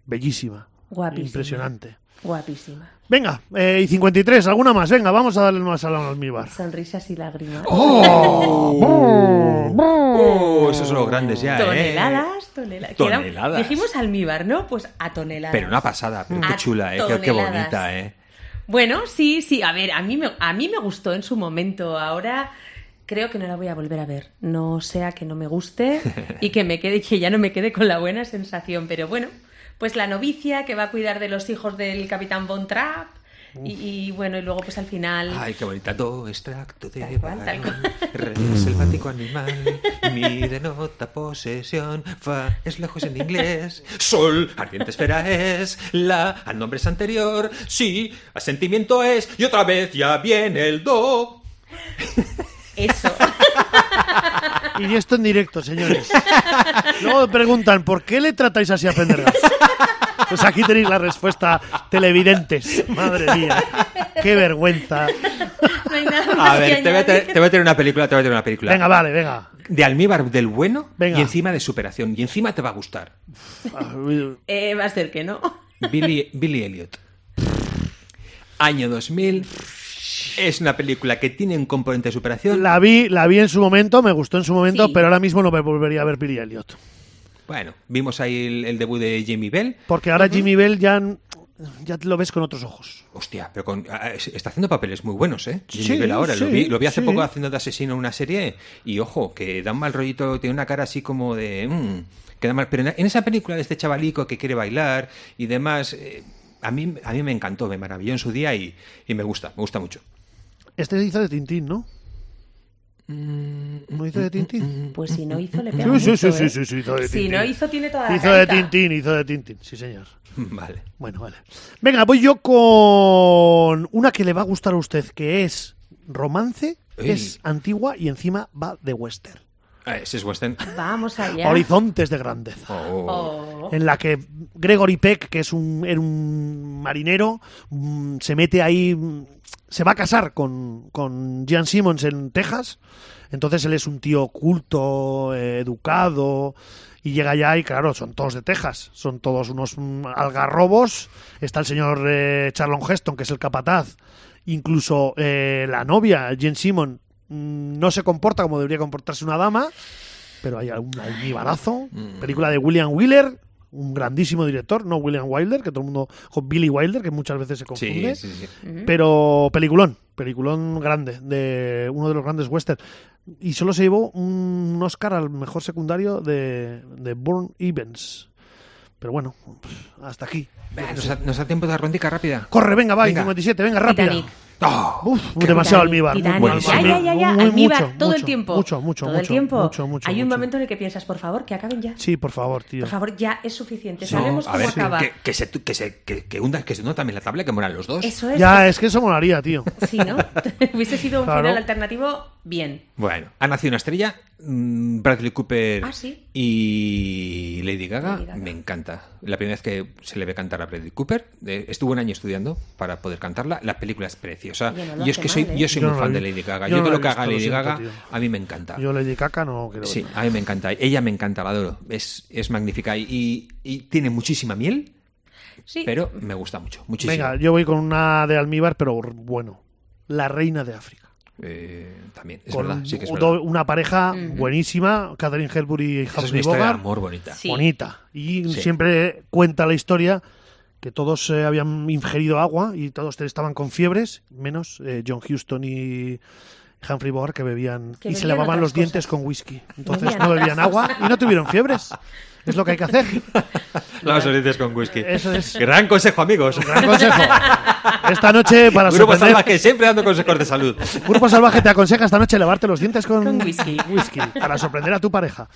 [SPEAKER 1] bellísima,
[SPEAKER 2] Guapísima.
[SPEAKER 1] impresionante.
[SPEAKER 2] Guapísima.
[SPEAKER 1] Venga, eh, y 53, alguna más. Venga, vamos a darle más al almíbar.
[SPEAKER 2] Sonrisas y lágrimas.
[SPEAKER 3] Oh, esos son los grandes ya, ¿eh?
[SPEAKER 2] toneladas, toneladas. Que era-
[SPEAKER 3] Toneladas.
[SPEAKER 2] Dijimos almíbar, ¿no? Pues a toneladas.
[SPEAKER 3] eh. Pero una pasada, pero qué
[SPEAKER 2] A
[SPEAKER 3] chula, ¿eh? Qué, qué
[SPEAKER 2] toneladas.
[SPEAKER 3] bonita, ¿eh?
[SPEAKER 2] Bueno, sí, sí. A ver, a mí, me, a mí me gustó en su momento. Ahora creo que no la voy a volver a ver. No sea que no me guste y que, me quede, que ya no me quede con la buena sensación. Pero bueno, pues la novicia que va a cuidar de los hijos del capitán Von Trapp. Y, y bueno, y luego pues al final...
[SPEAKER 3] Ay, qué bonita. Do extracto de
[SPEAKER 2] Tal cual, tal
[SPEAKER 3] varón,
[SPEAKER 2] cual.
[SPEAKER 3] re selvático animal, mi denota posesión, fa es lejos en inglés, sol, ardiente esfera es, la al nombre es anterior, sí, asentimiento es, y otra vez ya viene el do.
[SPEAKER 2] Eso. *laughs*
[SPEAKER 1] Y esto en directo, señores. Luego me preguntan, ¿por qué le tratáis así a Pendergast? Pues aquí tenéis la respuesta, televidentes. Madre mía, qué vergüenza.
[SPEAKER 2] No hay *laughs* nada más
[SPEAKER 3] A
[SPEAKER 2] que
[SPEAKER 3] ver, te voy a,
[SPEAKER 2] añadir.
[SPEAKER 3] tra- te voy a tener una película, te voy a tener una película.
[SPEAKER 1] Venga, vale, venga.
[SPEAKER 3] De almíbar del bueno
[SPEAKER 1] Venga.
[SPEAKER 3] y encima de superación, y encima te va a gustar.
[SPEAKER 1] Ah,
[SPEAKER 2] Eh, va a ser que no.
[SPEAKER 3] Billy, Billy Elliot. Año 2000. Es una película que tiene un componente de superación.
[SPEAKER 1] La vi, la vi en su momento, me gustó en su momento,
[SPEAKER 2] Sí.
[SPEAKER 1] pero ahora mismo no me volvería a ver Billy Elliot.
[SPEAKER 3] Bueno, vimos ahí el, el debut de Jamie Bell.
[SPEAKER 1] Porque ahora Jimmy Bell ya, ya lo ves con otros ojos.
[SPEAKER 3] Hostia, pero con- ah, es- está haciendo papeles muy buenos, ¿eh? Jimmy
[SPEAKER 1] Sí,
[SPEAKER 3] Bell ahora. lo,
[SPEAKER 1] sí,
[SPEAKER 3] vi, lo vi hace
[SPEAKER 1] sí.
[SPEAKER 3] poco haciendo de asesino en una serie. Y ojo, que da un mal rollito, tiene una cara así como de. mm, que da mal- pero en, en esa película de este chavalico que quiere bailar y demás. eh, a mí, a mí me encantó, me maravilló en su día y, y me gusta, me gusta mucho. *laughs*
[SPEAKER 1] Este hizo de Tintín, ¿no? ¿No hizo de Tintín?
[SPEAKER 2] Pues si no hizo, le
[SPEAKER 1] Sí,
[SPEAKER 2] pega
[SPEAKER 1] sí,
[SPEAKER 2] mucho,
[SPEAKER 1] sí, sí,
[SPEAKER 2] ¿eh?
[SPEAKER 1] sí, sí, hizo de
[SPEAKER 2] Si
[SPEAKER 1] Tintín.
[SPEAKER 2] no hizo, tiene toda la
[SPEAKER 1] Hizo de
[SPEAKER 2] gaita.
[SPEAKER 1] Tintín, hizo de Tintín, sí señor.
[SPEAKER 3] Vale.
[SPEAKER 1] Bueno, vale. Venga, voy yo con una que le va a gustar a usted, que es romance,
[SPEAKER 3] Ey.
[SPEAKER 1] es antigua y encima va de western.
[SPEAKER 3] Ah, Ese es Western.
[SPEAKER 2] Vamos allá.
[SPEAKER 1] Horizontes de grandeza.
[SPEAKER 3] Oh.
[SPEAKER 2] Oh.
[SPEAKER 1] en la que Gregory Peck, que es un, era un marinero, mm, se mete ahí, mm, se va a casar con, con Jean Simmons en Texas. Entonces él es un tío culto, eh, educado, y llega allá y claro, son todos de Texas, son todos unos mm, algarrobos. Está el señor eh, Charlon Heston, que es el capataz, incluso eh, la novia, Jean Simmons, mm, no se comporta como debería comportarse una dama pero hay un almibarazo.
[SPEAKER 3] Mm.
[SPEAKER 1] Película de William Wheeler, un grandísimo director, no William Wilder, que todo el mundo. con Billy Wilder, que muchas veces se
[SPEAKER 3] Sí,
[SPEAKER 1] confunde.
[SPEAKER 3] sí, sí.
[SPEAKER 1] Pero peliculón, peliculón grande, de uno de los grandes western. Y solo se llevó un Oscar al mejor secundario de, de Bourne Evans. Pero bueno, hasta aquí.
[SPEAKER 3] Venga, Nos da, nos da tiempo de rondica rápida.
[SPEAKER 1] Corre, venga, va,
[SPEAKER 3] Venga.
[SPEAKER 1] 57, venga, rápida.
[SPEAKER 2] Titanic.
[SPEAKER 3] Oh.
[SPEAKER 1] Uf, demasiado
[SPEAKER 2] Titanic,
[SPEAKER 1] almíbar.
[SPEAKER 2] Titanic.
[SPEAKER 1] muy-
[SPEAKER 3] buenísimo.
[SPEAKER 2] Ya, ya, ya, ya.
[SPEAKER 1] muy-
[SPEAKER 2] almíbar
[SPEAKER 1] mucho,
[SPEAKER 2] todo el
[SPEAKER 1] mucho,
[SPEAKER 2] tiempo.
[SPEAKER 1] Mucho, mucho,
[SPEAKER 2] Todo el
[SPEAKER 1] mucho,
[SPEAKER 2] tiempo.
[SPEAKER 1] mucho, mucho,
[SPEAKER 2] Hay un
[SPEAKER 1] mucho.
[SPEAKER 2] momento en el que piensas, por favor, que acaben ya.
[SPEAKER 1] Sí, por favor, tío.
[SPEAKER 2] Por favor, ya es suficiente.
[SPEAKER 3] No,
[SPEAKER 2] Sabemos
[SPEAKER 3] a
[SPEAKER 2] cómo
[SPEAKER 3] ver,
[SPEAKER 2] acaba.
[SPEAKER 3] Que, que se, que, se, que, que hunda, que se nota también la tabla que moran los dos.
[SPEAKER 2] Eso es. *laughs*
[SPEAKER 1] Ya, es que eso molaría,
[SPEAKER 3] *laughs*
[SPEAKER 1] tío.
[SPEAKER 2] Sí, ¿no? *laughs* Hubiese sido un
[SPEAKER 1] Claro.
[SPEAKER 2] final alternativo bien.
[SPEAKER 3] Bueno, ha nacido una estrella, mm, Bradley Cooper
[SPEAKER 2] Ah, sí.
[SPEAKER 3] y Lady Gaga.
[SPEAKER 2] Lady Gaga.
[SPEAKER 3] Me encanta. La primera vez que se le ve cantar a Bradley Cooper, eh, estuvo un año estudiando para poder cantarla. La película es preciosa.
[SPEAKER 2] Oye, no lo
[SPEAKER 3] Yo es
[SPEAKER 2] hace
[SPEAKER 3] que soy,
[SPEAKER 2] mal, ¿eh?
[SPEAKER 3] yo soy
[SPEAKER 1] Yo
[SPEAKER 3] muy
[SPEAKER 1] no la
[SPEAKER 3] fan
[SPEAKER 1] vi.
[SPEAKER 3] de Lady Gaga.
[SPEAKER 1] Yo
[SPEAKER 3] Yo,
[SPEAKER 1] no
[SPEAKER 3] todo
[SPEAKER 1] la
[SPEAKER 3] lo
[SPEAKER 1] he
[SPEAKER 3] que
[SPEAKER 1] visto,
[SPEAKER 3] haga
[SPEAKER 1] lo
[SPEAKER 3] Lady
[SPEAKER 1] siento,
[SPEAKER 3] Gaga,
[SPEAKER 1] tío.
[SPEAKER 3] a mí me encanta.
[SPEAKER 1] Yo le di caca, no creo.
[SPEAKER 3] Sí, a mí me encanta. Ella me encanta, la adoro. Es, es magnífica y, y- y tiene muchísima miel,
[SPEAKER 2] Sí.
[SPEAKER 3] pero me gusta mucho. Muchísimo.
[SPEAKER 1] Venga, yo voy con una de almíbar, pero bueno. La reina de África.
[SPEAKER 3] Eh, también, es
[SPEAKER 1] con
[SPEAKER 3] verdad. Sí que es
[SPEAKER 1] do-
[SPEAKER 3] verdad.
[SPEAKER 1] una pareja buenísima, Catherine Hepburn y
[SPEAKER 3] Esa es
[SPEAKER 1] Humphrey
[SPEAKER 3] una historia de
[SPEAKER 1] Bogart.
[SPEAKER 3] amor bonita.
[SPEAKER 2] Sí.
[SPEAKER 1] Bonita. Y
[SPEAKER 3] Sí.
[SPEAKER 1] siempre cuenta la historia que todos eh, habían ingerido agua y todos estaban con fiebres, menos eh, John Houston y Humphrey Bogart que bebían
[SPEAKER 2] Que
[SPEAKER 1] y se
[SPEAKER 2] bebían
[SPEAKER 1] lavaban
[SPEAKER 2] otras
[SPEAKER 1] los dientes
[SPEAKER 2] cosas.
[SPEAKER 1] con whisky. Entonces
[SPEAKER 2] Bebían
[SPEAKER 1] no
[SPEAKER 2] otras
[SPEAKER 1] bebían agua y no tuvieron fiebres. Es lo que hay que
[SPEAKER 2] *laughs*
[SPEAKER 1] hacer.
[SPEAKER 3] Lavas los dientes con whisky.
[SPEAKER 1] Eso es.
[SPEAKER 3] Gran consejo, amigos.
[SPEAKER 1] Gran consejo. Esta noche, para
[SPEAKER 3] Grupo
[SPEAKER 1] sorprender,
[SPEAKER 3] Salva que siempre dando consejos de salud.
[SPEAKER 1] Grupo Salvaje te aconseja esta noche lavarte los dientes con,
[SPEAKER 2] Con whisky.
[SPEAKER 1] whisky, para sorprender a tu pareja.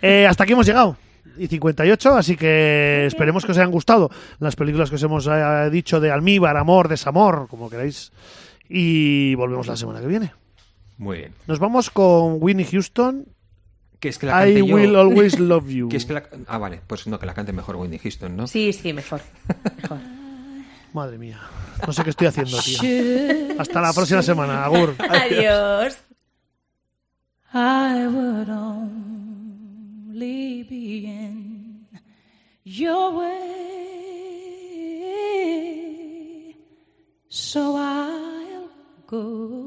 [SPEAKER 1] Eh, hasta aquí hemos llegado. Y 58, así que esperemos que os hayan gustado las películas que os hemos eh, dicho de almíbar, amor, desamor, como queráis. Y volvemos la semana que viene.
[SPEAKER 3] Muy bien.
[SPEAKER 1] Nos vamos con Winnie Houston.
[SPEAKER 3] Que es que la
[SPEAKER 1] I
[SPEAKER 3] cante yo.
[SPEAKER 1] will always love you.
[SPEAKER 3] *laughs* Que es que la- Ah, vale. Pues no, que la cante mejor Wendy Houston, ¿no?
[SPEAKER 2] Sí,
[SPEAKER 1] *laughs*
[SPEAKER 2] sí, mejor. mejor.
[SPEAKER 1] Madre mía. No sé qué estoy haciendo,
[SPEAKER 2] *laughs*
[SPEAKER 1] tío. Hasta la próxima semana. Agur.
[SPEAKER 2] Adiós.
[SPEAKER 6] I would only be in your way, so I'll go.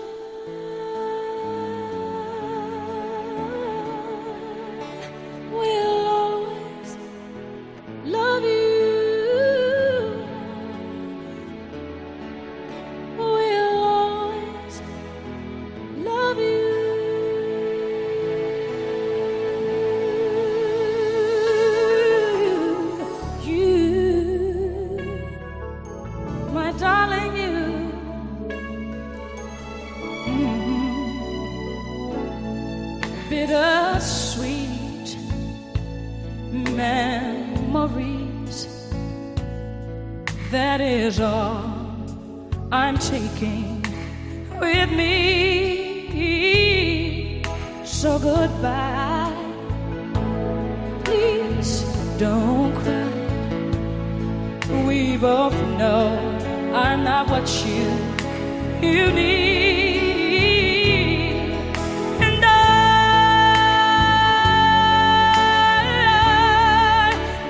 [SPEAKER 6] I will always love you. Will always love you. You, my darling, you. Mm-hmm. bittersweet memories. That is all I'm taking with me. So goodbye. Please don't cry. We both know I'm not what you you need. And I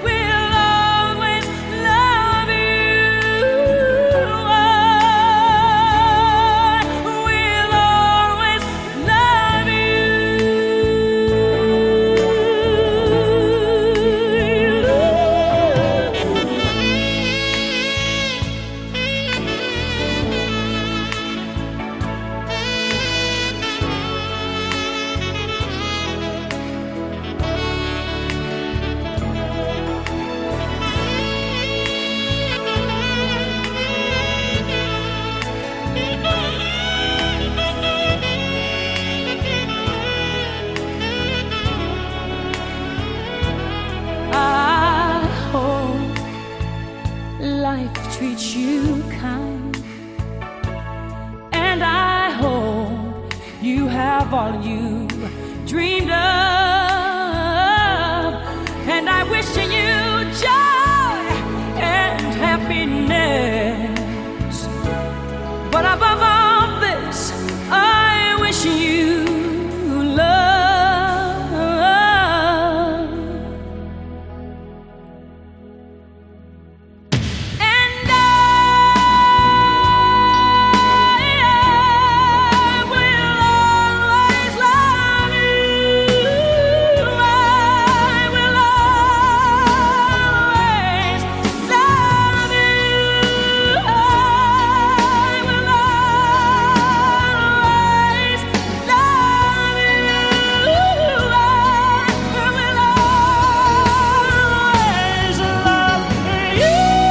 [SPEAKER 6] will always love you. I will always love you. I hope life treats you kind. And I hope you have all you dreamed of. And I wish you joy and happiness. But above all this, I wish you love. And I will always love you. I will always love you. I will always love you. I will always love you.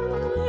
[SPEAKER 6] you